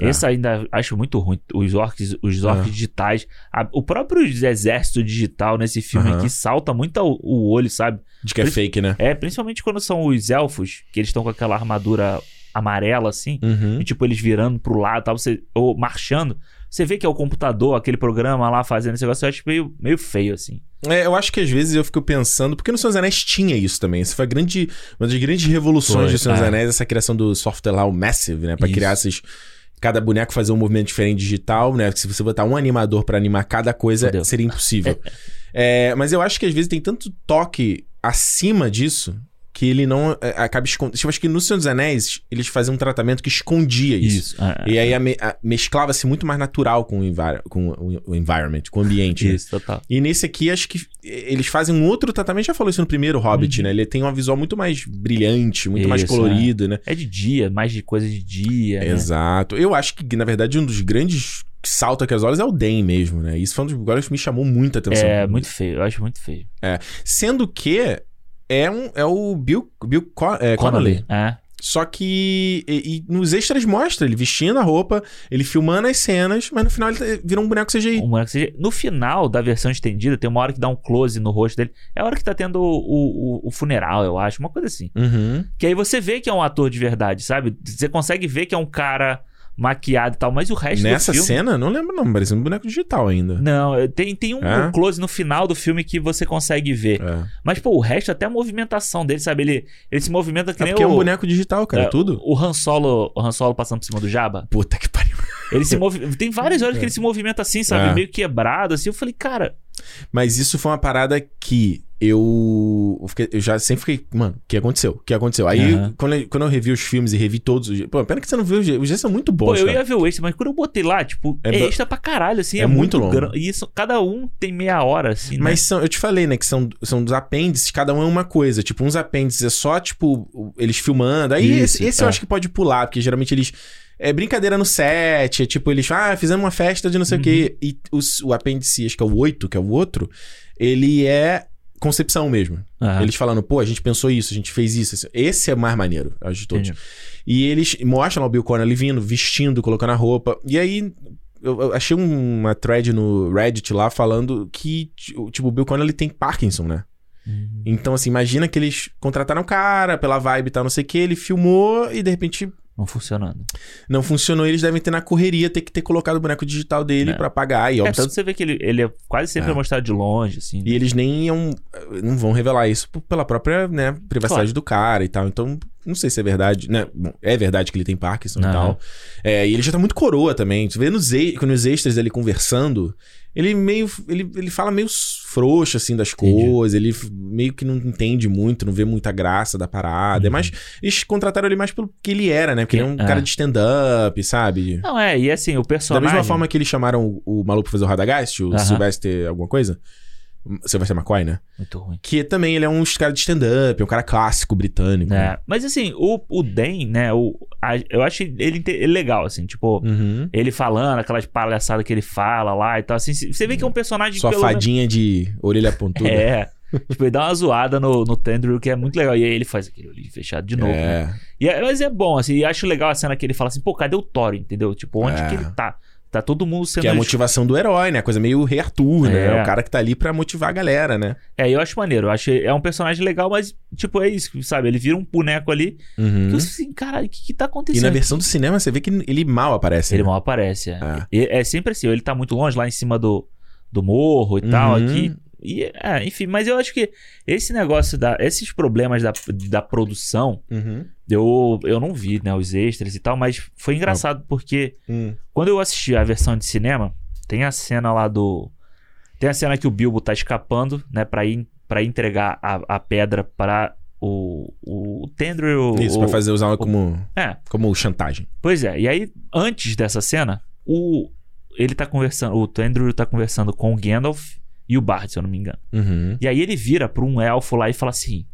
A: É.
B: Esse ainda acho muito ruim. Os orcs, os orcs
A: É.
B: digitais. A- o próprio exército digital nesse filme
A: Aham.
B: aqui salta muito ao- o olho, sabe?
A: De que é fake, né?
B: É, principalmente quando são os elfos, que eles estão com aquela armadura amarela, assim.
A: Uhum.
B: E, tipo, eles virando pro lado, tal, você, ou marchando. Você vê que é o computador, aquele programa lá fazendo esse negócio. Eu acho meio, meio feio, assim.
A: É, eu acho que às vezes eu fico pensando, porque no Senhor dos Anéis tinha isso também. Isso foi a grande, uma das grandes revoluções
B: Foi,
A: do Senhor dos
B: é.
A: Anéis, essa criação do software lá, o Massive, né? Pra
B: Isso.
A: criar esses. Cada boneco fazer um movimento diferente digital, né? Se você botar um animador pra animar cada coisa,
B: Fudeu.
A: seria impossível. É, mas eu acho que às vezes tem tanto toque acima disso que ele não é, acaba escondendo. Eu acho que no Senhor dos Anéis eles faziam um tratamento que escondia isso.
B: é.
A: E aí a me- a- mesclava-se muito mais natural com o, envir- com o- o environment, com o ambiente. né?
B: é, Isso, total.
A: E nesse aqui, acho que eles fazem um outro tratamento. Já falou isso no primeiro Hobbit, né? Ele tem um visual muito mais brilhante, muito mais
B: Uhum. Isso,
A: colorido, né?
B: É de dia, mais de coisa de dia. né?
A: Exato. Eu acho que, na verdade, um dos grandes que salta aqui aos olhos é o Den mesmo, né? Isso foi um dos lugares que me chamou muita atenção.
B: É, muito feio. Eu acho muito feio.
A: Sendo que é, um, é o Bill, Bill Con- é, Connolly.
B: É.
A: Só que e, e nos extras mostra ele vestindo a roupa, ele filmando as cenas, mas no final ele tá- vira um boneco CGI.
B: Um boneco CGI. No final da versão estendida, tem uma hora que dá um close no rosto dele. É a hora que tá tendo o, o, o funeral, eu acho. Uma coisa assim.
A: Uhum.
B: Que aí você vê que é um ator de verdade, sabe? Você consegue ver que é um cara maquiado e tal, mas o resto
A: Nessa
B: do É filme...
A: cena, não lembro não, parecia um boneco digital ainda.
B: Não, tem, tem um
A: É?
B: close no final do filme que você consegue ver.
A: É.
B: Mas, pô, o resto, até a movimentação dele, sabe? Ele, ele se movimenta que
A: É
B: nem
A: porque
B: o...
A: é um boneco digital, cara,
B: Né, é,
A: tudo.
B: O Han, Solo, o Han Solo passando por cima do Jabba.
A: Puta que pariu.
B: Ele se move... Tem várias horas que ele se movimenta assim, sabe?
A: É.
B: Meio quebrado, assim. Eu falei, cara...
A: Mas isso foi uma parada que eu. Eu, fiquei- eu já sempre fiquei. Mano, o que aconteceu? O que aconteceu? Aí,
B: Aham.
A: quando, eu, quando eu revi os filmes e revi todos os. Pô, pena que você não viu os. Os dias são muito
B: Pô,
A: bons,
B: eu
A: cara.
B: ia ver o extra, mas quando eu botei lá, tipo,
A: É
B: é,
A: ba-
B: extra pra caralho, assim.
A: É
B: É,
A: muito
B: muito,
A: longo.
B: grande. E isso, cada um tem meia hora, assim,
A: Mas
B: né?
A: são, eu te falei, né, que são, são dos apêndices, cada um é uma coisa. Tipo, uns apêndices é só, tipo, o- eles filmando. Aí
B: Isso,
A: esse, esse eu
B: é.
A: acho que pode pular, porque geralmente eles. é brincadeira no set. É tipo, eles falam, ah, fizemos uma festa de não sei o quê.
B: Uhum.
A: E os- o apêndice, acho que é o 8, que é o outro, ele é concepção mesmo.
B: Ah,
A: Eles falando, pô, a gente pensou isso, a gente fez isso. assim. Esse é o mais maneiro, acho de todos.
B: entendi.
A: E eles mostram lá o Bill Connelly vindo, vestindo, colocando a roupa. E aí, eu eu achei um, uma thread no Reddit lá falando que, ti- tipo, o Bill Connelly tem Parkinson, né?
B: Hum.
A: Então, assim, imagina que eles contrataram o cara pela vibe e tal, não sei o que, ele filmou e de repente
B: Não funcionando.
A: não funcionou. Eles devem ter na correria, ter que ter colocado o boneco digital dele
B: É.
A: pra pagar. E,
B: É,
A: óbvio,
B: tanto você vê que ele, ele é quase sempre
A: um É.
B: mostrado de longe, assim.
A: e eles nem iam, não vão revelar isso p- pela própria, né, privacidade
B: Claro.
A: do cara e tal. Então, não sei se é verdade, né? Bom, é verdade que ele tem Parkinson e
B: Aham.
A: tal. É, e ele já tá muito coroa também. Você vê nos, e- nos extras dele conversando, ele meio ele, ele fala meio frouxo assim das
B: Entendi.
A: coisas, ele f- meio que não entende muito, não vê muita graça da parada. É
B: Uhum.
A: mais eles contrataram ele mais pelo que ele era, né? Porque ele é um
B: É.
A: cara de stand up, sabe?
B: Não, é, e assim, o
A: Da
B: personagem.
A: mesma forma que eles chamaram o, o maluco pra fazer o Radagast, o
B: Aham.
A: Sylvester alguma coisa. Sylvester McCoy, né?
B: Muito ruim.
A: Que também ele é um cara de stand-up, é um cara clássico britânico.
B: É, mas assim, o, o Dan, né? O, a- eu achei ele, inte- ele legal, assim, tipo,
A: Uhum.
B: ele falando, aquelas palhaçadas que ele fala lá e tal. Assim, c- você vê que é um personagem
A: Sua
B: pelo menos-
A: fadinha né? de orelha pontuda.
B: É. tipo, ele dá uma zoada no, no Tendrew, que é muito legal. E aí ele faz aquele olhinho fechado de novo. né?
A: É.
B: E é- mas é bom, assim, e acho legal a cena que ele fala assim, pô, cadê o Thor, entendeu? Tipo, onde
A: É.
B: que ele tá? Tá todo mundo sendo.
A: Que é a motivação do herói, né? A coisa meio rei Arthur, né?
B: É.
A: É o cara que tá ali pra motivar a galera, né?
B: É, eu acho maneiro. Eu acho, é um personagem legal, mas, tipo, é isso, sabe? Ele vira um boneco ali.
A: Uhum.
B: Que eu assim, caralho, o que, que tá
A: E
B: acontecendo?
A: na versão do cinema você vê que ele mal aparece.
B: Ele
A: né?
B: mal aparece. É.
A: É.
B: E- É sempre assim, ou ele tá muito longe, lá em cima do, do morro e tal,
A: Uhum.
B: aqui. E, é, enfim, mas eu acho que esse negócio da. Esses problemas da, da produção,
A: Uhum.
B: eu, eu não vi, né? Os extras e tal, mas foi engraçado porque
A: Hum.
B: quando eu assisti a versão de cinema, tem a cena lá do. Tem a cena que o Bilbo tá escapando, né? Pra ir, pra entregar a, a pedra pra o, o, o Tendril.
A: Isso,
B: o-
A: pra fazer usar como,
B: É,
A: como chantagem.
B: Pois é, e aí, antes dessa cena, o. Ele tá conversando. O Andrew tá conversando com o Gandalf e o Bard, se eu não me engano.
A: Uhum.
B: E aí ele vira pra um elfo lá e fala assim: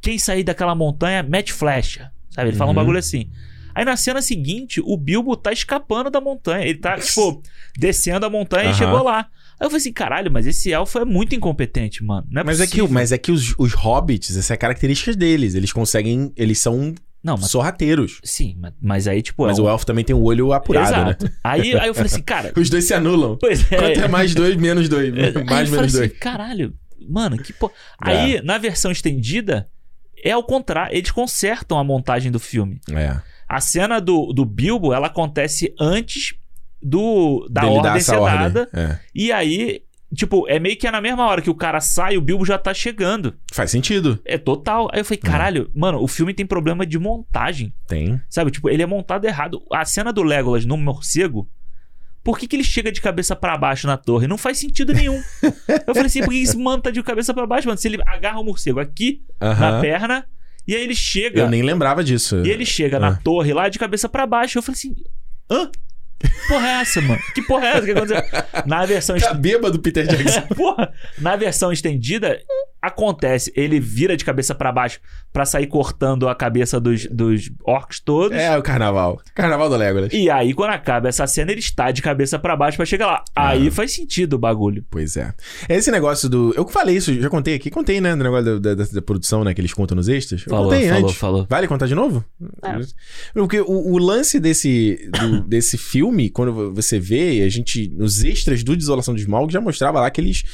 B: Quem sair daquela montanha, mete flecha. Sabe? Ele fala um
A: Uhum.
B: bagulho assim. Aí na cena seguinte, o Bilbo tá escapando da montanha. Ele tá, tipo, descendo a montanha e
A: Aham.
B: chegou lá. Aí eu falei assim: caralho, mas esse elfo é muito incompetente, mano. Não é
A: Mas é que,
B: possível.
A: mas é que os, os hobbits, essa é a característica deles. Eles conseguem. Eles são
B: Não, mas.
A: sorrateiros.
B: Sim, mas, mas aí, tipo.
A: Mas
B: é um...
A: o elfo também tem o olho apurado, né?
B: Exato. Aí, aí eu falei assim: cara.
A: Os dois se anulam.
B: Pois é.
A: Quanto é mais dois, menos dois. mais,
B: aí eu falo
A: menos
B: assim,
A: dois.
B: Caralho, mano, que porra.
A: É.
B: Aí, na versão estendida, é ao contrário. Eles consertam a montagem do filme.
A: É.
B: A cena do, do Bilbo, ela acontece antes do da ordem ser dada.
A: É.
B: E aí, tipo, é meio que é na mesma hora que o cara sai, o Bilbo já tá chegando.
A: Faz sentido.
B: É total. Aí eu
A: Hum.
B: falei, caralho, mano, o filme tem problema de montagem.
A: Tem.
B: Sabe, tipo, ele é montado errado. A cena do Legolas no morcego, por que, que ele chega de cabeça pra baixo na torre? Não faz sentido nenhum. Eu falei assim, por que esse mano tá de cabeça pra baixo, mano? Se ele agarra o morcego aqui na
A: Aham.
B: perna, e aí ele chega.
A: Eu nem lembrava disso.
B: E ele chega
A: Ah.
B: na torre lá de cabeça pra baixo. Eu falei assim, hã? Que Porra é essa, mano? Que porra é essa? O que aconteceu? Na versão
A: Tá bêbado, Peter Jackson.
B: Porra, na versão estendida, acontece. Ele vira de cabeça pra baixo pra sair cortando a cabeça dos, dos orcs todos.
A: é o carnaval. Carnaval do Legolas.
B: E aí, quando acaba essa cena, ele está de cabeça pra baixo pra chegar lá. Aí
A: Ah.
B: faz sentido o bagulho.
A: Pois é. Esse negócio do. Eu falei isso, já contei aqui. Contei, né? Do negócio da, da- da produção, né? Que eles contam nos extras. Eu contei antes.
B: falou.
A: Vale contar de novo?
B: É.
A: Porque o, o lance desse, do- desse filme, quando você vê, a gente, nos extras do Desolação de Smaug, já mostrava lá que eles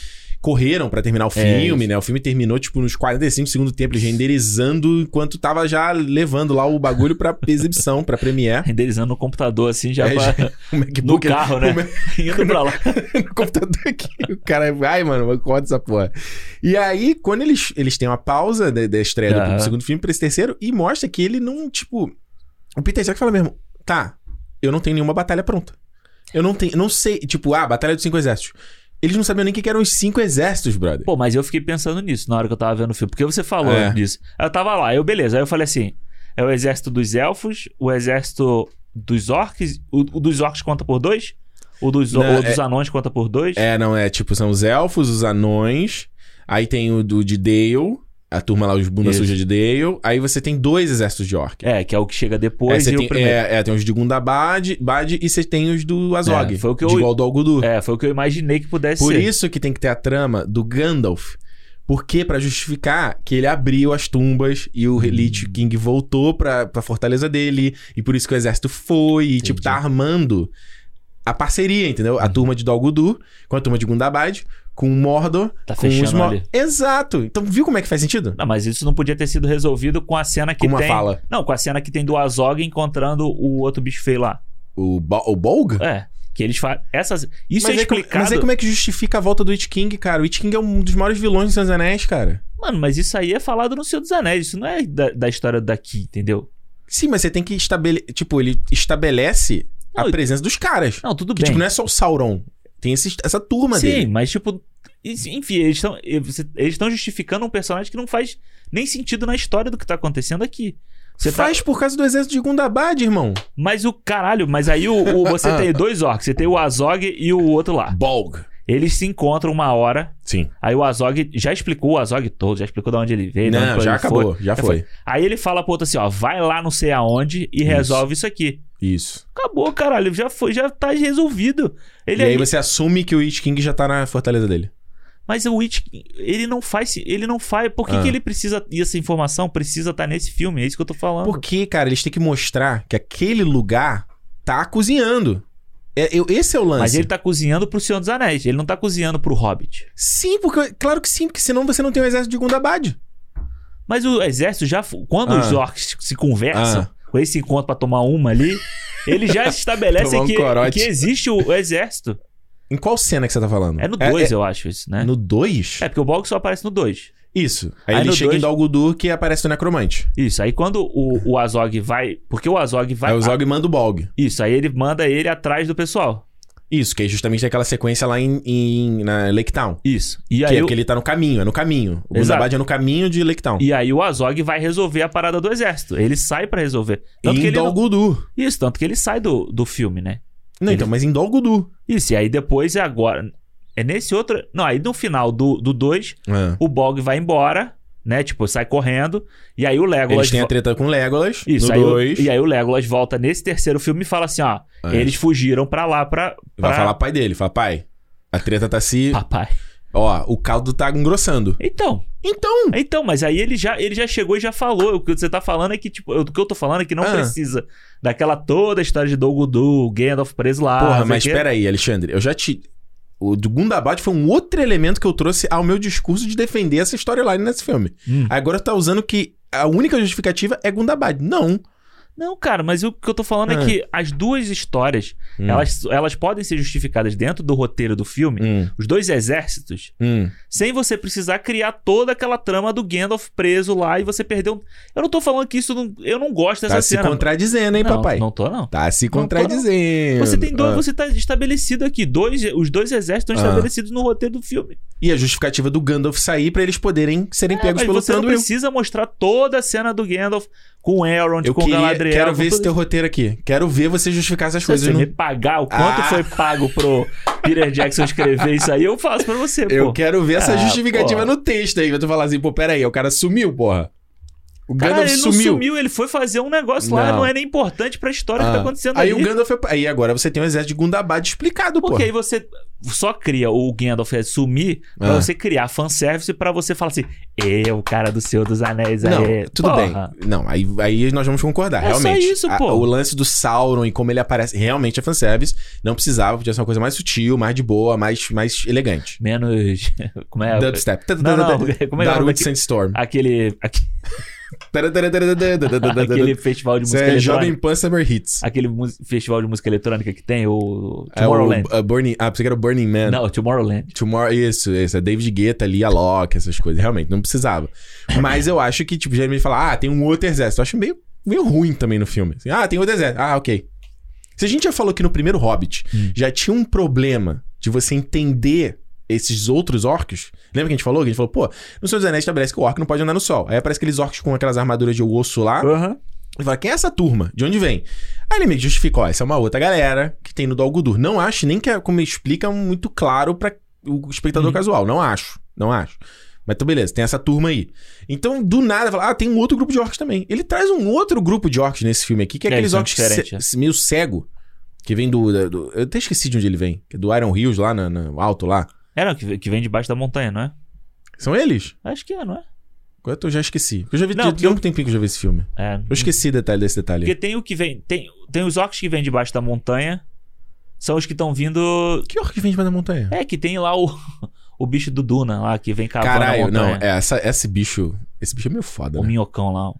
A: correram pra terminar o
B: É
A: filme, né? O filme terminou, tipo, nos 45 segundos do tempo, eles renderizando enquanto tava já levando lá o bagulho pra exibição, pra premiere.
B: Renderizando no computador, assim, já
A: É,
B: pra-
A: O
B: no
A: MacBook
B: carro, né?
A: o
B: Indo pra lá.
A: no computador aqui. O cara, é- ai, mano, corta essa porra. E aí, quando eles, eles têm uma pausa da, da estreia
B: Aham.
A: do segundo filme pra esse terceiro, e mostra que ele não, tipo. O Peter Jackson fala mesmo: tá, eu não tenho nenhuma batalha pronta. Eu não tenho, não sei, tipo, ah, Batalha dos Cinco Exércitos. Eles não sabiam nem o que que eram os cinco exércitos, brother.
B: Pô, mas eu fiquei pensando nisso na hora que eu tava vendo o filme. Porque você falou
A: É.
B: disso. Aí Eu tava lá, eu beleza. Aí eu falei assim: é o exército dos elfos, o exército dos orcs. O, o dos orcs conta por dois? O dos,
A: Não,
B: o dos anões conta por dois?
A: É, não, é tipo, são os elfos, os anões. Aí tem o do de Dale. a turma lá, os bunda
B: Isso.
A: suja de Dale. Aí você tem dois exércitos de orc.
B: É, que é o que chega
A: É,
B: depois
A: você
B: e
A: tem,
B: o primeiro.
A: é, é, tem os de Gundabad Bad, e você tem os do Azog.
B: É, foi o que
A: de
B: eu-
A: Gol Algudu.
B: É, foi o que eu imaginei que pudesse
A: Por
B: ser.
A: isso que tem que ter a trama do Gandalf. Porque pra justificar que ele abriu as tumbas e o Elite King voltou pra, pra fortaleza dele. E por isso que o exército foi. E, tipo, tá armando a parceria, entendeu? A turma de Dol Guldur com a turma de Gundabad, com o Mordor,
B: Tá
A: com os...
B: fechando
A: Mo-
B: ali.
A: Exato! Então, viu como é que faz sentido?
B: Não, mas isso não podia ter sido resolvido com a cena que
A: com uma
B: tem.
A: fala.
B: Não, com a cena que tem do Azog encontrando o outro bicho feio lá.
A: O, Bo- o Bolg?
B: É. Que eles fazem. Essas... Isso
A: mas,
B: é
A: aí, como-
B: explicado.
A: mas aí como é que justifica a volta do It King, cara? O It King é um dos maiores vilões dos Seus Anéis, cara.
B: Mano, mas isso aí é falado no Senhor dos Anéis. Isso não é da, da história daqui, entendeu?
A: Sim, mas você tem que estabelecer... Tipo, ele estabelece a
B: Não,
A: presença dos caras.
B: Não, tudo
A: que,
B: bem.
A: tipo, não é só o Sauron. Tem esse- essa turma
B: Sim,
A: dele.
B: mas tipo. isso- Enfim, eles estão eles tão justificando um personagem que não faz nem sentido na história do que tá acontecendo aqui. Você tá-
A: Faz por causa do exército de Gundabad, irmão.
B: Mas o caralho, mas aí o, o-
A: Ah.
B: você tem dois orcs, você tem o Azog e o outro lá.
A: Bolg.
B: Eles se encontram uma hora,
A: Sim.
B: aí o Azog já explicou o Azog todo, já explicou de onde ele veio, de onde
A: não,
B: ele
A: já
B: foi.
A: acabou. Já
B: Já
A: foi.
B: Aí ele fala pro outro assim, ó, vai lá não sei aonde e resolve isso aqui.
A: Isso.
B: Acabou, caralho, já foi, já tá resolvido. Ele
A: e
B: aí,
A: aí você assume que o It King já tá na fortaleza dele.
B: mas o Witch, ele não faz, ele não faz, por que,
A: Ah.
B: que ele precisa e essa informação precisa estar nesse filme? É isso que eu tô falando.
A: Porque, cara, eles têm que mostrar que aquele lugar tá cozinhando. É, eu- esse é o lance.
B: Mas ele tá cozinhando pro Senhor dos Anéis, ele não tá cozinhando pro Hobbit.
A: Sim, porque. Claro que sim, porque senão você não tem o exército de Gundabad.
B: Mas o exército já. Quando
A: Ah.
B: os orcs se conversam, com esse encontro pra tomar uma ali, eles já estabelecem
A: Tomar um
B: que,
A: corote.
B: que existe o, o exército.
A: Em qual cena que você tá falando?
B: É no 2,
A: é,
B: eu acho, isso, né?
A: No 2?
B: É, porque o Bog só aparece no 2.
A: Isso. Aí,
B: Aí
A: ele
B: no
A: chega em
B: dois-
A: Dol Guldur que aparece o Necromante.
B: Isso. Aí quando o, o Azog vai. Porque o Azog vai.
A: aí o Zog manda o Bolg.
B: Isso, aí ele manda ele atrás do pessoal.
A: Isso, que é justamente aquela sequência lá em, em- na Lake Town.
B: Isso. E
A: que
B: aí,
A: é
B: o,
A: porque ele tá no caminho, é no caminho. O
B: Exato.
A: Gundabad é no caminho de Lake Town.
B: e aí o Azog vai resolver a parada do exército. Ele sai pra resolver. Tanto que
A: em
B: ele
A: Dol
B: não-
A: Guldur.
B: Isso, tanto que ele sai do, do filme, né?
A: Não,
B: Ele-
A: então, mas em Dol Guldur.
B: Isso, e aí depois é agora. É nesse outro. Não, aí no final do 2.
A: É.
B: o Bog vai embora, né? Tipo, sai correndo. E aí o Legolas.
A: Eles têm a
B: vo-
A: treta com Legolas
B: Isso,
A: no
B: aí o-
A: 2.
B: e aí o Legolas volta nesse terceiro filme e fala assim: ó,
A: É.
B: eles fugiram pra lá pra. pra...
A: Vai falar pro pai dele, fala, pai, a treta tá se...
B: Papai.
A: Ó, o caldo tá engrossando.
B: Então,
A: Então,
B: então, mas aí ele já, ele já chegou e já falou. O que você tá falando é que, tipo, eu- o que eu tô falando é que não
A: Ah.
B: precisa daquela toda a história de Dogudu, Gandalf preso lá. não
A: porra,
B: sei
A: mas
B: o Ah, quê.
A: espera aí, Alexandre, eu já te... O do Gundabad foi um outro elemento que eu trouxe ao meu discurso de defender essa storyline nesse filme.
B: Hum.
A: Agora tá usando que a única justificativa é Gundabad. Não.
B: Não, cara, mas o que eu tô falando
A: Ah.
B: é que as duas histórias,
A: Hum.
B: elas, elas podem ser justificadas dentro do roteiro do filme.
A: Hum,
B: Os dois exércitos,
A: hum.
B: Sem você precisar criar toda aquela trama do Gandalf preso lá e você perdeu. Eu não tô falando que isso. Não... Eu não gosto dessa
A: Tá se
B: cena.
A: contradizendo, hein,
B: não,
A: papai?
B: Não tô, não.
A: Tá se
B: tô, não.
A: contradizendo.
B: Você tem dois.
A: Ah.
B: Você tá estabelecido aqui. Dois, os dois exércitos estão
A: Ah.
B: estabelecidos no roteiro do filme.
A: E a justificativa do Gandalf sair pra eles poderem serem
B: É,
A: pegos
B: mas
A: pelo
B: você não
A: Thranduil.
B: precisa mostrar toda a cena do Gandalf com o Elrond,
A: Eu
B: com o
A: queria-
B: Galadriel.
A: quero
B: com
A: ver esse
B: tudo
A: teu roteiro aqui. Quero ver você justificar essas
B: isso. Se
A: coisas.
B: você
A: no-
B: me pagar o quanto
A: Ah.
B: foi pago pro Peter Jackson escrever isso aí, eu faço pra você,
A: Eu
B: pô.
A: quero ver essa
B: Ah,
A: justificativa no
B: porra.
A: texto aí. Eu tô falando assim, pô, peraí, o cara sumiu, porra. O Gandalf
B: Cara, ele não
A: sumiu.
B: sumiu, ele foi fazer um negócio lá,
A: Não.
B: não é nem importante pra história que
A: Ah.
B: tá acontecendo
A: aí
B: ali.
A: o Gandalf... é- Aí agora você tem um exército de Gundabad explicado, pô.
B: Porque aí você só cria o Gandalf é sumir pra
A: Ah.
B: você criar fanservice pra você falar assim: eu, o cara do Senhor dos Anéis,
A: Não,
B: aí.
A: tudo
B: Porra.
A: bem. Não, aí, aí nós vamos concordar,
B: É só
A: realmente.
B: isso,
A: A-
B: pô.
A: o lance do Sauron e como ele aparece realmente é fanservice. Não precisava, podia ser uma coisa mais sutil, mais de boa, mais, mais elegante.
B: Menos. Como é?
A: Dubstep.
B: Não, não, como é que é o nome
A: Darude
B: daqui?
A: Sandstorm.
B: Aquele, aque- aquele festival de
A: Isso
B: música
A: é Jovem
B: eletrônica.
A: Pan Summer Hits.
B: Aquele mu- festival de música eletrônica que tem, o
A: É o
B: Tomorrowland.
A: uh, Burning... Ah, pensei que era o Burning Man.
B: Não, Tomorrowland.
A: Tomorrow, isso, isso. É David Guetta ali, a Loki, essas coisas. Realmente, não precisava. Mas eu acho que, tipo, geralmente fala, ah, tem um outro exército. Eu acho meio, meio ruim também no filme. Assim, ah, tem outro exército. Ah, ok. Se a gente já falou que no primeiro Hobbit
B: Hum.
A: já tinha um problema de você entender esses outros orcs. Lembra que a gente falou? Que a gente falou, pô, no Senhor dos Anéis estabelece que o orc não pode andar no sol. Aí aparece aqueles orcs com aquelas armaduras de osso lá.
B: Aham.
A: Ele fala, quem é essa turma? De onde vem? Aí ele meio que justifica, ó, essa é uma outra galera que tem no Dol Guldur. Não acho nem que, é- como explica, muito claro pra o espectador
B: Uhum.
A: casual. Não acho, não acho. Mas então, beleza, tem essa turma aí. Então, do nada, fala, ah, tem um outro grupo de orcs também. Ele traz um outro grupo de orcs nesse filme aqui, que é,
B: É,
A: aqueles
B: eles são
A: orcs
B: diferentes,
A: ce- meio cego. Que vem do, da- do- Eu até esqueci de onde ele vem. que é Do Iron Hills, lá na- no alto lá.
B: É, não, que, que vem debaixo da montanha, não é?
A: São eles?
B: Acho que é, não é?
A: Eu tô- já esqueci. Eu já vi.
B: Não,
A: Não,
B: porque
A: tem um tempinho que eu já vi esse filme.
B: É.
A: Eu esqueci detalhe desse detalhe.
B: Porque tem o que vem. Tem, tem os orcs que vêm debaixo da montanha. São os que estão vindo.
A: Que orc vem de baixo da montanha?
B: É, que tem lá o, o bicho do Duna lá, que vem cavando a
A: Caralho, não.
B: montanha.
A: É, essa, esse bicho. Esse bicho é meio foda,
B: O
A: né?
B: minhocão lá. O.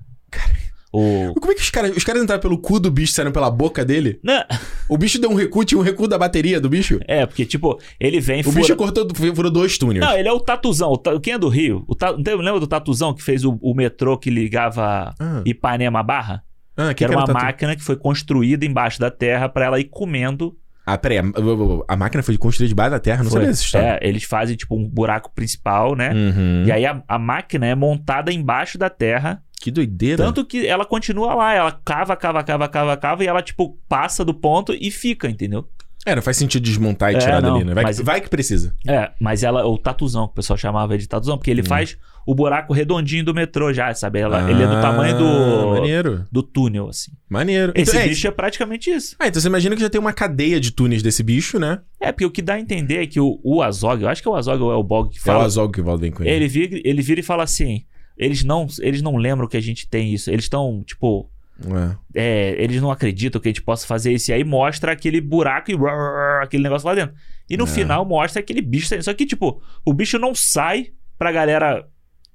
A: Mas Como é que os caras. Os caras entraram pelo cu do bicho, saíram pela boca dele?
B: Não,
A: O bicho deu um recuo, tinha um recuo da bateria do bicho?
B: é, porque, tipo, ele vem
A: O
B: fura-
A: bicho cortou, furou dois túneis.
B: Não, ele é o Tatuzão. O ta- Quem é do Rio? O ta... Tem- Lembra do Tatuzão que fez o, o metrô que ligava
A: Ah,
B: Ipanema à Barra?
A: ah, quem
B: Que era uma
A: tatu-
B: máquina que foi construída embaixo da terra pra ela ir comendo.
A: Ah, peraí. A, a- a máquina foi construída debaixo da terra, não
B: Foi-
A: sabia dessa história.
B: é, eles fazem, tipo, um buraco principal, né?
A: Uhum.
B: E aí a, a máquina é montada embaixo da terra.
A: Que doideira.
B: Tanto que ela continua lá. Ela cava, cava, cava, cava, cava. E ela, tipo, passa do ponto e fica, entendeu?
A: É, não faz sentido desmontar e
B: É,
A: tirar
B: não,
A: dali, né? Vai, que-
B: mas-
A: vai que precisa.
B: É, mas ela, o Tatuzão, que o pessoal chamava ele de Tatuzão, porque ele faz o buraco redondinho do metrô já, sabe? Ela- ele é do
A: Ah,
B: tamanho do,
A: Maneiro.
B: do túnel, assim.
A: Maneiro.
B: Esse
A: então, é,
B: bicho é praticamente isso.
A: Ah, então você imagina que já tem uma cadeia de túneis desse bicho, né?
B: É, porque o que dá a entender é que o, o Azog, eu acho que é o Azog ou é o Bog que
A: É o
B: fala.
A: Azog que o Valdo vem com ele.
B: ele, vira, ele vira e fala assim: eles não, eles não lembram que a gente tem isso. Eles estão, tipo,
A: É.
B: é, eles não acreditam que a gente possa fazer isso. E aí mostra aquele buraco e brrr, aquele negócio lá dentro. E no
A: É.
B: final mostra aquele bicho saindo. Só que, tipo, o bicho não sai pra galera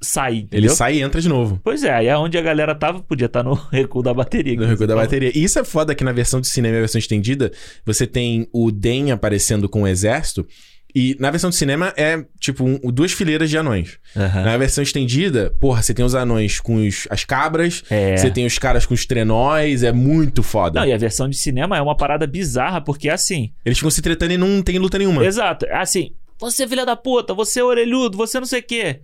B: sair.
A: Ele
B: Entendeu?
A: sai e entra de novo.
B: Pois é, aí é onde a galera tava, podia estar no recuo da bateria.
A: No recuo da bateria. E isso é foda que na versão de cinema e a versão estendida, você tem o Den aparecendo com o exército. E na versão de cinema é, tipo, um- duas fileiras de anões.
B: Aham.
A: Na versão estendida, porra, você tem os anões com os- as cabras,
B: É.
A: você tem os caras com os trenóis, é muito foda.
B: Não, e a versão de cinema é uma parada bizarra, porque assim.
A: Eles ficam se tretando e não tem luta nenhuma.
B: Exato. é Assim, você é filha da puta, você é orelhudo, você não sei o quê.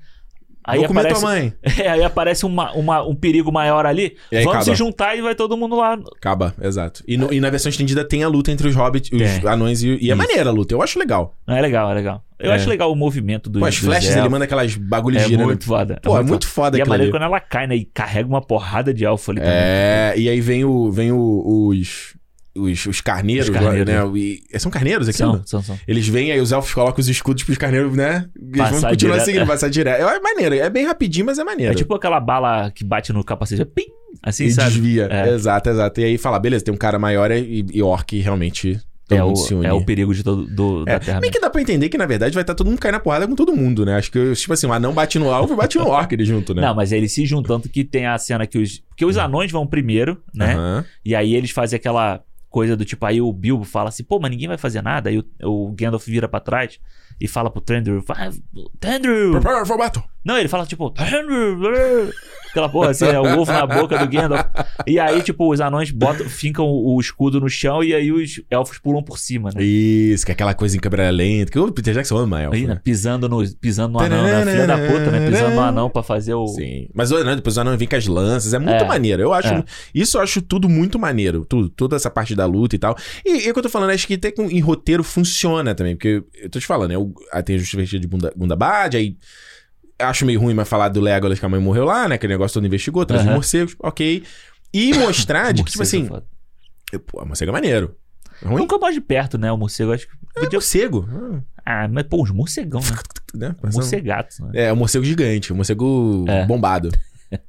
B: Aí
A: Vou comer
B: aparece,
A: tua mãe.
B: É, aí aparece uma- uma- um perigo maior ali.
A: E aí
B: Vamos
A: acaba.
B: se juntar e vai todo mundo lá.
A: Acaba, exato. E, no- e na versão estendida tem a luta entre os hobbits, os
B: Ah. Tem.
A: anões e, e é
B: Isso.
A: maneira a luta. Eu acho legal.
B: Não, é legal, é legal. Eu
A: É.
B: acho legal o movimento do
A: Pô, as flechas, ele manda aquelas bagulhos
B: É
A: girando.
B: muito foda.
A: Pô, é muito foda
B: E a
A: aquilo
B: maneira
A: ali.
B: quando ela cai, né? E carrega uma porrada de alfa ali também.
A: É, e aí vem o vem o- os os, os carneiros,
B: Os carneiros.
A: né? E- são carneiros aqui,
B: São,
A: né?
B: são, são.
A: Eles vêm, aí os elfos colocam os escudos pros carneiros, né? Eles vão
B: Passar
A: continuar
B: direto,
A: seguindo,
B: é.
A: passar direto. É maneiro, é bem rapidinho, mas é maneiro.
B: É tipo aquela bala que bate no capacete, é pim, assim,
A: e
B: sabe?
A: desvia.
B: É.
A: Exato, exato. E aí fala, beleza, tem um cara maior e, e orc e realmente todo
B: É o,
A: mundo se une.
B: é o perigo de todo, do-
A: É,
B: da Terra.
A: Bem que dá pra entender que, na verdade, vai estar todo mundo caindo na porrada com todo mundo, né? Acho que, tipo assim, um anão bate no alvo e bate no orc ele junto, né? Hum.
B: Não, mas eles se juntando que tem a cena que os. Porque os anões vão primeiro, né?
A: Aham.
B: E aí eles fazem aquela coisa do tipo, aí o Bilbo fala assim, pô, mas ninguém vai fazer nada. Aí o, o Gandalf vira pra trás e fala pro Tandrew, vai, Tandrew!
A: Prepare for battle.
B: Não, ele fala tipo, Tandrew! brrr." Aquela porra assim, é o ovo na boca do Gandalf. E aí, tipo, os anões botam, fincam o, o escudo no chão e aí os elfos pulam por cima, né?
A: Isso, que é aquela coisa em câmera lenta. Que o Peter Jackson ama elfo,
B: Aí,
A: né?
B: né? Pisando no, pisando no anão, né? Filha da puta, né? Pisando no anão pra fazer o...
A: Sim. Mas o anão, depois o anão vem com as lanças. É muito
B: É.
A: maneiro. Eu acho.
B: É.
A: Isso eu acho tudo muito maneiro. Tudo, toda essa parte da luta e tal. E, e o que eu tô falando, acho que até com, em roteiro funciona também. Porque eu tô te falando, eu, aí tem a justificativa de Bunda- Gundabad, aí. Acho meio ruim, mas falar do Legolas que a mãe morreu lá, né? Aquele negócio todo investigou, traz os
B: Aham.
A: morcegos, ok. E mostrar de que, tipo
B: Morcego é
A: assim,
B: foda.
A: eu, pô, a morcego é maneiro. É ruim?
B: Nunca mais de perto, né? O morcego, acho que...
A: É morcego.
B: Ah, mas pô, os morcegão, né?
A: Ah, né? Mas não-
B: Morcegatos, né?
A: É, é um morcego gigante, um morcego
B: É.
A: bombado.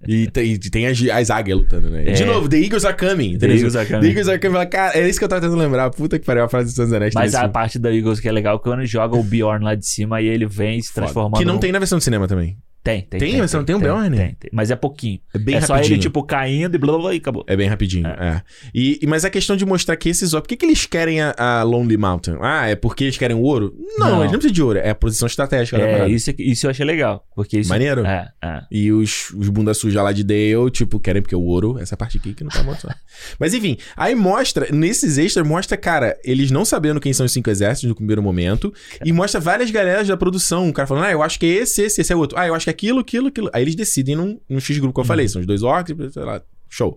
A: E tem, tem as, as águias lutando, né? E De
B: É.
A: novo, The Eagles Are Coming.
B: The
A: entendeu?
B: Eagles Are Coming.
A: The Eagles Are Coming. fala, Cara, é isso que eu tava tentando lembrar. Puta que pariu, a frase dos Santos Anéis.
B: Mas a parte da Eagles que é legal é quando joga o Bjorn lá de cima e ele vem se transformando.
A: Que não
B: num-
A: tem na versão de cinema também.
B: Tem, tem.
A: Tem? Mas não tem o Bjorn?
B: Tem, tem. Mas é pouquinho.
A: É bem
B: é só
A: rapidinho.
B: ele, tipo, caindo e blá blá blá e acabou.
A: É bem rapidinho, é. E, e- mas a questão de mostrar que esses... Por que, que eles querem a, a Lonely Mountain? Ah, é porque eles querem o ouro? Não,
B: Não.
A: eles não precisam de ouro. É a posição estratégica da
B: É,
A: parada.
B: isso, isso eu achei legal. Porque isso.
A: Maneiro.
B: É, é.
A: E os, os bunda suja lá de Dale, tipo, querem porque o ouro, essa parte aqui que não tá mostrando. Mas enfim, aí mostra, nesses extras, mostra, cara, eles não sabendo quem são os cinco exércitos no primeiro momento. E mostra várias galeras da produção. O cara falando, ah, eu acho que é esse, esse, esse é outro. Ah, eu acho que é aquilo, aquilo, aquilo. Aí eles decidem num, num X-grupo que eu falei, são os dois orcs, sei lá. Show.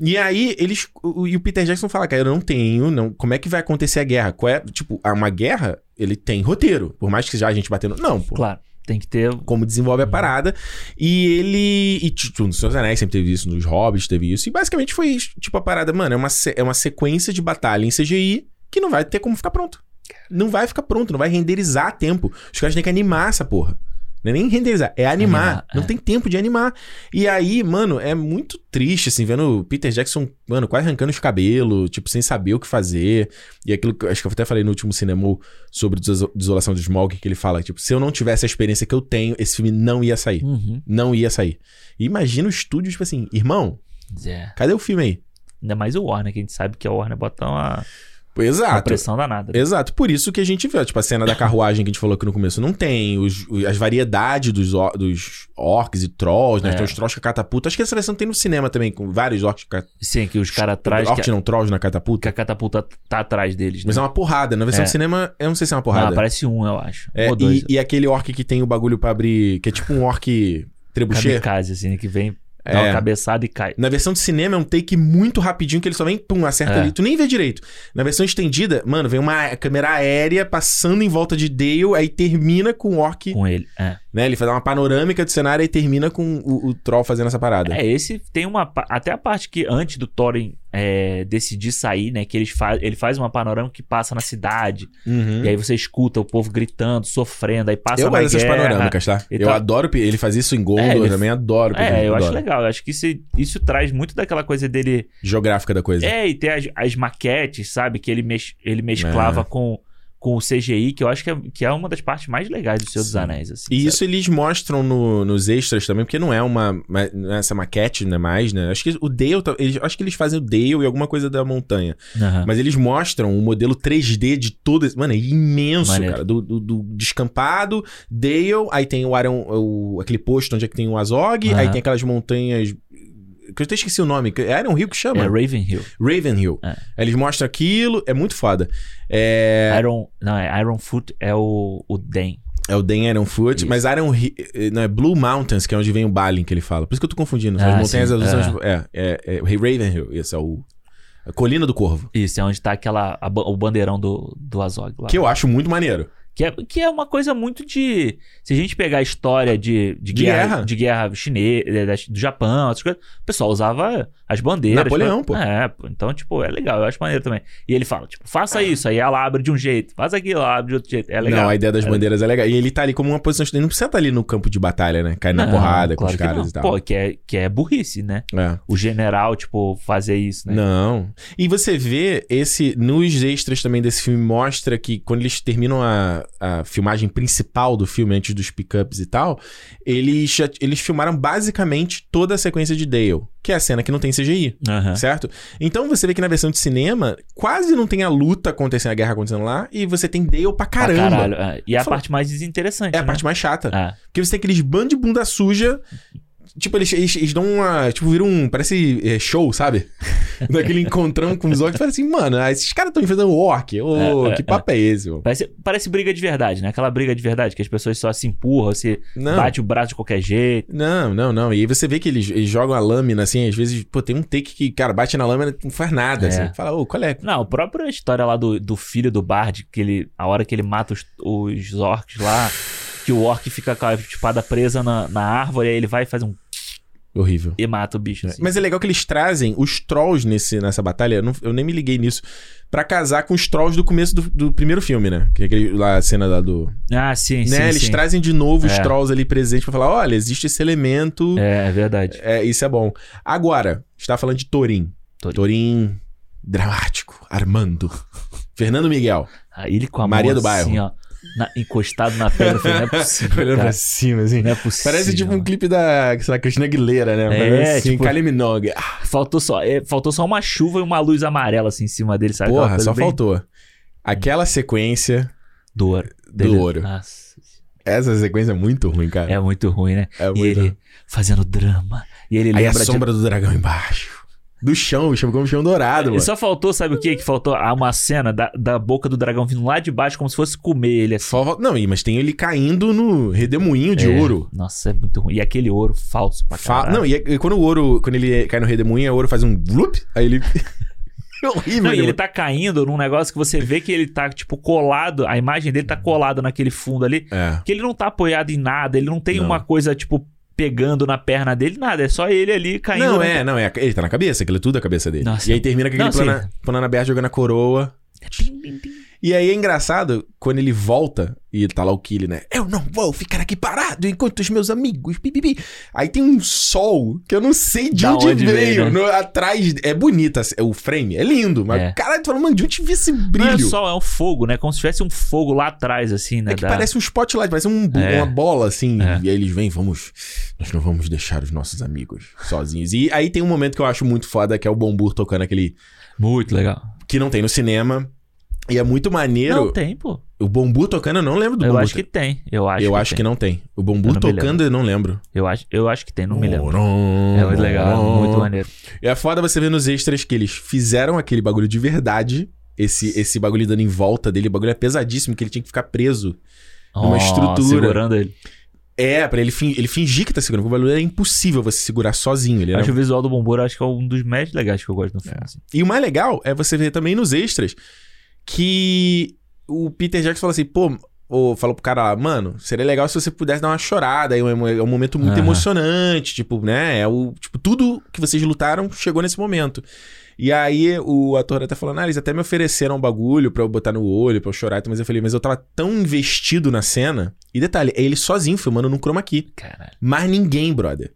A: E aí, eles. O, e o Peter Jackson fala, cara, eu não tenho. Não, como é que vai acontecer a guerra? Qual é. Tipo, uma guerra, ele tem roteiro. Por mais que já a gente batendo. Não, pô.
B: Claro. Tem que ter.
A: como desenvolve a
B: Uhum.
A: parada. E ele. E tipo, nos Seus Anéis sempre teve isso, nos Hobbits teve isso. E basicamente foi isso. Tipo, a parada, mano, é uma, se- é uma sequência de batalha em CGI que não vai ter como ficar pronto. Não vai ficar pronto, não vai renderizar a tempo. Os caras têm que animar essa porra. Não é nem renderizar, é animar.
B: Animar,
A: não
B: é.
A: tem tempo de animar. E aí, mano, é muito triste, assim, vendo o Peter Jackson, mano, quase arrancando os cabelos, tipo, sem saber o que fazer. E aquilo que eu acho que eu até falei no último cinema, sobre Deso- Desolação do Smog, que ele fala, tipo, se eu não tivesse a experiência que eu tenho, esse filme não ia sair.
B: Uhum.
A: Não ia sair. E imagina o estúdio, tipo assim, irmão,
B: É.
A: cadê o filme aí?
B: Ainda mais o Warner, que a gente sabe que a Warner bota uma,
A: Pô,
B: uma
A: Exato.
B: pressão danada.
A: Exato, por isso que a gente viu, tipo, a cena da carruagem que a gente falou aqui no começo não tem, os- os- as variedades dos, or- dos orcs e trolls, né?
B: É.
A: Tem os trolls com a catapulta. Acho que essa versão tem no cinema também, com vários orcs com a-
B: Sim, que os caras atrás.
A: Orcs
B: Que, a-
A: não, trolls na catapulta.
B: que a catapulta tá atrás deles. Né?
A: Mas é uma porrada. Na versão
B: É.
A: do cinema, eu não sei se é uma
B: Ah,
A: porrada.
B: aparece um, eu acho.
A: É,
B: um ou
A: e,
B: dois.
A: e aquele orc que tem o bagulho pra abrir, que é tipo um orc trebuchet.
B: Kamikaze, assim, né, que vem, dá
A: É.
B: uma cabeçada e cai.
A: Na versão de cinema é um take muito rapidinho que ele só vem, pum, acerta
B: É.
A: ali. Tu nem vê direito. Na versão estendida, mano, vem uma câmera aérea passando em volta de Dale, aí termina com o Orc,
B: Com ele. É.
A: né? Ele faz uma panorâmica do cenário e termina com o, o Troll fazendo essa parada.
B: É, esse tem uma. pa- Até a parte que antes do Thorin é, decidir sair, né? Que eles fa ele faz uma panorama que passa na cidade.
A: Uhum.
B: E aí você escuta o povo gritando, sofrendo, aí passa
A: Eu
B: na
A: gosto dessas
B: guerra.
A: panorâmicas, tá?
B: Então-
A: Eu adoro. pe- Ele faz isso em Gondor,
B: É, ele-
A: eu também adoro.
B: É, eu acho
A: adoro.
B: legal. Eu acho que isso, isso traz muito daquela coisa dele.
A: Geográfica da coisa.
B: É, e tem as, as maquetes, sabe? Que ele, mex, ele
A: É.
B: mesclava com, com o CGI, que eu acho que é, que é uma das partes mais legais do Senhor dos
A: Sim.
B: Anéis. Assim,
A: E
B: sabe?
A: isso eles mostram no- nos extras também, porque não é uma. ma- não é essa maquete, né? Mais, né? Acho que o Dale. tá- eles- acho que eles fazem o Dale e alguma coisa da montanha.
B: Aham.
A: Mas eles mostram o modelo 3D de todo esse. Mano, é imenso,
B: Maneiro.
A: cara. Do, do- do descampado, Dale, aí tem o Aaron, o- aquele posto onde é que tem o Azog,
B: Aham.
A: aí tem aquelas montanhas. Que eu até esqueci o nome. que É Iron Hill que chama?
B: É Ravenhill.
A: Ravenhill.
B: É.
A: Aí Eles mostram aquilo, é muito foda. É,
B: Iron, não, é Ironfoot é o, o Den.
A: é o Dan Ironfoot,
B: Isso.
A: mas Iron Hi- eh, não é Blue Mountains, que é onde vem o Balin que ele fala. Por isso que eu tô confundindo. São
B: Ah,
A: as montanhas
B: sim.
A: azuis. são as-
B: Aham.
A: É, é, é, Ravenhill, esse é o a Colina do Corvo,
B: Isso, é onde tá aquela, a ba- o bandeirão do, do Azog lá.
A: que eu acho muito maneiro.
B: Que é, que é uma coisa muito de. Se a gente pegar a história de, de,
A: De
B: guerra,
A: guerra.
B: de guerra chinesa, é, do Japão, essas coisas, o pessoal usava as bandeiras.
A: Napoleão, pô.
B: É, pô. Então, tipo, é legal, eu acho maneiro também. E ele fala, tipo, faça isso, aí ela abre de um jeito, faz aquilo, ela abre de outro jeito. É legal.
A: Não, a ideia das
B: É
A: bandeiras é legal. E ele tá ali como uma posição. Ele não precisa estar ali no campo de batalha, né? Caindo na
B: Não,
A: porrada com
B: claro
A: os
B: que
A: caras
B: não.
A: e tal.
B: Pô, que é, que é burrice, né?
A: É.
B: O general, tipo, fazer isso, né?
A: Não. E você vê esse. Nos extras também desse filme mostra que quando eles terminam a, a filmagem principal do filme, antes dos pickups e tal, eles, já- eles filmaram basicamente toda a sequência de Dale, que é a cena que não tem CGI.
B: Aham.
A: Certo? Então você vê que na versão de cinema quase não tem a luta acontecendo, a guerra acontecendo lá, e você tem Dale pra
B: Pra
A: caramba.
B: caralho, é. E é a
A: Fala-
B: parte mais desinteressante.
A: É a
B: né?
A: parte mais chata.
B: É.
A: Porque você tem aqueles bandos de bunda suja. Tipo, eles, eles, eles dão uma. Tipo, viram um. Parece é, show, sabe? Daquele encontrão com os orcs. Fala assim, mano, ah, esses caras estão enfrentando orc. Ô,
B: É, é,
A: que papo é, esse, mano?
B: Parece, parece briga de verdade, né? Aquela briga de verdade que as pessoas só se empurram, se
A: Não.
B: bate o braço de qualquer jeito.
A: Não, não, não. E aí você vê que eles, eles jogam a lâmina, assim, às vezes, pô, tem um take que, cara, bate na lâmina e não faz nada,
B: É.
A: assim. Fala, ô, qual é?
B: Não, a própria história lá do, do filho do Bard, que ele, a hora que ele mata os, os orcs lá, que o orc fica com a espada presa na, na árvore, aí ele vai e faz um.
A: Horrível.
B: e mata o bicho. Assim.
A: Mas é legal que eles trazem os trolls nesse, nessa batalha, eu, não- eu nem me liguei nisso, pra casar com os trolls do começo do, do primeiro filme, né? Que é aquele, lá, a cena lá do,
B: Ah, sim, sim.
A: né? Eles
B: sim.
A: trazem de novo os
B: É.
A: trolls ali presentes pra falar: olha, existe esse elemento. É.
B: É, é verdade.
A: isso é bom. Agora, a gente tá falando de Torin.
B: Thorin.
A: Torin dramático, Armando. Fernando Miguel.
B: Aí ele com a
A: Maria
B: mão
A: do
B: assim,
A: Bairro.
B: ó, na- encostado na pedra, eu falei, não é possível.
A: Olhando
B: cara,
A: pra cima, assim.
B: Não é possível.
A: Parece tipo um clipe da, sei lá, Cristina Aguilera, né?
B: É,
A: Parece assim,
B: tipo-
A: Kylie Minogue. Ah,
B: Faltou só, é, faltou só uma chuva e uma luz amarela assim em cima dele, sabe? Aquela
A: porra,
B: coisa
A: só
B: bem
A: faltou. Aquela sequência,
B: Do ouro.
A: ouro.
B: Nossa,
A: essa sequência é muito ruim, cara.
B: é muito ruim, né?
A: É,
B: E
A: muito ruim.
B: ele fazendo drama. E ele
A: Aí é a
B: lembra de
A: sombra do dragão embaixo. Do chão, chama um chão dourado,
B: E
A: mano.
B: só faltou, sabe o que? Que faltou Ah, uma cena da, da boca do dragão vindo lá de baixo, como se fosse comer ele assim.
A: Só falta- Não, e- mas tem ele caindo no redemoinho de
B: É.
A: ouro.
B: Nossa, é muito ruim. E aquele ouro falso pra
A: Fa- é,
B: caralho.
A: Não, e, e quando o ouro, quando ele cai no redemoinho, o ouro faz um bloop, aí ele É horrível,
B: Não, e
A: né,
B: ele
A: mano?
B: tá caindo num negócio que você vê que ele tá, tipo, colado, a imagem dele tá colada naquele fundo ali,
A: É.
B: que ele não tá apoiado em nada, ele não tem
A: Não.
B: uma coisa, tipo, pegando na perna dele, nada, é só ele ali caindo.
A: Não,
B: na-
A: é, não, é. Ele tá na cabeça, aquilo é tudo a cabeça dele.
B: né? Nossa.
A: E aí termina com aquele
B: Não,
A: plano, plano aberto jogando a coroa.
B: Tim, tim, tim.
A: E aí é engraçado quando ele volta e tá lá o Killy, né? Eu não vou ficar aqui parado enquanto os meus amigos. Pipipi. Aí tem um sol que eu não sei de
B: Da
A: onde,
B: onde
A: veio.
B: veio, né?
A: no- atrás. É bonita assim, o frame, é lindo. Mas
B: É.
A: caralho, tu fala, mano, de onde vê esse
B: Não é
A: brilho?
B: só, é um fogo, né? Como se tivesse um fogo lá atrás, assim, né?
A: É que
B: da-
A: parece um spotlight, parece um,
B: É.
A: uma bola, assim.
B: É.
A: E aí eles vêm, vamos. Nós não vamos deixar os nossos amigos sozinhos. E aí tem um momento que eu acho muito foda, que é o Bombur tocando aquele.
B: Muito legal.
A: Que não tem no cinema. E é muito maneiro.
B: Não tem, pô.
A: O Bombur tocando, eu não lembro do
B: Eu
A: Bombur.
B: acho que tem. Eu acho
A: eu
B: que
A: acho que
B: tem.
A: não tem. O
B: Eu
A: Bombur
B: não me lembro.
A: tocando, eu não lembro.
B: Eu acho, eu acho que tem, não me lembro.
A: Moron,
B: É muito legal,
A: moron.
B: muito maneiro.
A: É foda você ver nos extras que eles fizeram aquele bagulho de verdade. Esse, esse bagulho dando em volta dele, o bagulho é pesadíssimo, que ele tinha que ficar preso. É Uma
B: Ó,
A: estrutura.
B: Segurando ele.
A: É, pra ele, fin- ele fingir que tá segurando, porque o bagulho é impossível você segurar sozinho. Ele é era-
B: Acho o visual do Bomburo, acho que é um dos mais legais que eu gosto no filme. assim.
A: E o mais legal é você ver também nos extras que o Peter Jackson fala assim, pô, ou falou pro cara lá, mano, seria legal se você pudesse dar uma chorada, é um, é um momento muito
B: Aham.
A: emocionante, tipo, né, é o, tipo, tudo que vocês lutaram chegou nesse momento. E aí o ator até falando, ah, eles até me ofereceram um bagulho pra eu botar no olho, pra eu chorar, mas eu falei, mas eu tava tão investido na cena, e detalhe, é ele sozinho filmando no chroma key.
B: Caralho.
A: Mas ninguém, brother.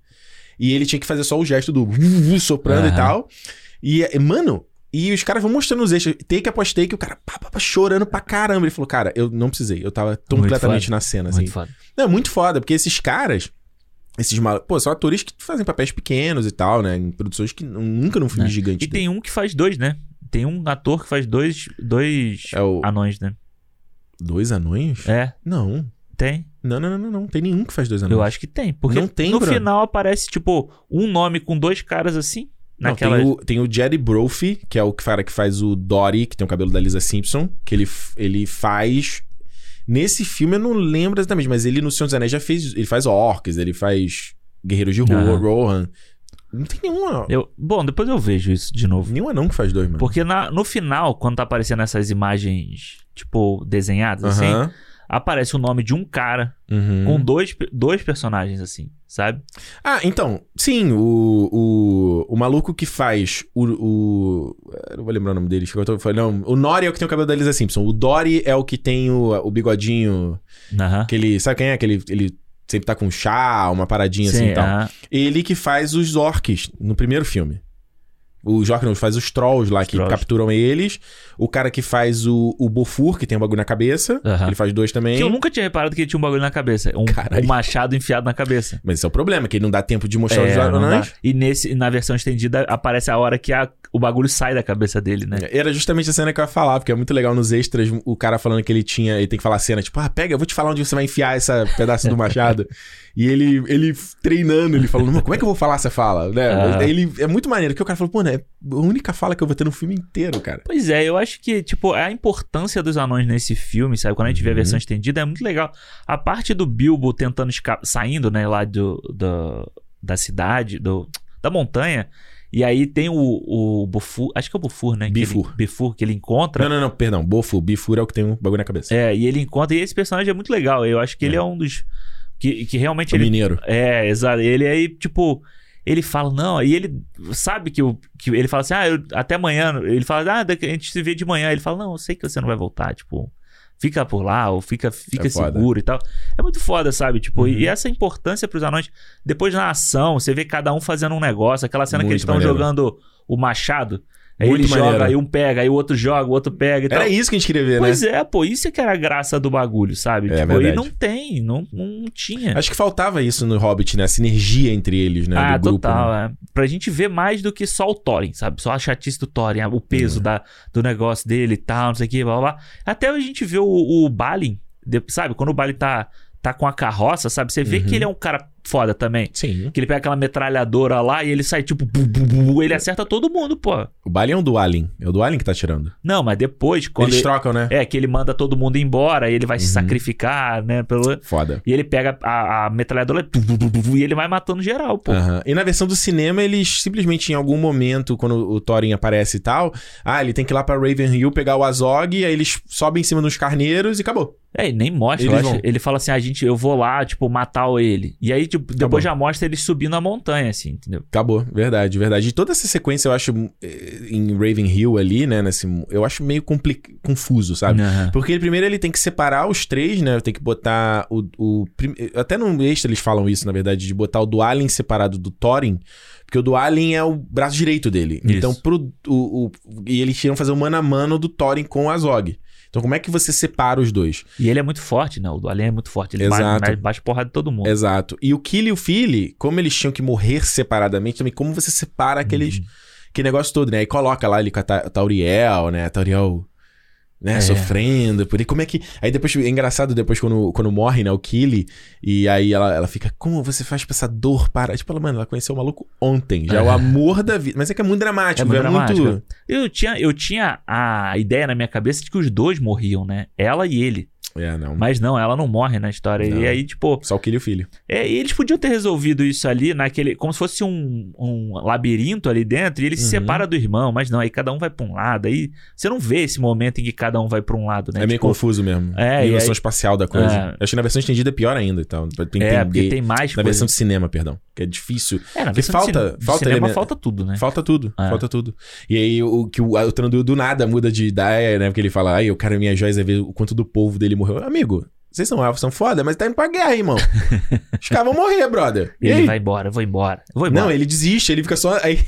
A: E ele tinha que fazer só o gesto do vu, vu, soprando e
B: Aham.
A: tal. E, eh, mano, e os caras vão mostrando os eixos. Take após take, o cara pá, pá, pá, chorando pra caramba. Ele falou, cara, eu não precisei. Eu tava tão
B: Muito
A: completamente na cena, assim.
B: Muito foda.
A: Não, é muito foda, porque esses caras, esses malucos, pô, são atores que fazem papéis pequenos e tal, né? Em produções que nu- nunca num filme
B: É.
A: gigante.
B: E tem um que faz dois, né? Tem um ator que faz dois, dois
A: É o-
B: anões, né?
A: Dois anões?
B: É,
A: Não.
B: tem.
A: Não, não, não, não, não. Tem nenhum que faz dois anões.
B: Eu acho que tem. Porque
A: Não tem,
B: no
A: Bruno.
B: final aparece, tipo, um nome com dois caras assim.
A: Não,
B: Naquela.
A: tem, o, tem o Jerry Brophy, que é o cara que faz o Dory, que tem o cabelo da Lisa Simpson, que ele, f- ele faz. Nesse filme eu não lembro exatamente, mas ele no Senhor dos Anéis já fez. Ele faz orcs, ele faz Guerreiros de Rua,
B: Aham.
A: Rohan. Não tem nenhuma.
B: Eu... Bom, depois eu vejo isso de novo.
A: Nenhuma não que faz dois, mano.
B: Porque na- no final, quando tá aparecendo essas imagens, tipo, desenhadas, assim,
A: Aham.
B: aparece o nome de um cara
A: Uhum.
B: com dois, pe- dois personagens, assim, sabe?
A: Ah, então, sim, o, o, o maluco que faz o, o- eu Não vou lembrar o nome dele, chegou, eu tô falando. Não, o Nori é o que tem o cabelo da Lisa Simpson. O Dory é o que tem o, o bigodinho
B: Aham.
A: Aquele, sabe quem é? Aquele, ele sempre tá com chá, uma paradinha assim e tal.
B: aham.
A: Ele que faz os orcs no primeiro filme. Os orcs não, faz os trolls lá que
B: Trolls.
A: capturam eles. O cara que faz o, o Bofur, que tem um bagulho na cabeça.
B: Aham.
A: Ele faz dois também.
B: Que eu nunca tinha reparado que ele tinha um bagulho na cabeça. Um,
A: Caralho.
B: um machado enfiado na cabeça.
A: Mas esse é o problema, que ele não dá tempo de mostrar os
B: É, não dá.
A: anões.
B: E nesse, na versão estendida aparece a hora que a- o bagulho sai da cabeça dele, né?
A: É. Era justamente a cena que eu ia falar, porque é muito legal nos extras o cara falando que ele tinha. Ele tem que falar a cena, tipo, ah, pega, eu vou te falar onde você vai enfiar esse pedaço do machado. e ele, ele treinando, ele falando, "Mano, como é que eu vou falar essa fala? Né?
B: Ah.
A: Daí Ele, é muito maneiro, porque o cara falou, pô, né? É a única fala que eu vou ter no filme inteiro, cara.
B: Pois é, eu acho que, tipo, a importância dos anões nesse filme, sabe? Quando a gente vê a
A: Uhum.
B: versão estendida, é muito legal. A parte do Bilbo tentando escapar, saindo, né, lá do, do- da cidade, do, da montanha. E aí tem o, o Bufur, acho que é o Bufur, né? que ele-
A: Bifur.
B: Bifur, que ele encontra.
A: Não, não, não, perdão. Bofo, Bifur é o que tem um bagulho na cabeça.
B: É, e ele encontra. E esse personagem é muito legal. Eu acho que
A: É.
B: ele é um dos. Que, que realmente
A: o
B: ele
A: mineiro.
B: É, exato. Ele aí, tipo, ele fala, não, e ele sabe que, o, que ele fala assim, ah, eu- até amanhã. Ele fala, ah, daqui- a gente se vê de manhã. Ele fala, não, eu sei que você não vai voltar, tipo, fica por lá, ou fica, fica
A: É foda.
B: seguro e tal. É muito foda, sabe? Tipo,
A: Uhum.
B: e, e essa importância pros anões. Depois na ação, você vê cada um fazendo um negócio, aquela cena que
A: Muito
B: eles estão
A: maneiro.
B: jogando o machado. Aí
A: Muito
B: ele
A: maneiro.
B: joga, aí um pega, aí o outro joga, o outro pega e tal.
A: Era isso que a gente queria ver,
B: Então, Pois
A: né?
B: é, pô, isso é que era a graça do bagulho, sabe?
A: É,
B: tipo, e
A: verdade.
B: não tem, não, não tinha.
A: Acho que faltava isso no Hobbit, né? A sinergia entre eles, né?
B: Ah,
A: do grupo.
B: total.
A: né?
B: É. Pra gente ver mais do que só o Thorin, sabe? Só a chatice do Thorin, ah, o peso
A: Uhum.
B: da, do negócio dele e tal, não sei o que, blá, blá, blá. Até a gente vê o, o Balin, de- sabe? Quando o Balin tá, tá com a carroça, sabe? Você vê
A: Uhum.
B: que ele é um cara foda também.
A: Sim.
B: Que ele pega aquela metralhadora lá e ele sai tipo. bu, bu, bu, bu, ele acerta todo mundo, pô.
A: O Bali é um do Alien. É o do Alien que tá tirando.
B: Não, mas depois, quando.
A: Eles
B: ele-
A: trocam, né?
B: É, que ele manda todo mundo embora e ele vai se
A: Uhum.
B: sacrificar, né? Pelo...
A: Foda.
B: E ele pega a, a metralhadora tu, tu, tu, tu, tu, e ele vai matando geral, pô.
A: Aham. E na versão do cinema, eles simplesmente, em algum momento, quando o Thorin aparece e tal, ah, ele tem que ir lá pra Raven Hill pegar o Azog, e aí eles sobem em cima dos carneiros e acabou.
B: É, e nem mostra.
A: Eles
B: eu acho.
A: vão.
B: Ele fala assim, a gente, eu vou lá, tipo, matar o ele. E aí, tipo, depois
A: Tá bom.
B: já mostra ele subindo a montanha, assim, entendeu?
A: Acabou, verdade, verdade. E toda essa sequência, eu acho, eh, em Raven Hill ali, né, nesse, eu acho meio compli- confuso, sabe?
B: Aham.
A: Porque ele- primeiro ele tem que separar os três, né? Tem que botar o. o prim- até no extra eles falam isso, na verdade, de botar o do Alien separado do Thorin. Porque o do Alien é o braço direito dele.
B: Isso.
A: Então, pro. O, o- e eles tiram fazer o mano a mano do Thorin com o Azog. Então, como é que você separa os dois?
B: E ele é muito forte, né? O do Alien é muito forte. Ele
A: Exato. É.
B: bate, bate porrada de todo mundo.
A: Exato. E o Kill e o Philly, como eles tinham que morrer separadamente, também como você separa aqueles.
B: Uhum.
A: Que negócio todo, né? Aí coloca lá ele com a Ta- Tauriel, né? A Tauriel. Né,
B: É.
A: sofrendo por ele. Como é que. Aí depois. É engraçado depois quando, quando morre, né? O Killy. E aí ela, ela fica. Como você faz pra essa dor parar? Tipo, ela, mano, ela conheceu o maluco ontem. Já é o
B: É.
A: amor da vida. Mas é que é muito dramático.
B: É muito
A: É muito.
B: dramático. Eu tinha, eu tinha a ideia na minha cabeça de que os dois morriam, né? Ela e ele.
A: É, não.
B: Mas não, ela não morre na história.
A: Não.
B: E aí, tipo,
A: Só o Killy e o filho.
B: é, e eles podiam ter resolvido isso ali naquele. Como se fosse um, um labirinto ali dentro. E ele se
A: Uhum.
B: separa do irmão, mas não, aí cada um vai pra um lado. Aí você não vê esse momento em que cada um vai pra um lado, né?
A: É meio
B: Tipo,
A: confuso mesmo.
B: é,
A: e a
B: e
A: versão
B: aí-
A: espacial da coisa.
B: É.
A: Eu Acho que na versão estendida é pior ainda e tal. Pra tu
B: É,
A: entender.
B: porque tem mais
A: Na
B: coisa.
A: versão de cinema, perdão. Que é difícil.
B: É, na
A: Porque
B: versão
A: falta-
B: do cine- do
A: falta
B: cinema
A: elemento-
B: falta tudo, né?
A: Falta tudo,
B: É.
A: falta tudo. E aí o que o, o Trandu do nada muda de ideia, né? Porque ele fala, ai, eu quero minhas joias é ver o quanto do povo dele morreu. Amigo, vocês são elfos, são foda, mas tá indo pra guerra, irmão. Os caras vão morrer, brother. E
B: ele
A: aí?
B: vai embora, eu vou embora. eu Vou embora.
A: Não, ele desiste, ele fica só. Aí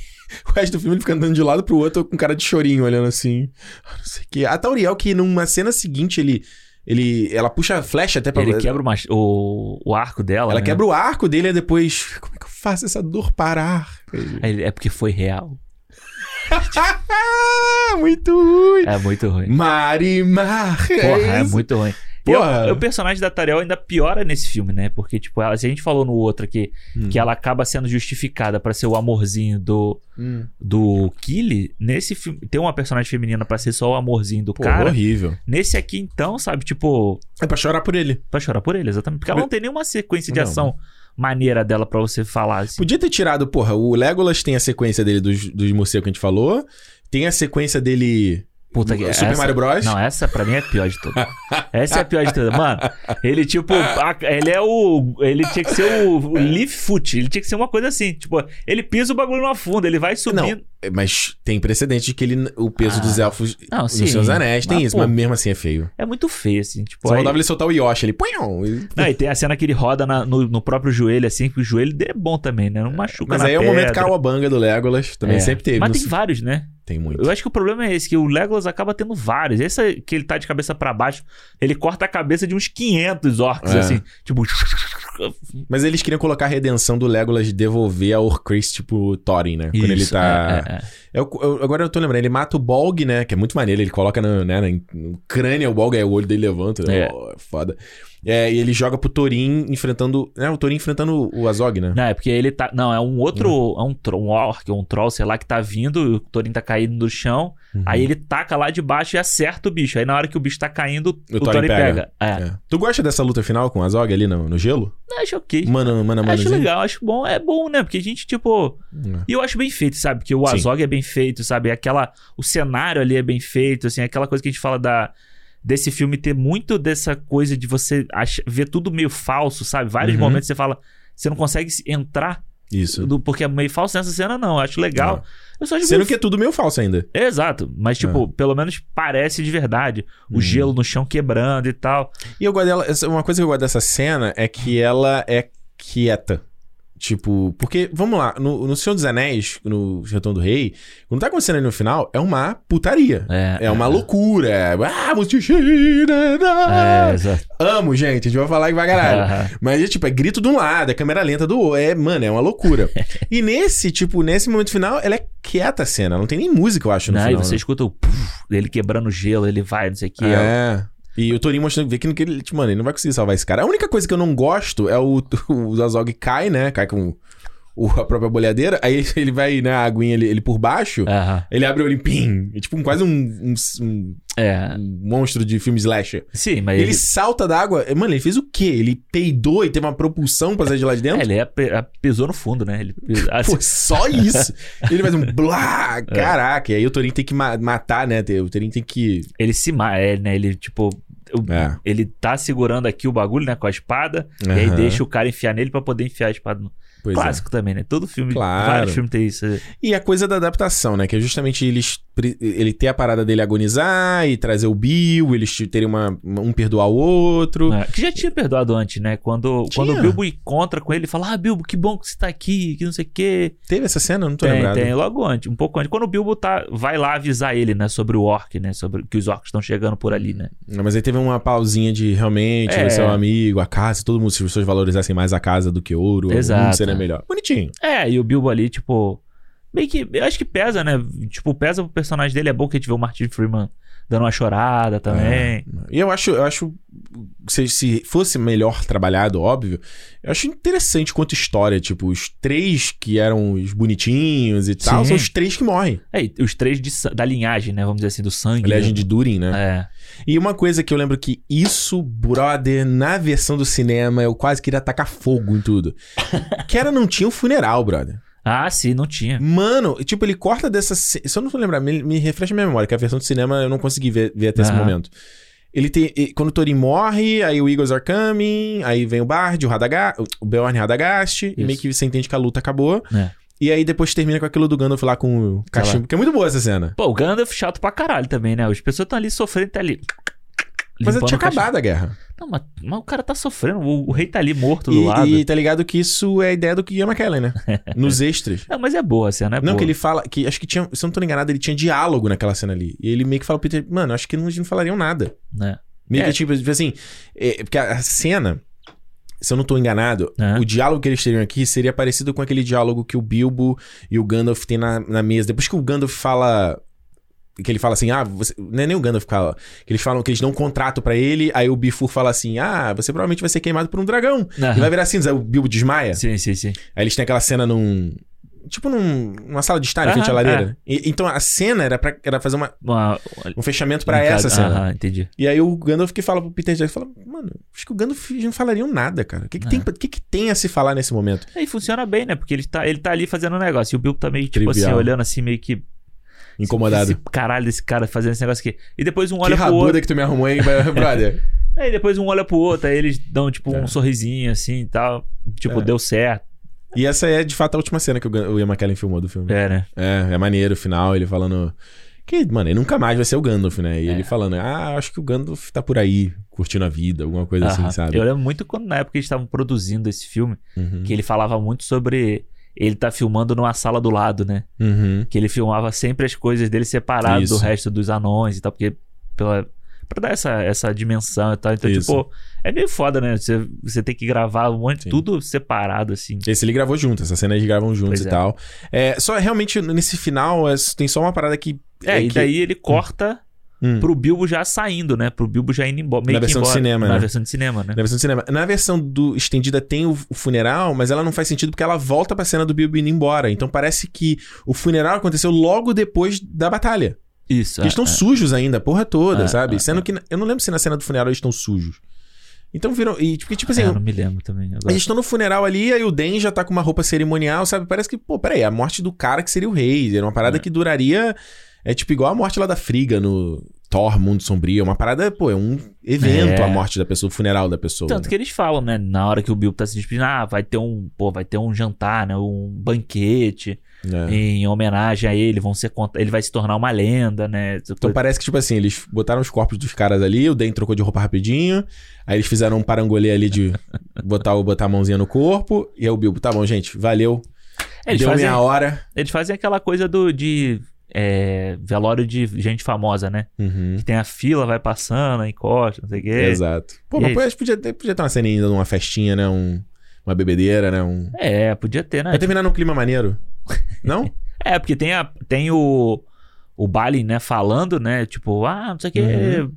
A: o resto do filme ele fica andando de um lado pro outro com cara de chorinho, olhando assim. "Ah, Não sei o que. A Tauriel, que numa cena seguinte, ele. ele ela puxa a flecha até pra.
B: Ele quebra o mach- o, o arco dela.
A: Ela
B: né?
A: quebra o arco dele e depois. Como é que eu faço essa dor parar?
B: Aí ele, É porque foi real.
A: Ah, Muito ruim.
B: É muito ruim.
A: Marimar.
B: Porra, é,
A: isso.
B: muito ruim.
A: Porra.
B: E o- o personagem da Tarel ainda piora nesse filme, né? Porque, tipo, ela, se a gente falou no outro aqui
A: Hum.
B: que ela acaba sendo justificada pra ser o amorzinho do,
A: Hum.
B: do Killy, nesse filme tem uma personagem feminina pra ser só o amorzinho do
A: Pô,
B: cara.
A: horrível.
B: Nesse aqui, então, sabe, tipo,
A: É pra chorar por ele.
B: pra chorar por ele, exatamente. Porque ela não tem nenhuma sequência de
A: Não.
B: ação maneira dela pra você falar assim.
A: Podia ter tirado, porra, o Legolas tem a sequência dele dos, dos morcegos que a gente falou. Tem a sequência dele.
B: Puta que
A: do Super
B: essa-
A: Mario Bros.
B: Não, essa pra mim é a pior de todas. Essa é a pior de todas. Mano, ele tipo. a- ele é o. Ele tinha que ser
A: É.
B: o, o leaf foot. Ele tinha que ser uma coisa assim. Tipo, ele pisa o bagulho no afundo, ele vai subindo.
A: Mas tem precedente de que ele, o peso
B: Ah.
A: dos elfos
B: Não,
A: nos
B: sim.
A: seus anéis tem
B: Mas,
A: isso,
B: pô,
A: mas mesmo assim é feio.
B: É muito feio, assim. Tipo,
A: Só
B: aí,
A: mandava ele soltar o Yoshi, ele. Punhão, e-
B: não, e tem a cena que ele roda na- no, no próprio joelho, assim, que o joelho dele é bom também, né? Não machuca.
A: Mas
B: na
A: aí é o
B: pedra.
A: momento cauabanga do Legolas. Também
B: É.
A: sempre teve.
B: Mas
A: não
B: tem
A: sei-
B: vários, né?
A: tem muito.
B: Eu acho que o problema é esse, que o Legolas acaba tendo vários. Esse que ele tá de cabeça pra baixo, ele corta a cabeça de uns 500 orcs,
A: É.
B: assim. Tipo,
A: Mas eles queriam colocar a redenção do Legolas de devolver a Orcris, tipo, Thorin, né? Quando ele
B: isso,
A: tá.
B: é, é, é.
A: Eu- eu- agora eu tô lembrando, ele mata o Bolg, né? Que é muito maneiro, ele coloca no, né, no- no crânio o Bolg, aí o olho dele levanta, né?
B: É.
A: Oh, é foda. É, e ele joga pro Thorin enfrentando. Né, o Thorin enfrentando o Azog, né?
B: Não, é porque ele tá. Não, é um outro.
A: Hum.
B: É um, tro- um orc, um troll, sei lá, que tá vindo. O Thorin tá caindo no chão.
A: Uhum.
B: Aí ele taca lá de baixo e acerta o bicho. Aí na hora que o bicho tá caindo, o,
A: Thorin
B: Thorin pega. É.
A: É. Tu gosta dessa luta final com o Azog ali no, no gelo?
B: Não, acho ok.
A: Mano, mano, mano.
B: acho legal, acho bom. É bom, né? Porque a gente, tipo.
A: legal.
B: E eu acho bem feito, sabe? Porque o
A: Sim.
B: Azog é bem feito, sabe? Aquela. O cenário ali é bem feito, assim. Aquela coisa que a gente fala da. Desse filme ter muito dessa coisa de você ach- ver tudo meio falso, sabe? Vários
A: Uhum.
B: momentos você fala. Você não consegue entrar
A: Isso.
B: do- porque é meio falso nessa cena, não. Eu acho legal. Eu só acho
A: Sendo
B: meio
A: que é tudo meio falso ainda.
B: Exato, mas tipo, pelo menos parece de verdade. O
A: É. Hum.
B: gelo no chão quebrando e tal.
A: E eu gosto dela. essa- Uma coisa que eu gosto dessa cena é que ela é quieta. Tipo, porque, vamos lá, no, no Senhor dos Anéis, no Retorno do Rei, quando tá acontecendo ali no final, é uma putaria. É uma loucura. é, Ah, você cheira,
B: É,
A: né?
B: exato.
A: Amo, gente. A gente vai falar que vai caralho.
B: Aham.
A: Mas é tipo, é grito de um lado, é câmera lenta do outro. É, mano, é uma loucura. e nesse, tipo, nesse momento final, ela é quieta a cena. Não tem nem música, eu acho, no
B: Né, e
A: final.
B: você
A: né?
B: escuta o puff, ele quebrando o gelo, ele vai, não sei o que.
A: É. E o Torinho mostrando, vê que, não- que ele, tipo, mano, ele não vai conseguir salvar esse cara. A única coisa que eu não gosto é o, o Azog cai, né? Cai com o- a própria boleadeira. Aí ele- ele vai, né, a aguinha ele, ele por baixo.
B: Aham.
A: Ele abre o olho e pim. É tipo um, quase um, um, um-
B: É.
A: um monstro de filme slasher.
B: Sim,
A: E
B: mas
A: ele salta da água. É, Mano, ele fez o quê? Ele peidou e teve uma propulsão pra sair de lá de dentro?
B: É, ele ape- a- pisou no fundo, né? Ele pis- assim,
A: Pô, só isso. ele faz um blá,
B: É.
A: caraca. E aí o Torinho tem que ma- matar, né? O Torinho tem que.
B: ele se ma... é, né? Ele, tipo. o-
A: É.
B: Ele tá segurando aqui o bagulho, né? Com a espada. E aí
A: Aham.
B: deixa o cara enfiar nele pra poder enfiar a espada no.
A: Pois é.
B: Clássico também, né? Todo filme.
A: Claro.
B: Vários filmes tem isso.
A: E a coisa da adaptação, né? Que é justamente eles, pre- ele ter a parada dele agonizar e trazer o Bill, eles te- terem uma, um perdoar o outro.
B: né? Que já tinha perdoado antes, né? Quando,
A: Tinha.
B: quando o Bilbo encontra com ele, ele fala: Ah, Bilbo, que bom que você tá aqui, que não sei o quê.
A: Teve essa cena? Eu Não tô
B: tem,
A: lembrado.
B: tem, logo antes, um pouco antes. Quando o Bilbo tá, vai lá avisar ele, né? Sobre o orc, né? Sobre que os orcs estão chegando por ali, né?
A: Não, Mas aí teve uma pausinha de realmente,
B: É.
A: você é um amigo, a casa, todo mundo, se as pessoas valorizassem mais a casa do que ouro, o mundo
B: Exato.
A: seria melhor. Bonitinho.
B: É, e o Bilbo ali, tipo. Meio que. Eu acho que pesa, né? Tipo, pesa pro personagem dele. É bom que a gente vê o Martin Freeman dando uma chorada também.
A: E eu acho, eu acho se, se fosse melhor trabalhado, óbvio, eu acho interessante quanto história, tipo, os três que eram os bonitinhos e tal,
B: Sim.
A: são os três que morrem.
B: É, e os três de sa- da linhagem, né? Vamos dizer assim, do sangue.
A: Aliás, de Durin, né?
B: né?
A: E uma coisa que eu lembro que isso, brother, na versão do cinema, eu quase queria atacar fogo em tudo. que era não tinha um funeral, brother.
B: É. Ah, sim, não tinha.
A: Mano, tipo, ele corta dessa. ce- Se eu não vou lembrar, me, me refresca a minha memória, que a versão do cinema eu não consegui ver, ver até esse
B: Aham.
A: momento. Ele tem. e- Quando o Thorin morre, aí o Eagles are coming, aí vem o Bard, o Radagast, o Beorn e Radagast, e
B: Isso.
A: meio que você entende que a luta acabou.
B: É. Tá
A: E aí depois termina com aquilo do Gandalf lá com o cachimbo, que é muito boa essa cena.
B: Pô, o Gandalf chato pra caralho também, né? As pessoas estão ali sofrendo, tá ali.
A: Mas
B: limpando
A: tinha
B: o cachorro.
A: acabado a guerra.
B: Não, mas, mas o cara tá sofrendo. O, o rei tá ali morto do
A: E-
B: lado.
A: E, tá ligado que isso é a ideia do que Ian McKellen, né? Nos extras.
B: Não, mas é boa a cena, é
A: Não,
B: boa.
A: que ele fala. que Acho que tinha. Se eu não tô enganado, ele tinha diálogo naquela cena ali. E ele meio que fala pro Peter, mano, acho que não- eles não falariam nada.
B: né?
A: Meio
B: É.
A: que tipo, tipo assim. é, porque a a cena. Se eu não tô enganado,
B: É.
A: o diálogo que eles teriam aqui seria parecido com aquele diálogo que o Bilbo e o Gandalf têm na, na mesa. Depois que o Gandalf fala. Que ele fala assim, ah, você. Não é nem o Gandalf que fala. Que eles falam que eles dão um contrato pra ele, aí o Bifur fala assim, ah, você provavelmente vai ser queimado por um dragão. E vai virar cinza, o Bilbo desmaia.
B: Né? Sim, sim, sim.
A: Aí eles têm aquela cena num. Tipo num, numa sala de estar em
B: Aham, é.
A: frente à lareira. E- então a cena era pra era fazer uma-
B: Uma,
A: um fechamento pra essa cena.
B: Ah, entendi.
A: E aí o Gandalf que fala pro Peter Jackson, fala, mano, acho que o Gandalf eles não falariam nada, cara. O que, que,
B: É.
A: tem, pra- o que, que tem a se falar nesse momento?
B: Aí funciona bem, né? Porque ele tá, ele tá ali fazendo um negócio. E o Bilbo tá meio, tipo
A: Trivial.
B: assim, olhando assim, meio que.
A: Incomodado.
B: Esse caralho desse cara fazendo esse negócio aqui. E depois um
A: que
B: olha pro
A: rabuda
B: outro.
A: que tu me arrumou, hein, brother?
B: Aí depois um olha pro outro. Aí eles dão, tipo,
A: É.
B: um sorrisinho assim e tal. Tipo,
A: É.
B: deu certo.
A: e essa é, de fato, a última cena que o, Gan- o Ian McKellen filmou do filme.
B: É, né?
A: É, é maneiro o final, ele falando. Que, mano, ele nunca mais vai ser o Gandalf, né? E
B: É.
A: ele falando, ah, acho que o Gandalf tá por aí, curtindo a vida, alguma coisa assim,
B: Aham.
A: sabe?
B: Eu lembro muito quando na época eles estavam produzindo esse filme,
A: Uhum.
B: que ele falava muito sobre ele tá filmando numa sala do lado, né?
A: Uhum.
B: Que ele filmava sempre as coisas dele separado
A: Isso.
B: do resto dos anões e tal, porque pela, pra dar essa, essa dimensão e tal. Então,
A: Isso.
B: tipo, é meio foda, né? Você, você tem que gravar um monte,
A: Sim.
B: tudo separado, assim.
A: Esse ele gravou junto, essa cena eles gravam juntos
B: Pois
A: e
B: é.
A: tal. É, só realmente nesse final é, tem só uma parada que.
B: É, e
A: que-
B: daí ele corta
A: Hum.
B: pro Bilbo já saindo, né? Pro Bilbo já indo embora. Meio
A: Na
B: que
A: versão de
B: embora.
A: cinema,
B: Na
A: né?
B: versão de cinema, né?
A: Na versão do cinema. Na versão do estendida tem o, o funeral, mas ela não faz sentido porque ela volta pra cena do Bilbo indo embora. Então parece que o funeral aconteceu logo depois da batalha.
B: Isso.
A: Eles
B: é,
A: estão
B: é.
A: sua sujos ainda, a porra toda,
B: É,
A: sabe?
B: é,
A: Sendo que. na- Eu não lembro se na cena do funeral eles estão sujos. Então viram. E, tipo, tipo assim,
B: É, eu não me lembro também. Agora.
A: Eles estão no funeral ali, aí o Den já tá com uma roupa cerimonial, sabe? Parece que, pô, peraí, a morte do cara que seria o rei. Era uma parada
B: É.
A: que duraria. É tipo igual a morte lá da Friga no Thor, Mundo Sombrio. É uma parada, pô, é um evento
B: É.
A: a morte da pessoa, o funeral da pessoa.
B: Tanto
A: né?
B: que eles falam, né? Na hora que o Bilbo tá se despedindo, ah, vai ter um, pô, vai ter um jantar, né? Um banquete
A: É.
B: em homenagem a ele, vão ser cont... ele vai se tornar uma lenda, né? Essa
A: Então
B: coisa.
A: parece que, tipo assim, eles botaram os corpos dos caras ali, o Den trocou de roupa rapidinho, aí eles fizeram um parangolê ali de botar, o- botar a mãozinha no corpo, e aí o Bilbo, tá bom, gente, valeu,
B: É, eles,
A: deu
B: fazem,
A: minha hora.
B: eles fazem aquela coisa do de é, velório de gente famosa, né?
A: Uhum.
B: Que tem a fila, vai passando, encosta, não sei o quê.
A: Exato. Pô,
B: E
A: mas
B: aí?
A: podia- podia, ter- podia ter uma cena ainda, uma festinha, né? Um- uma bebedeira, né? Um...
B: É, podia ter, né?
A: Vai terminar num clima maneiro. Não?
B: É, porque tem, a, tem o, o Balin, né, falando, né? Tipo, ah, não sei o que,
A: Uhum.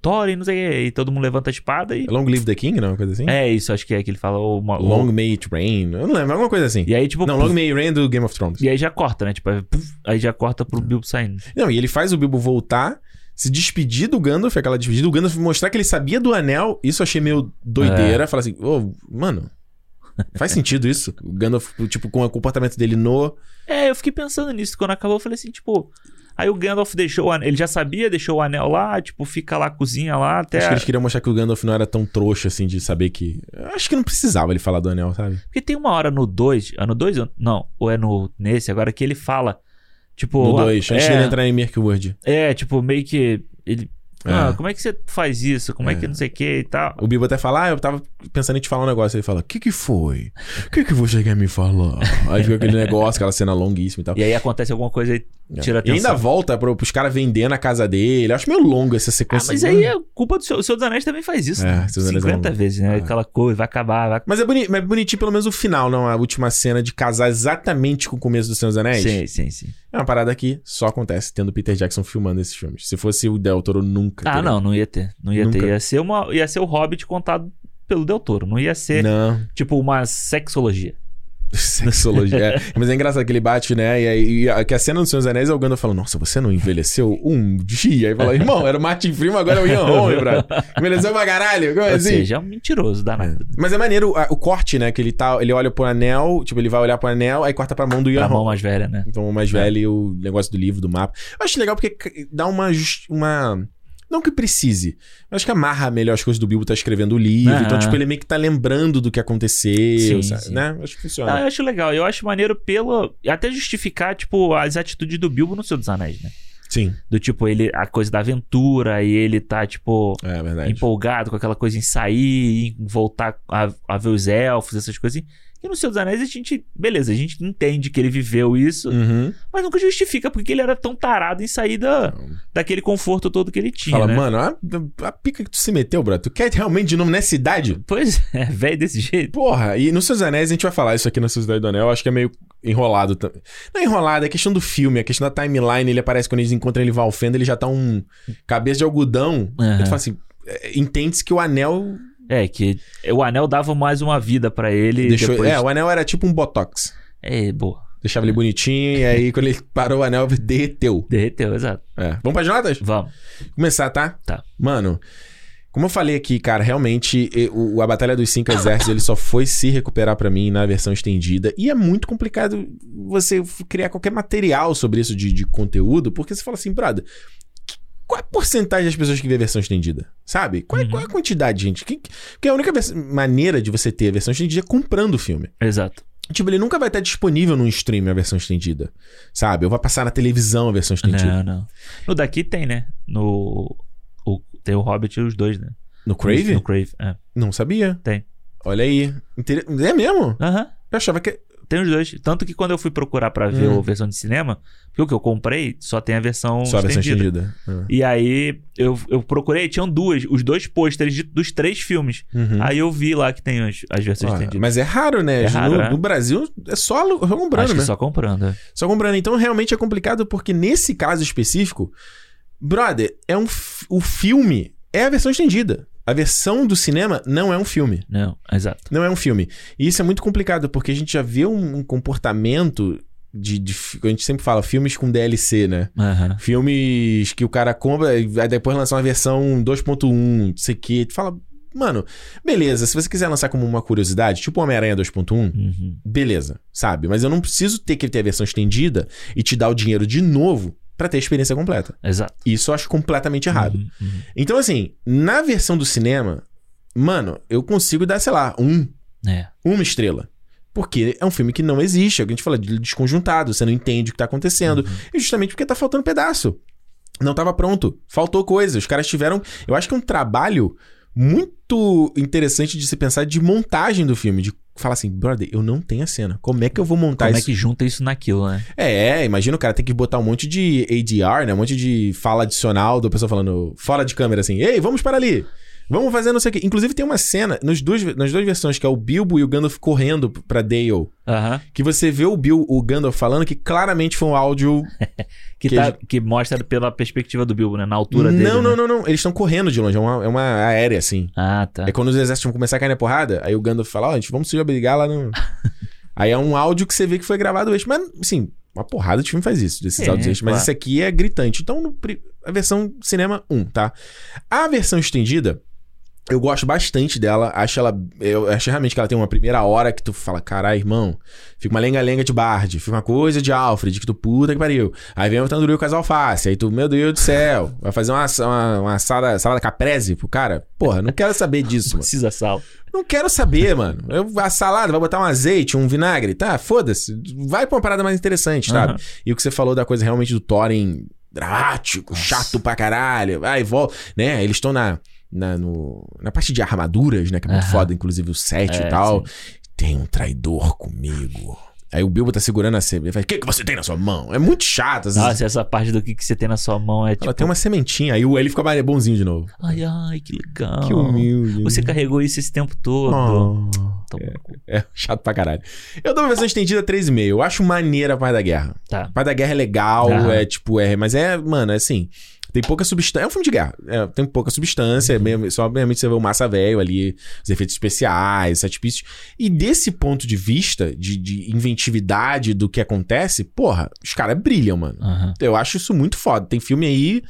B: Thorin, não sei o que. E todo mundo levanta a espada e.
A: Long Live the King, não? Uma coisa assim?
B: É isso, acho que é que ele fala. O, o-
A: Long May It Rain. Eu não lembro, alguma coisa assim.
B: E aí, tipo.
A: Não,
B: puf,
A: Long May It Rain do Game of Thrones.
B: E aí já corta, né? Tipo, aí, puf, aí já corta pro Bilbo saindo.
A: Não, e ele faz o Bilbo voltar, se despedir do Gandalf, aquela despedida do Gandalf, mostrar que ele sabia do anel. Isso eu achei meio doideira. Falar assim, ô, mano, faz sentido isso? O Gandalf, tipo, com o comportamento dele no.
B: É, eu fiquei pensando nisso. Quando acabou, eu falei assim, tipo. Aí o Gandalf deixou o anel. Ele já sabia, deixou o anel lá, tipo, fica lá, cozinha lá, até.
A: Acho que eles queriam mostrar que o Gandalf não era tão trouxa assim de saber que. Acho que não precisava ele falar do anel, sabe?
B: Porque tem uma hora no 2. Ah, no 2? Não, ou é no nesse agora que ele fala. Tipo.
A: No
B: ah,
A: 2, antes
B: é,
A: dele entrar em Mirkwood.
B: É, tipo, meio que. Ele. Ah,
A: É.
B: como é que você faz isso? Como é,
A: É.
B: que não sei o que e tal?
A: O Bilbo até fala, ah, eu tava pensando em te falar um negócio. Ele fala, o que que foi? O que que você quer me falar? Aí fica aquele negócio, aquela cena longuíssima e tal.
B: E aí acontece alguma coisa e
A: É.
B: tira a
A: E ainda
B: atenção.
A: volta pro, pros caras vendendo a casa dele. Eu acho meio longa essa
B: Ah,
A: sequência.
B: mas aí é culpa do seu. O seu dos Anéis também faz isso.
A: É,
B: né?
A: Senhor dos Anéis é
B: 50
A: longo.
B: vezes, né?
A: É.
B: Aquela coisa, vai acabar, vai
A: Mas é, boni... mas é bonitinho pelo menos o final, não? A última cena de casar exatamente com o começo do Senhor dos Anéis.
B: Sim, sim, sim.
A: É uma parada que só acontece tendo Peter Jackson filmando esses filmes. Se fosse o Del Toro, nunca.
B: Ah,
A: teria.
B: não, não ia ter. Não ia
A: Nunca.
B: ter. Ia ser, uma, ia ser o Hobbit contado pelo Del Toro. Não ia ser,
A: Não.
B: tipo, uma sexologia.
A: Sexologia. É. Mas é engraçado que ele bate, né? E aí e a, que a cena do Senhor dos Anéis é o Gandalf falando: Nossa, você não envelheceu um dia? Aí fala: Irmão, era o Martin Freeman, agora é o Ian Holm, brother. Envelheceu pra caralho. Como
B: Ou
A: assim?
B: seja, é um mentiroso danado.
A: Mas é maneiro a- o corte, né? Que ele tá. Ele olha pro anel, tipo, ele vai olhar pro anel, aí corta pra mão do
B: Pra
A: Ian
B: mão
A: Holm.
B: mais velha, né?
A: Então o mais velho e o negócio do livro, do mapa. Eu acho legal porque c- dá uma. jus- uma... Não que precise, mas acho que amarra melhor as coisas do Bilbo tá escrevendo o livro.
B: Aham.
A: Então, tipo, ele meio que tá lembrando do que aconteceu,
B: É. Sim,
A: sabe?
B: sim. Tá.
A: Né? Acho que funciona.
B: Não, eu acho legal. Eu acho maneiro pelo. Até justificar, tipo, as atitudes do Bilbo no Senhor dos Anéis, né?
A: Sim,
B: Do tipo, ele. A coisa da aventura e ele tá, tipo.
A: é verdade.
B: Empolgado com aquela coisa em sair, em voltar a, a ver os elfos, essas coisas assim. E no Senhor dos Anéis a gente. Beleza, a gente entende que ele viveu isso,
A: Uhum.
B: mas nunca justifica porque ele era tão tarado em sair da, daquele conforto todo que ele tinha.
A: Fala,
B: né?
A: mano, a, a pica que tu se meteu, brother. Tu quer realmente de novo nessa idade?
B: Pois é, velho desse jeito.
A: Porra, e no Seus Anéis a gente vai falar isso aqui na Sociedade do Anel, eu acho que é meio enrolado também. Não é enrolado, é questão do filme, é questão da timeline, ele aparece quando eles encontram ele Valfenda, ele já tá um cabeça de algodão.
B: Aham.
A: Aí tu fala assim, é, entende-se que o anel
B: É, que o anel dava mais uma vida pra ele.
A: deixou,
B: depois...
A: é, o anel era tipo um botox.
B: é, boa.
A: Deixava ele bonitinho e aí quando ele parou o anel derreteu.
B: Derreteu, exato.
A: É. Vamos para notas?
B: Vamos.
A: Começar, tá?
B: Tá.
A: Mano, como eu falei aqui, cara, realmente e- o, a Batalha dos Cinco Exércitos ele só foi se recuperar pra mim na versão estendida. E é muito complicado você f- criar qualquer material sobre isso de, de conteúdo, porque você fala assim, brother. que- Qual é a porcentagem das pessoas que vê a versão estendida? Sabe? Qual é,
B: Uhum.
A: qual é a quantidade, gente? Que, que- porque a única vers- maneira de você ter a versão estendida é comprando o filme.
B: Exato.
A: Tipo, ele nunca vai estar disponível num stream a versão estendida. Sabe? Eu vou passar na televisão a versão estendida.
B: Não, não. No daqui tem, né? No. o- Tem o Hobbit e os dois, né?
A: No Crave?
B: No Crave, é.
A: Não sabia.
B: Tem.
A: Olha aí. Inter- É mesmo?
B: Aham.
A: Eu achava que.
B: Tem os dois. Tanto que quando eu fui procurar pra ver
A: Hum.
B: a versão de cinema, porque o que eu comprei só tem a versão
A: Só a versão
B: estendida.
A: estendida. Ah.
B: E aí eu, eu procurei, tinham duas, os dois pôsteres de- dos três filmes.
A: Uhum.
B: Aí eu vi lá que tem as, as versões
A: Ó,
B: estendidas.
A: mas é raro, né?
B: Ah, É
A: No-
B: raro,
A: no,
B: é.
A: Brasil é só alu- só comprando,
B: Acho que
A: né? Só...
B: só comprando. é.
A: comprando. Então realmente é complicado porque nesse caso específico, brother, é um f- o filme é a versão estendida. A versão do cinema não é um filme.
B: Não, exato.
A: Não é um filme. E isso é muito complicado, porque a gente já vê um, um comportamento de, de. fi- A gente sempre fala filmes com DLC, né?
B: Aham.
A: Filmes que o cara compra e vai depois lançar uma versão 2.1, não sei o quê. Tu fala, mano, beleza, se você quiser lançar como uma curiosidade, tipo Homem-Aranha 2.1,
B: Uhum.
A: beleza, sabe? Mas eu não preciso ter que ter a versão estendida e te dar o dinheiro de novo pra ter a experiência completa.
B: Exato.
A: Isso eu acho completamente errado.
B: Uhum, uhum.
A: Então, assim, na versão do cinema, mano, eu consigo dar, sei lá, um,
B: É.
A: uma estrela. Porque é um filme que não existe, é o que a gente fala de desconjuntado, você não entende o que tá acontecendo.
B: Uhum.
A: E justamente porque tá faltando pedaço. Não tava pronto. Faltou coisa. Os caras tiveram. Eu acho que é um trabalho muito interessante de se pensar de montagem do filme. De falar assim, brother, eu não tenho a cena. Como é que eu vou montar
B: Como é
A: isso?
B: que junta isso naquilo, né?
A: É, é, imagina o cara tem que botar um monte de ADR, né? Um monte de fala adicional do pessoal falando fora de câmera assim, ei, vamos para ali. Vamos fazer não sei o quê. Inclusive tem uma cena nos dois, nas duas versões que é o Bilbo e o Gandalf correndo pra Dale,
B: Aham.
A: que você vê o Bill, o Gandalf falando que claramente foi um áudio
B: Que,
A: Que
B: tá- que mostra pela perspectiva do Bilbo, né? Na altura dele.
A: não,
B: né?
A: não, não, não. Eles estão correndo de longe. É uma, é uma aérea, assim.
B: Ah, tá.
A: Aí quando os exércitos vão começar a cair na porrada, aí o Gandalf fala, ó, a gente vamos se obrigar lá no... aí é um áudio que você vê que foi gravado extra. Mas, assim, uma porrada de filme faz isso, desses
B: É,
A: áudios extras. Mas
B: claro.
A: esse aqui é gritante. Então, no pri- a versão cinema 1, tá? A versão estendida... Eu gosto bastante dela, acho ela. Eu acho realmente que ela tem uma primeira hora que tu fala, carai, irmão, fica uma lenga-lenga de Bard, fica uma coisa de Alfred, que tu puta que pariu. Aí vem o Tanduril com as alface, aí tu, meu Deus do céu, vai fazer uma, uma, uma salada, salada caprese pro cara? Porra, não quero saber disso, mano.
B: Precisa sal.
A: Não quero saber, mano. Eu, a salada, vai botar um azeite, um vinagre, tá? Foda-se. Vai pra uma parada mais interessante, sabe?
B: Aham.
A: E o que você falou da coisa realmente do Thorin dramático, chato pra caralho, vai e volta, né? Eles estão na, na, no- na parte de armaduras, né? Que é muito
B: Aham.
A: foda, inclusive o 7
B: É,
A: e tal. Tem um traidor comigo. Aí o Bilbo tá segurando a semente. Ele fala, o que, que você tem na sua mão? É muito chato. Assim.
B: Nossa, Ah, essa parte do que, que você tem na sua mão é tipo.
A: Ela tem uma sementinha. Aí o- ele fica mais bonzinho de novo.
B: Ai, ai, que legal.
A: Que humilde.
B: Você
A: né?
B: carregou isso esse tempo todo.
A: Oh.
B: Toma no cu.
A: É, chato pra caralho. Eu dou uma versão estendida 3,5. Eu acho maneira a Paz da Guerra.
B: Tá.
A: Paz da Guerra é legal,
B: Aham.
A: é tipo, é. Mas é, mano, é assim. Tem pouca substância. É um filme de guerra. é, tem pouca substância. é meio- só realmente você vê o massa velho ali, os efeitos especiais, os artifícios. E desse ponto de vista, de, de inventividade do que acontece, porra, os caras brilham, mano.
B: Aham.
A: Eu acho isso muito foda. Tem filme aí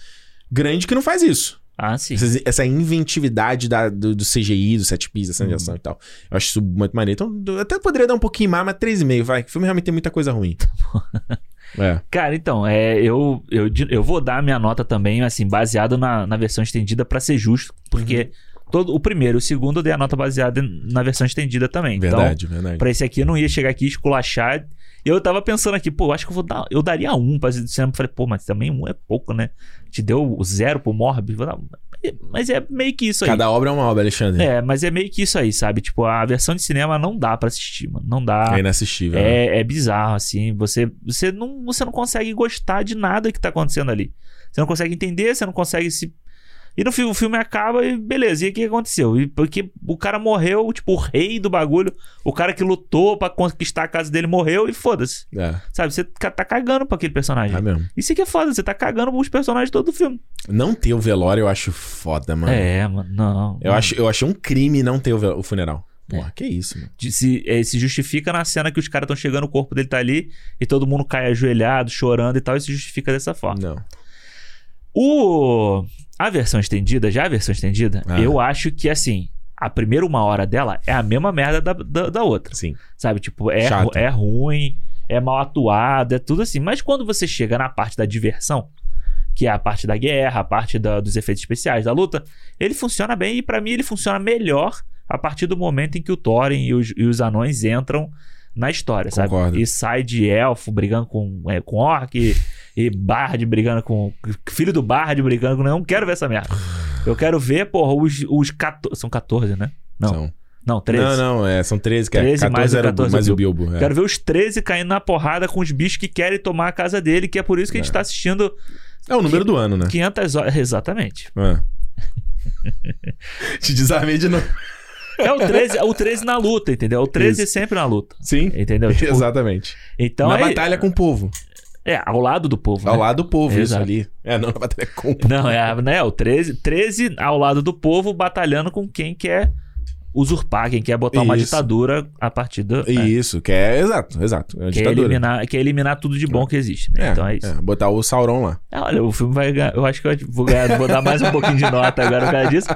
A: grande que não faz isso.
B: Ah, sim.
A: Essas- Essa, inventividade da- do, do CGI, do set piece, da
B: Uhum.
A: cena de ação e tal. Eu acho isso muito maneiro. Então, eu até poderia dar um pouquinho mais, mas 3,5, vai. que O filme realmente tem muita coisa ruim.
B: Tá
A: é.
B: Cara, então, é, eu, eu, di- eu vou dar a minha nota também, assim, baseado na, na versão estendida pra ser justo, porque
A: Uhum.
B: todo o primeiro e o segundo eu dei a nota baseada na versão estendida também. Então,
A: Verdade, verdade.
B: pra esse aqui eu não ia chegar aqui e esculachar. E eu tava pensando aqui, pô, acho que eu vou dar. Eu daria um pra esse do cinema. Falei, pô, mas também um é pouco, né? Te deu zero pro Morbi. vou dar- um. Mas é meio que isso aí.
A: Cada obra é uma obra, Alexandre. É,
B: É, mas é meio que isso aí, sabe? Tipo, a versão de cinema não dá pra assistir, mano. Não dá.
A: inassistível. né?
B: É, é bizarro, assim. Você, você, não, você não consegue gostar de nada que tá acontecendo ali. Você não consegue entender, você não consegue se. E no filme, o filme acaba e beleza, e o que aconteceu? E porque o cara morreu, tipo, o rei do bagulho, o cara que lutou pra conquistar a casa dele morreu e foda-se.
A: É,
B: Sabe, você ca- tá cagando pra aquele
A: tá
B: personagem.
A: mesmo.
B: Isso que é foda, você tá cagando pros personagens todo do filme.
A: Não ter o velório eu acho foda, mano.
B: É, mano, não.
A: Eu, acho, eu achei um crime não ter o, vel- o funeral.
B: É.
A: Porra, que isso, mano.
B: de- se, eh, se justifica na cena que os caras estão chegando, o corpo dele tá ali e todo mundo cai ajoelhado, chorando e tal, e se justifica dessa forma.
A: Não.
B: O a versão estendida, já a versão estendida,
A: Ah.
B: eu acho que assim, a primeira uma hora dela é a mesma merda da, da, da outra,
A: Sim.
B: sabe? Tipo, é,
A: Chato.
B: ru- é ruim, é mal atuado, é tudo assim. Mas quando você chega na parte da diversão, que é a parte da guerra, a parte da- dos efeitos especiais, da luta, ele funciona bem e pra mim ele funciona melhor a partir do momento em que o Thorin e os, e os anões entram na história,
A: Concordo.
B: sabe? E sai de elfo brigando com, é, com orc e, e Bard brigando com. Filho do Bard brigando com. Não quero ver essa merda. Eu quero ver, porra, os, os 14. São 14, né? Não.
A: São.
B: Não, 13.
A: Não, não, é, são 13, que é
B: 13
A: 14
B: mais o
A: era o-
B: 14
A: mais o Bilbo. é.
B: Quero ver os 13 caindo na porrada com os bichos que querem tomar a casa dele, que é por isso que a gente tá assistindo
A: É o número do ano, né?
B: 500 horas. Exatamente.
A: Ah. Te desarmei de novo.
B: É o 13, é o 13 na luta, entendeu? É O 13 sempre na luta.
A: Sim.
B: Entendeu? Tipo,
A: Exatamente.
B: então
A: na
B: é,
A: batalha com o povo.
B: é ao lado do povo.
A: Ao
B: né?
A: lado do povo, isso
B: Exato.
A: ali. É, não na batalha com o povo.
B: Não, é, a- né, o 13, 13 ao lado do povo batalhando com quem quer usurpar, quem quer botar uma
A: Isso.
B: ditadura a partir do.
A: E
B: é,
A: Isso, que é exato, exato. É uma
B: quer,
A: ditadura.
B: eliminar, quer eliminar tudo de bom que existe, né?
A: É,
B: então é isso.
A: é, botar o Sauron lá.
B: Ah, Olha, o filme vai ganhar. Eu acho que eu vou, ganhar, vou dar mais um pouquinho de nota agora por causa disso.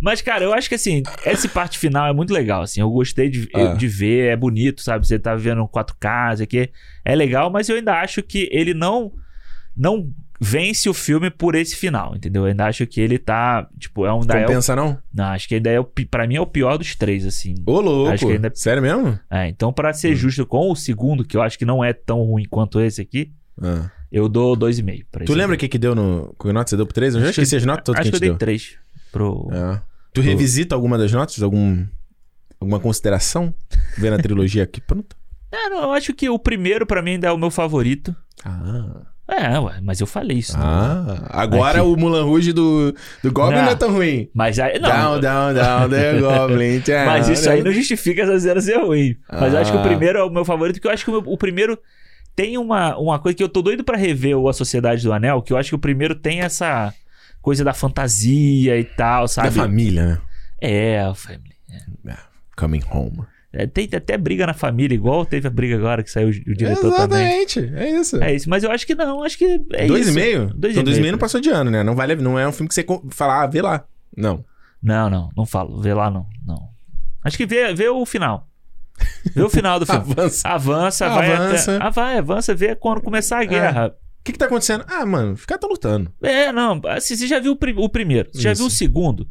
B: Mas, cara, eu acho que assim, essa parte final é muito legal. Assim, eu gostei de,
A: Ah.
B: de ver, é bonito, sabe? Você tá vendo 4K, isso aqui. É legal, mas eu ainda acho que ele não, não vence o filme por esse final, entendeu? Eu ainda acho que ele tá. Tipo, é um da. é o-
A: Compensa não?
B: Não, acho que ainda é o. pi- Pra mim é o pior dos três, assim.
A: Ô, louco.
B: Acho que ainda-
A: Sério mesmo?
B: É, então, pra ser justo com o segundo, que eu acho que não é tão ruim quanto esse aqui,
A: Ah.
B: eu dou 2,5. pra
A: Tu
B: esse
A: lembra o
B: aqui.
A: que que deu no... Que nota você deu pro 3? Eu já
B: Acho que-
A: esqueci as notas todas que
B: Acho que
A: a
B: eu dei
A: gente deu.
B: 3 pro.
A: É. Tu revisita alguma das notas? Algum... Alguma consideração? Vendo a trilogia aqui, pronto.
B: Ah, não, eu acho que o primeiro pra mim ainda é o meu é favorito.
A: Ah.
B: É, ué, mas eu falei isso. né?
A: Ah, agora
B: Aqui.
A: o Mulan Rouge do, do Goblin não.
B: Não.
A: é tão ruim.
B: Mas aí, não.
A: Down, down, down, the Goblin. down,
B: Mas isso aí
A: down.
B: não justifica essa zero ser ruim. Mas eu acho que
A: Ah.
B: o primeiro é o meu favorito, porque eu acho que o, meu- o primeiro tem uma, uma coisa que eu tô doido pra rever o A Sociedade do Anel, que eu acho que o primeiro tem essa coisa da fantasia e tal,
A: Da
B: sabe?
A: família, né?
B: É, a família.
A: Coming home.
B: É, tem até briga na família, igual teve a briga agora que saiu o, o diretor também.
A: Exatamente, é isso.
B: É isso, mas eu acho que não, acho que é
A: dois
B: isso.
A: e meio?
B: Dois
A: então,
B: e
A: dois e
B: meio,
A: meio não
B: cara.
A: passou de ano, né? Não, vale, não é um filme que você co- fala, ah, vê lá. Não.
B: Não, não, não falo. Vê lá, não. não. Acho que vê, vê o final. Vê o final do filme.
A: Avança.
B: Avança, vai
A: Avança.
B: até... Ah, vai, avança, vê quando começar a guerra.
A: O que que tá acontecendo? Ah, mano, os caras tão lutando.
B: É, não, assim, você já viu o, pri- o primeiro, você já
A: Isso.
B: viu o segundo,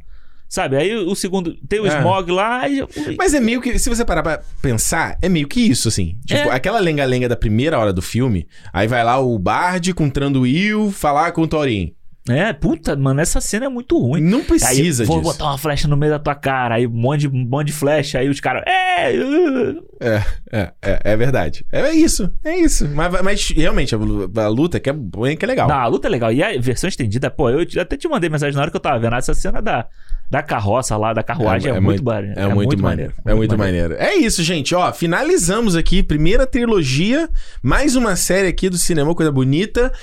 B: sabe? Aí o segundo, tem o
A: É.
B: Smog lá e...
A: Mas é meio que, se você parar pra pensar, é meio que isso, assim. Tipo,
B: É.
A: aquela lenga-lenga da primeira hora do filme, aí vai lá o Bard com o Tranduil falar com o Thorin.
B: É, puta, mano, essa cena é muito ruim.
A: Não precisa
B: aí,
A: disso.
B: Vou botar uma flecha no meio da tua cara, aí um monte de, um monte de flecha, aí os caras... É, uh,
A: É, é, é verdade. É isso, é isso. Mas, vai- mas realmente, a, lu- a luta que é, boa, que é legal.
B: não, a luta é legal. E a versão estendida, pô, eu te- até te mandei mensagem na hora que eu tava vendo essa cena da, da carroça lá, da carruagem,
A: É,
B: é,
A: é muito-
B: muito, maneiro.
A: É, muito, maneiro. É muito maneiro. É isso, gente. Ó, finalizamos aqui. Primeira trilogia. Mais uma série aqui do cinema, coisa bonita.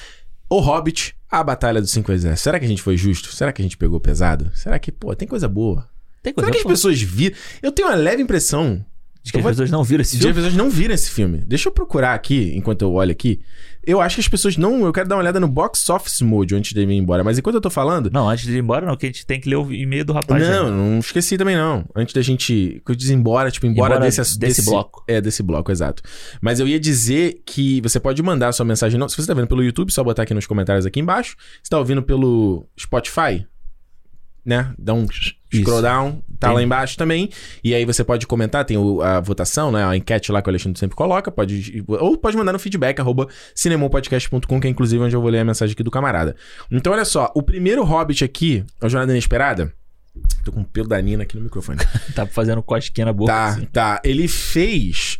A: O Hobbit, a Batalha dos Cinco Exércitos. Será que a gente foi justo? Será que a gente pegou pesado? Será que, pô, tem coisa boa?
B: Tem coisa
A: Será que as
B: boa.
A: pessoas viram? Eu tenho uma leve impressão
B: De que
A: Eu
B: as
A: vou-
B: pessoas não viram esse
A: de que as
B: filme.
A: pessoas não viram esse filme. Deixa eu procurar aqui, enquanto eu olho aqui. Eu acho que as pessoas não. Eu quero dar uma olhada no box office mode antes de eu ir embora. Mas enquanto eu tô falando,
B: Não, antes de ir embora, não, que a gente tem que ler o e-mail do rapaz.
A: Não,
B: né?
A: não esqueci também não. Antes da gente. Que eu disse embora, tipo, embora,
B: Embora
A: desse,
B: desse
A: desse
B: bloco.
A: É, desse bloco, exato. Mas eu ia dizer que você pode mandar a sua mensagem. Não, se você tá vendo pelo YouTube, só botar aqui nos comentários aqui embaixo. Se tá ouvindo pelo Spotify, né? Dá um scroll down, tá
B: Tem.
A: lá embaixo também. E aí você pode comentar, tem o- a votação, né? A enquete lá que o Alexandre sempre coloca. Pode, ou pode mandar no feedback, arroba cinemopodcast.com, que é inclusive onde eu vou ler a mensagem aqui do camarada. Então, olha só, o primeiro Hobbit aqui, a Jornada Inesperada. Tô com o pelo da Nina aqui no microfone.
B: Tá fazendo cosquinha na boca.
A: tá,
B: assim.
A: tá. Ele fez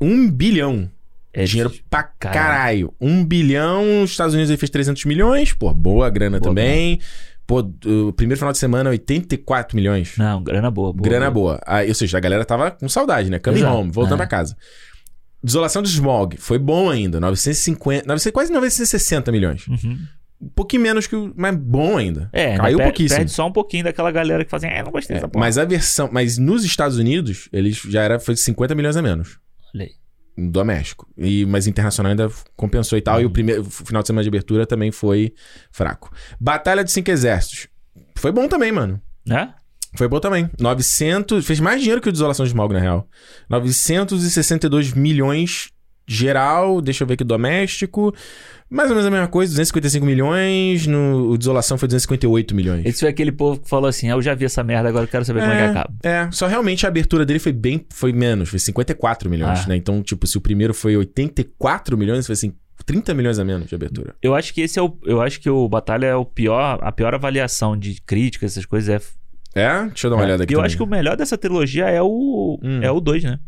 A: um bilhão.
B: É
A: dinheiro
B: difícil.
A: pra
B: caralho.
A: caralho. Um bilhão, os Estados Unidos aí fez 300 milhões. Pô, boa grana
B: Boa
A: também. Pô, o primeiro final de semana, 84 milhões.
B: Não, grana boa. boa
A: Grana boa. Ah, ou seja, a galera tava com saudade, né? Coming
B: Exato.
A: home, voltando pra
B: É.
A: casa. Desolação do Smog foi bom ainda, 950, 900, quase 960 milhões.
B: Uhum.
A: Um pouquinho menos que o, mas bom ainda.
B: É, ainda
A: Caiu
B: per-
A: pouquíssimo.
B: Perde só um pouquinho daquela galera que fazem, é, não gostei dessa porra.
A: mas a versão, mas nos Estados Unidos, eles já era foi de 50 milhões a menos.
B: Olha aí.
A: Doméstico. E, mas internacional ainda compensou e tal. E o
B: Uhum.
A: primeiro o final de semana de abertura também foi fraco. Batalha de Cinco Exércitos. Foi bom também, mano.
B: Né?
A: Foi bom também. 900... Fez mais dinheiro que o Desolação de Smaug, na real. 962 milhões geral. Deixa eu ver aqui, doméstico. Mais ou menos a mesma coisa. 255 milhões. No... O Desolação foi 258 milhões.
B: Esse foi aquele povo que falou assim: ah, eu já vi essa merda, agora eu quero saber como é que acaba.
A: É, só realmente a abertura dele foi bem... Foi menos. Foi 54 milhões,
B: Ah.
A: né? Então, tipo, se o primeiro foi 84 milhões, foi assim... 30 milhões a menos de abertura.
B: Eu acho que esse é o. Eu acho que o Batalha é o pior, a pior avaliação de crítica, essas coisas. É,
A: É? Deixa eu dar uma olhada aqui.
B: E eu
A: também.
B: acho que o melhor dessa trilogia é o.
A: Hum.
B: É o 2, né?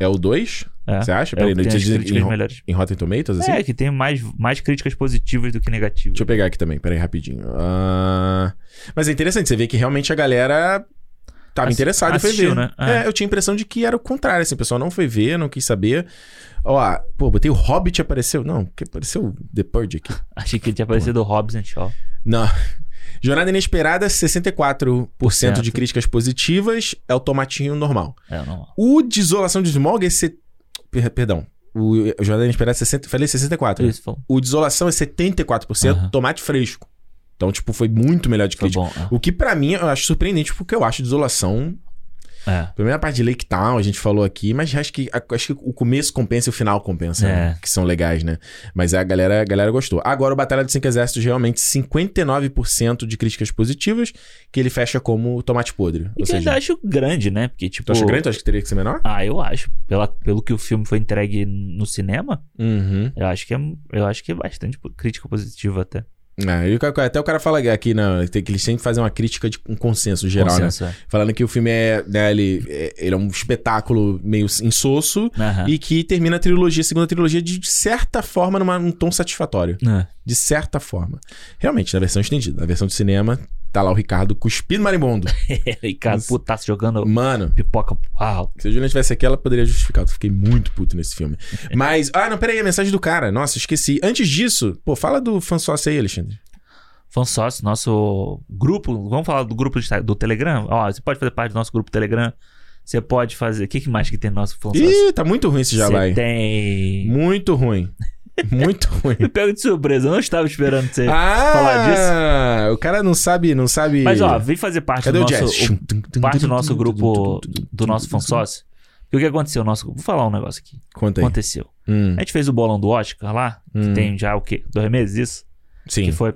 A: É o 2?
B: É.
A: Você acha?
B: É
A: Peraí,
B: o que tem
A: deixa
B: as
A: eu dizer
B: críticas
A: em,
B: melhores.
A: em Rotten Tomatoes, assim? Tipo,
B: É, que tem mais, mais críticas positivas do que negativas.
A: Deixa eu pegar aqui também, peraí, rapidinho. Ah, Mas é interessante, você vê que realmente a galera tava
B: Assi-
A: interessada e foi
B: assistiu,
A: ver.
B: né?
A: É. eu tinha a impressão de que era o contrário, assim, o pessoal não foi ver, não quis saber. Ó, pô, botei o Hobbit e apareceu. Não, que apareceu The Purge aqui.
B: Achei que ele tinha aparecido o Hobbs and Shaw.
A: Não. Jornada Inesperada, 64% de críticas positivas, é o tomatinho normal.
B: É, não.
A: O Desolação de Smog é... Se... per- Perdão. O Jornada Inesperada, é 60... falei 64. né?
B: Isso foi,
A: O Desolação é 74%,
B: Aham.
A: tomate fresco. Então, tipo, foi muito melhor de
B: foi
A: crítica.
B: bom.
A: O que pra mim eu acho surpreendente, porque eu acho desolação.
B: É.
A: Primeira parte de Lake Town, a gente falou aqui, mas acho que, acho que o começo compensa e o final compensa,
B: É.
A: né? que são legais, né? Mas a galera, a galera gostou. Agora, o Batalha dos Cinco Exércitos, realmente, 59% de críticas positivas, que ele fecha como tomate podre.
B: E
A: Ou
B: que eu
A: seja,
B: ainda acho grande, né? Porque, tipo.
A: tu acha grande? Tu acha que teria que ser menor?
B: Ah, eu acho. Pela, pelo que o filme foi entregue no cinema,
A: Uhum.
B: eu acho que é, eu acho que é bastante po- crítica positiva até.
A: É, e o ca- até o cara fala aqui, na, tem que eles sempre fazem uma crítica de um consenso geral,
B: Consenso,
A: né? Falando que o filme é, né, ele, é- ele é um espetáculo meio insosso
B: é. Aham.
A: e que termina a trilogia, a segunda trilogia, de certa forma, numa- num tom satisfatório.
B: Ah.
A: De certa forma. Realmente, na versão estendida, na versão de cinema, tá lá o Ricardo cuspindo marimbondo.
B: E cara, putaço jogando
A: Mano,
B: pipoca pro pau.
A: se a Juliana tivesse aqui, ela poderia justificar. Eu fiquei muito puto nesse filme. Mas. Ah, não, peraí, a mensagem do cara. Nossa, esqueci. Antes disso, pô, fala do fansócio aí, Alexandre.
B: Fansócio, nosso grupo. Vamos falar do grupo de- do Telegram? Ó, você pode fazer parte do nosso grupo Telegram. Você pode fazer. O que, que mais que tem no nosso fansócio?
A: Ih, tá muito ruim esse
B: Você
A: jabai.
B: tem.
A: Muito ruim. Muito ruim.
B: Me pega de surpresa, eu não estava esperando você.
A: Hum. ah,
B: falar
A: o cara não sabe, não sabe.
B: Mas ó, vem fazer parte
A: cadê
B: do
A: o
B: nosso.
A: Jazz?
B: o- parte do nosso grupo. Do nosso
A: Hum.
B: fansócio. E o que aconteceu? Nosso, vou falar um negócio aqui.
A: Conta aí.
B: Aconteceu.
A: Hum,
B: A gente fez o bolão do Oscar lá, que
A: Hum.
B: tem já o quê? Dois meses isso?
A: sim.
B: que foi.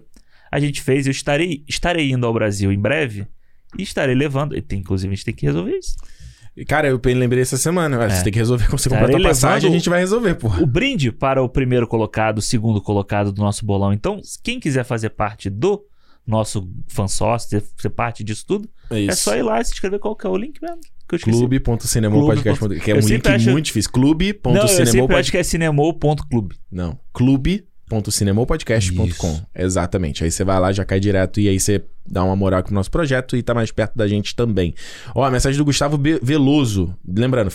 B: A gente fez, eu estarei, estarei indo ao Brasil em breve e estarei levando. e tem- inclusive, a gente tem que resolver isso.
A: Cara, eu lembrei essa semana. Ah, Você tem que resolver como você
B: Cara,
A: comprar a tua
B: É. Tá, ele é
A: passagem,
B: levando-
A: a gente vai resolver, porra.
B: O brinde para o primeiro colocado, o segundo colocado do nosso bolão. Então, quem quiser fazer parte do nosso fansócio, ser- ser parte disso tudo,
A: É
B: é só ir lá e se inscrever. Qual que é o link mesmo? Que eu esqueci.
A: Clube.cinemopodcast.com. Que é um
B: Eu sempre
A: link
B: acho-
A: muito difícil.
B: Não, eu sempre
A: Clube.cinemopodcast.
B: acho que é cinemou.clube.
A: Não. clube.cinemopodcast.com.
B: Isso.
A: Exatamente. Aí você vai lá, já cai direto e aí você dá uma moral pro nosso projeto e tá mais perto da gente também. Ó, a mensagem do Gustavo Be- Veloso. Lembrando,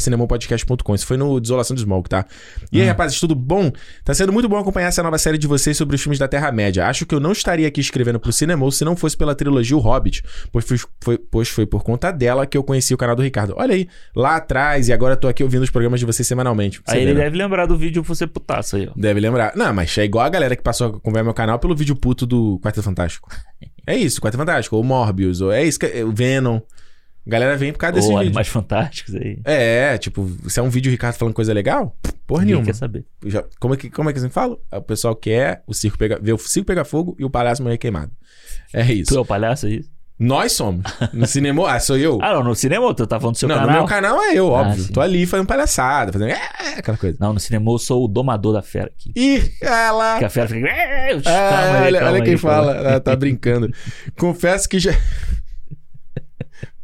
A: feedback.cinemopodcast.com. Isso foi no Desolação do Smoke, tá? E aí,
B: Hum.
A: rapazes, tudo bom? Tá sendo muito bom acompanhar essa nova série de vocês sobre os filmes da Terra-média. Acho que eu não estaria aqui escrevendo pro Cinemou se não fosse pela trilogia O Hobbit, pois fui- foi, pois foi por conta dela que eu conheci o canal do Ricardo. Olha aí, lá atrás, e agora eu tô aqui ouvindo os programas de vocês semanalmente. Você
B: Aí
A: vê,
B: ele
A: né?
B: deve lembrar do vídeo Você Putaço aí, ó.
A: Deve lembrar. Não, mas é igual a galera que passou a acompanhar meu canal pelo vídeo puto do Quarteto Fantástico. É isso, Quarteto Fantástico, ou Morbius, ou é isso, que- é o Venom. A galera vem por causa desse
B: Ou
A: vídeo.
B: Animais Fantásticos aí.
A: É, tipo, se é um vídeo Ricardo falando coisa legal, porra
B: Ninguém
A: nenhuma.
B: quer saber.
A: Já- como, é que, como é que eu sempre falo? O pessoal quer o circo pega, ver o circo pegar fogo e o palhaço morrer queimado. É isso.
B: Tu é o palhaço aí?
A: Nós somos. No cinema, ah, sou eu.
B: Ah, não, no cinema tu tá falando do seu
A: não,
B: canal? Ah,
A: no meu canal é eu, óbvio.
B: sim.
A: Tô ali fazendo palhaçada, fazendo é, aquela coisa.
B: Não, no cinema eu sou o domador da fera aqui.
A: Ih, ela.
B: Que a fera fica. Ah,
A: Ah, olha, olha quem fala.
B: Aí,
A: Ela tá brincando. Confesso que já.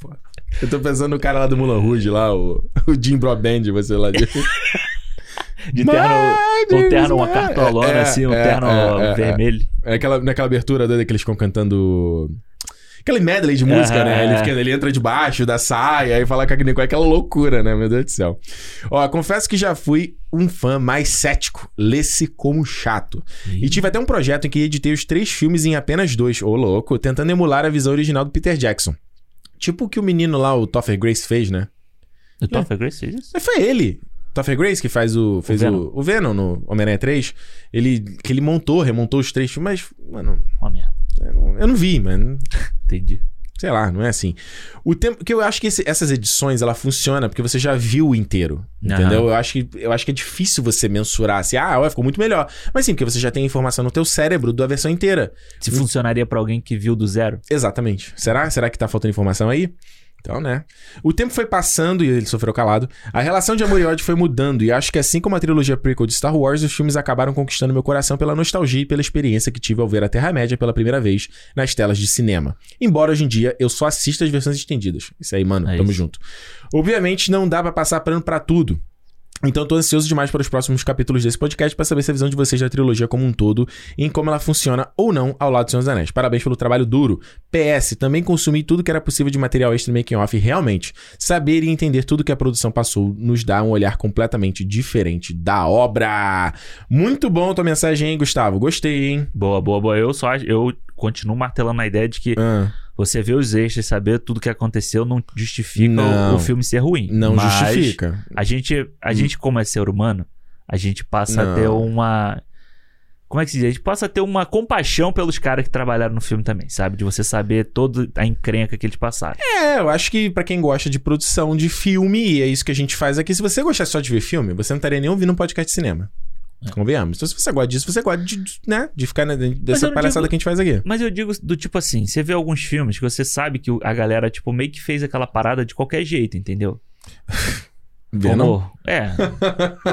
A: Pô, Eu tô pensando no cara lá do Mulan Rouge, lá, o, o Jim Broband, você lá. De,
B: De terno,
A: Mas-
B: um terno, uma cartolona,
A: É,
B: assim, um
A: é,
B: terno
A: é, é,
B: vermelho.
A: É aquela, naquela abertura doida que eles ficam cantando. Aquele medley de música,
B: Aham,
A: né? Ele,
B: é.
A: fica- ele entra debaixo da saia aí fala com a Gnecó. É aquela loucura, né? Meu Deus do céu. Ó, confesso que já fui um fã mais cético. Lê-se como chato. E tive até um projeto em que editei os três filmes em apenas dois, ô louco, tentando emular a visão original do Peter Jackson. Tipo o que o menino lá, o Topher Grace, fez, né?
B: O Tom Grace fez é isso?
A: Mas Foi ele. Topher Grace que faz o. fez o
B: Venom.
A: o, Venom no Homem-Aranha 3. Ele, que ele montou, remontou os três filmes, mas, mano,
B: Ó, merda.
A: eu não, eu não vi, mano.
B: Entendi.
A: Sei lá, não é assim. O tempo que eu acho que esse- essas edições ela funciona porque você já viu o inteiro,
B: Aham.
A: entendeu? Eu acho que eu acho que é difícil você mensurar assim, ah, ué, ficou muito melhor. Mas sim, porque você já tem a informação no teu cérebro da versão inteira.
B: Se funcionaria pra alguém que viu do zero?
A: Exatamente. Será? Será que tá faltando informação aí? Então, né? O tempo foi passando e ele sofreu calado. A relação de amor e ódio foi mudando, e acho que assim como a trilogia prequel de Star Wars, os filmes acabaram conquistando meu coração pela nostalgia e pela experiência que tive ao ver a Terra-média pela primeira vez nas telas de cinema. Embora hoje em dia eu só assista as versões estendidas. Isso aí, mano,
B: É
A: tamo
B: isso.
A: junto. Obviamente não dá pra passar pano pra tudo. Então tô ansioso demais para os próximos capítulos desse podcast pra saber se a visão de vocês da trilogia como um todo e em como ela funciona ou não ao lado do Senhor dos Anéis. Parabéns pelo trabalho duro. PS, também consumi tudo que era possível de material extra no making off e realmente saber e entender tudo que a produção passou nos dá um olhar completamente diferente da obra. Muito bom tua mensagem, hein, Gustavo? Gostei, hein?
B: Boa, boa, boa. Eu só acho- eu continuo martelando a ideia de que
A: Ah,
B: você ver os extras, saber tudo que aconteceu, não justifica o-
A: Não.
B: o filme ser ruim.
A: não
B: Mas
A: justifica.
B: A gente, a gente como é ser humano, a gente passa
A: Hum. Não.
B: a ter uma. Como é que se diz? A gente passa a ter uma compaixão pelos caras que trabalharam no filme também, sabe? De você saber toda a encrenca que eles passaram.
A: É, eu acho que pra quem gosta de produção de filme, e é isso que a gente faz aqui. Se você gostasse só de ver filme, você não estaria nem ouvindo um podcast de cinema. Convenhamos. Então, se você gosta disso, você gosta de, de- né, de ficar né, dessa
B: eu não
A: palhaçada
B: digo-
A: que a gente faz aqui.
B: Mas eu digo do tipo assim: você vê alguns filmes que você sabe que o- a galera, tipo, meio que fez aquela parada de qualquer jeito, entendeu?
A: Venom?
B: Como- É.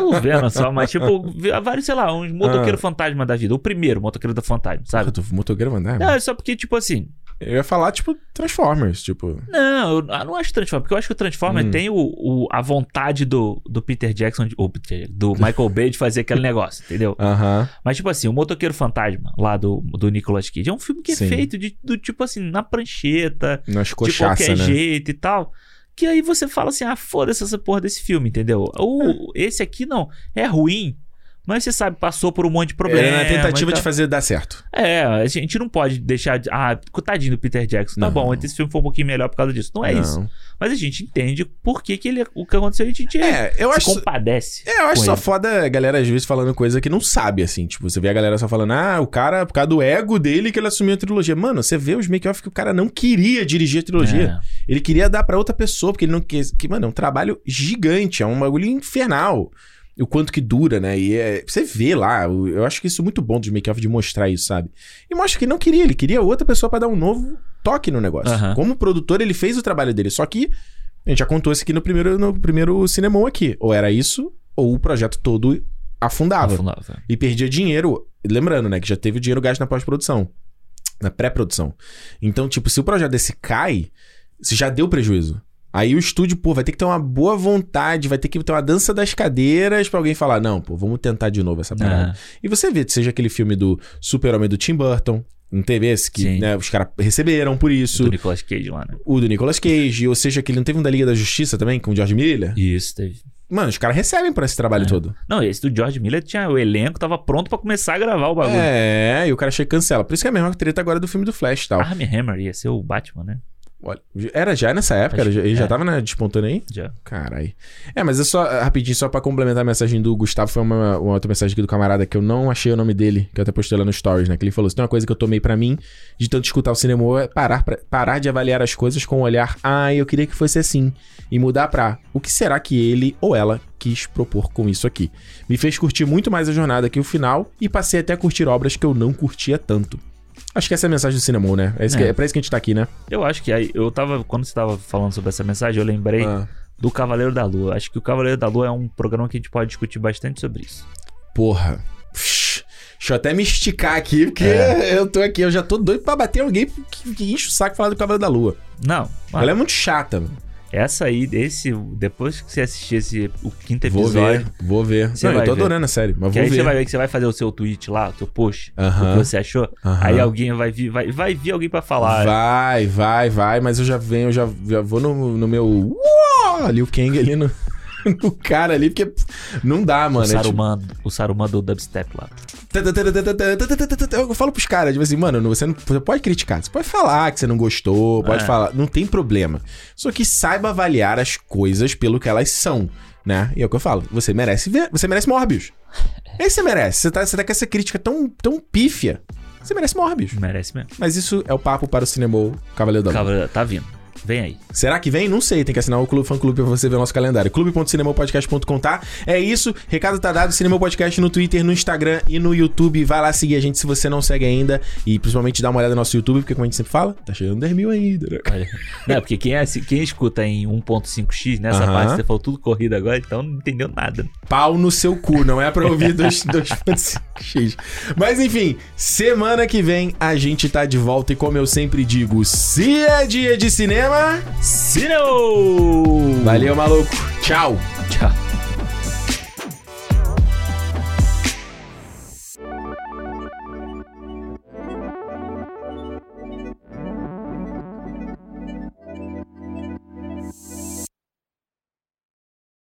B: O Venom só, mas tipo, vi- vários, sei lá, uns
A: Ah.
B: motoqueiro fantasma da vida. O primeiro motoqueiro da fantasma, sabe?
A: Porra, tu Ah, motoqueiro fantasma?
B: Não, é só porque, tipo assim.
A: Eu ia falar, tipo, Transformers, tipo.
B: Não, eu eu não acho Transformer, porque eu acho que o Transformer
A: Hum.
B: tem o, o- a vontade do, do Peter Jackson, de, ou Peter Jackson, do Michael Bay de fazer aquele negócio, entendeu?
A: Aham.
B: Mas, tipo assim, o Motoqueiro Fantasma, lá do, do Nicolas Cage, é um filme que é
A: Sim.
B: feito de, do tipo assim, na prancheta,
A: Nas
B: de
A: cochaças,
B: qualquer
A: né?
B: jeito e tal. Que aí você fala assim, ah, foda-se essa porra desse filme, entendeu? Ou esse aqui não, é ruim, mas você sabe, passou por um monte de problema.
A: Era é na tentativa
B: e
A: de
B: tal.
A: fazer dar certo.
B: É, a gente não pode deixar de... Ah, coitadinho do Peter Jackson, tá
A: Não.
B: bom, esse filme foi um pouquinho melhor por causa disso. Não é isso.
A: Não.
B: Mas a gente entende por que, que ele, o que aconteceu, a gente
A: É, eu
B: se
A: acho.
B: compadece.
A: É, eu acho
B: com
A: só
B: ele.
A: foda a galera às vezes falando coisa que não sabe, assim. Tipo, você vê a galera só falando, ah, o cara, por causa do ego dele que ele assumiu a trilogia. Mano, você vê os make-off que o cara não queria dirigir a
B: É.
A: trilogia. Ele queria dar pra outra pessoa, porque ele não quis. Que, mano, é um trabalho gigante, é um bagulho infernal. O quanto que dura, né? E é- você vê lá, o- eu acho que isso é muito bom dos make-off de mostrar isso, sabe? E mostra que ele não queria, ele queria outra pessoa pra dar um novo toque no negócio.
B: Aham.
A: Como produtor, ele fez o trabalho dele, só que a gente já contou isso aqui no primeiro, no primeiro Cinemon aqui. Ou era isso, ou o projeto todo
B: É,
A: afundava.
B: afundava.
A: E perdia dinheiro. Lembrando, né? Que já teve o dinheiro gasto na pós-produção. Na pré-produção. Então, tipo, se o projeto desse cai, você já deu prejuízo. Aí o estúdio, pô, vai ter que ter uma boa vontade, vai ter que ter uma dança das cadeiras pra alguém falar, não, pô, vamos tentar de novo essa parada.
B: Ah,
A: E você vê, seja aquele filme do Super-Homem do Tim Burton, não teve esse que
B: Sim.
A: né, os caras receberam por isso,
B: do Nicolas Cage lá, né?
A: o do Nicolas Cage, ou seja, aquele não teve um da Liga da Justiça também, com o George Miller?
B: Isso, teve.
A: Mano, os caras recebem por esse trabalho
B: É.
A: todo.
B: Não, esse do George Miller tinha o elenco, tava pronto pra começar a gravar o bagulho.
A: É, e o cara chega e cancela. Por isso que é a mesma treta agora do filme do Flash e tal.
B: Armie Hammer ia ser o Batman, né?
A: Olha, era já nessa época? Era já- ele já
B: É.
A: tava né, despontando aí?
B: Já.
A: Carai. É, mas é só, rapidinho, só pra complementar a mensagem do Gustavo, foi uma, uma outra mensagem aqui do camarada que eu não achei o nome dele, que eu até postei lá no Stories, né? Que ele falou: se tem uma coisa que eu tomei pra mim de tanto escutar o cinema é parar, pra- parar de avaliar as coisas com o olhar, ah, eu queria que fosse assim, e mudar pra o que será que ele ou ela quis propor com isso aqui. Me fez curtir muito mais a jornada que o final e passei até a curtir obras que eu não curtia tanto. Acho que essa é a mensagem do cinema, né? É, isso que-
B: É.
A: é pra isso que a gente tá aqui, né?
B: Eu acho que aí, eu tava, quando você tava falando sobre essa mensagem, eu lembrei
A: Ah,
B: do Cavaleiro da Lua. Acho que o Cavaleiro da Lua é um programa que a gente pode discutir bastante sobre isso.
A: porra. Psh, Deixa eu até me esticar aqui, porque
B: É.
A: eu tô aqui, eu já tô doido pra bater alguém que, que enche o saco falando do Cavaleiro da Lua.
B: Não,
A: Ela é muito chata, mano.
B: essa aí, esse, depois que você assistir esse, o quinto
A: Vou
B: episódio,
A: ver, vou ver.
B: Você
A: Não, eu
B: vai
A: tô
B: ver.
A: adorando a série, mas
B: que
A: vou
B: aí você vai
A: ver.
B: ver que você vai fazer o seu tweet lá, o seu post, o
A: Aham.
B: que você achou.
A: aham.
B: Aí alguém vai vir, vai, vai vir alguém pra falar.
A: Vai, vai, vai, mas eu já venho, eu já, já vou no, no meu. Uou! Ali o Kang ali no, no cara ali, porque não dá,
B: O
A: mano. É tipo-
B: Saruman, o Saruman do dubstep lá.
A: Eu falo pros caras, tipo assim, mano, você, não, você pode criticar, você pode falar que você não gostou, pode
B: É.
A: falar, não tem problema. Só que saiba avaliar as coisas pelo que elas são, né? E é o que eu falo, você merece ver, você merece Morbius. Esse você merece, você tá, você tá com essa crítica tão, tão pífia, você merece Morbius.
B: Merece mesmo.
A: Mas isso é o papo para o cinema Cavaleiro da Lua.
B: Cavaleiro, tá vindo. Vem aí.
A: Será que vem? Não sei. Tem que assinar o Clube Fã Clube pra você ver o nosso calendário. clube.cinemopodcast.com, tá? É isso. Recado tá dado. Cinema Podcast no Twitter, no Instagram e no YouTube. Vai lá seguir a gente se você não segue ainda. E principalmente dá uma olhada no nosso YouTube, porque como a gente sempre fala, tá chegando 10 mil ainda. né?
B: Olha. Não, porque quem, é- quem escuta em 1.5x nessa
A: Aham.
B: né, parte, você falou tudo corrido agora, então não entendeu nada.
A: Pau no seu cu. Não é pra ouvir dois- 2.5x. Mas enfim, semana que vem a gente tá de volta. E como eu sempre digo, se é dia de cinema...
B: Sino!
A: Valeu, maluco. Tchau.
B: Tchau.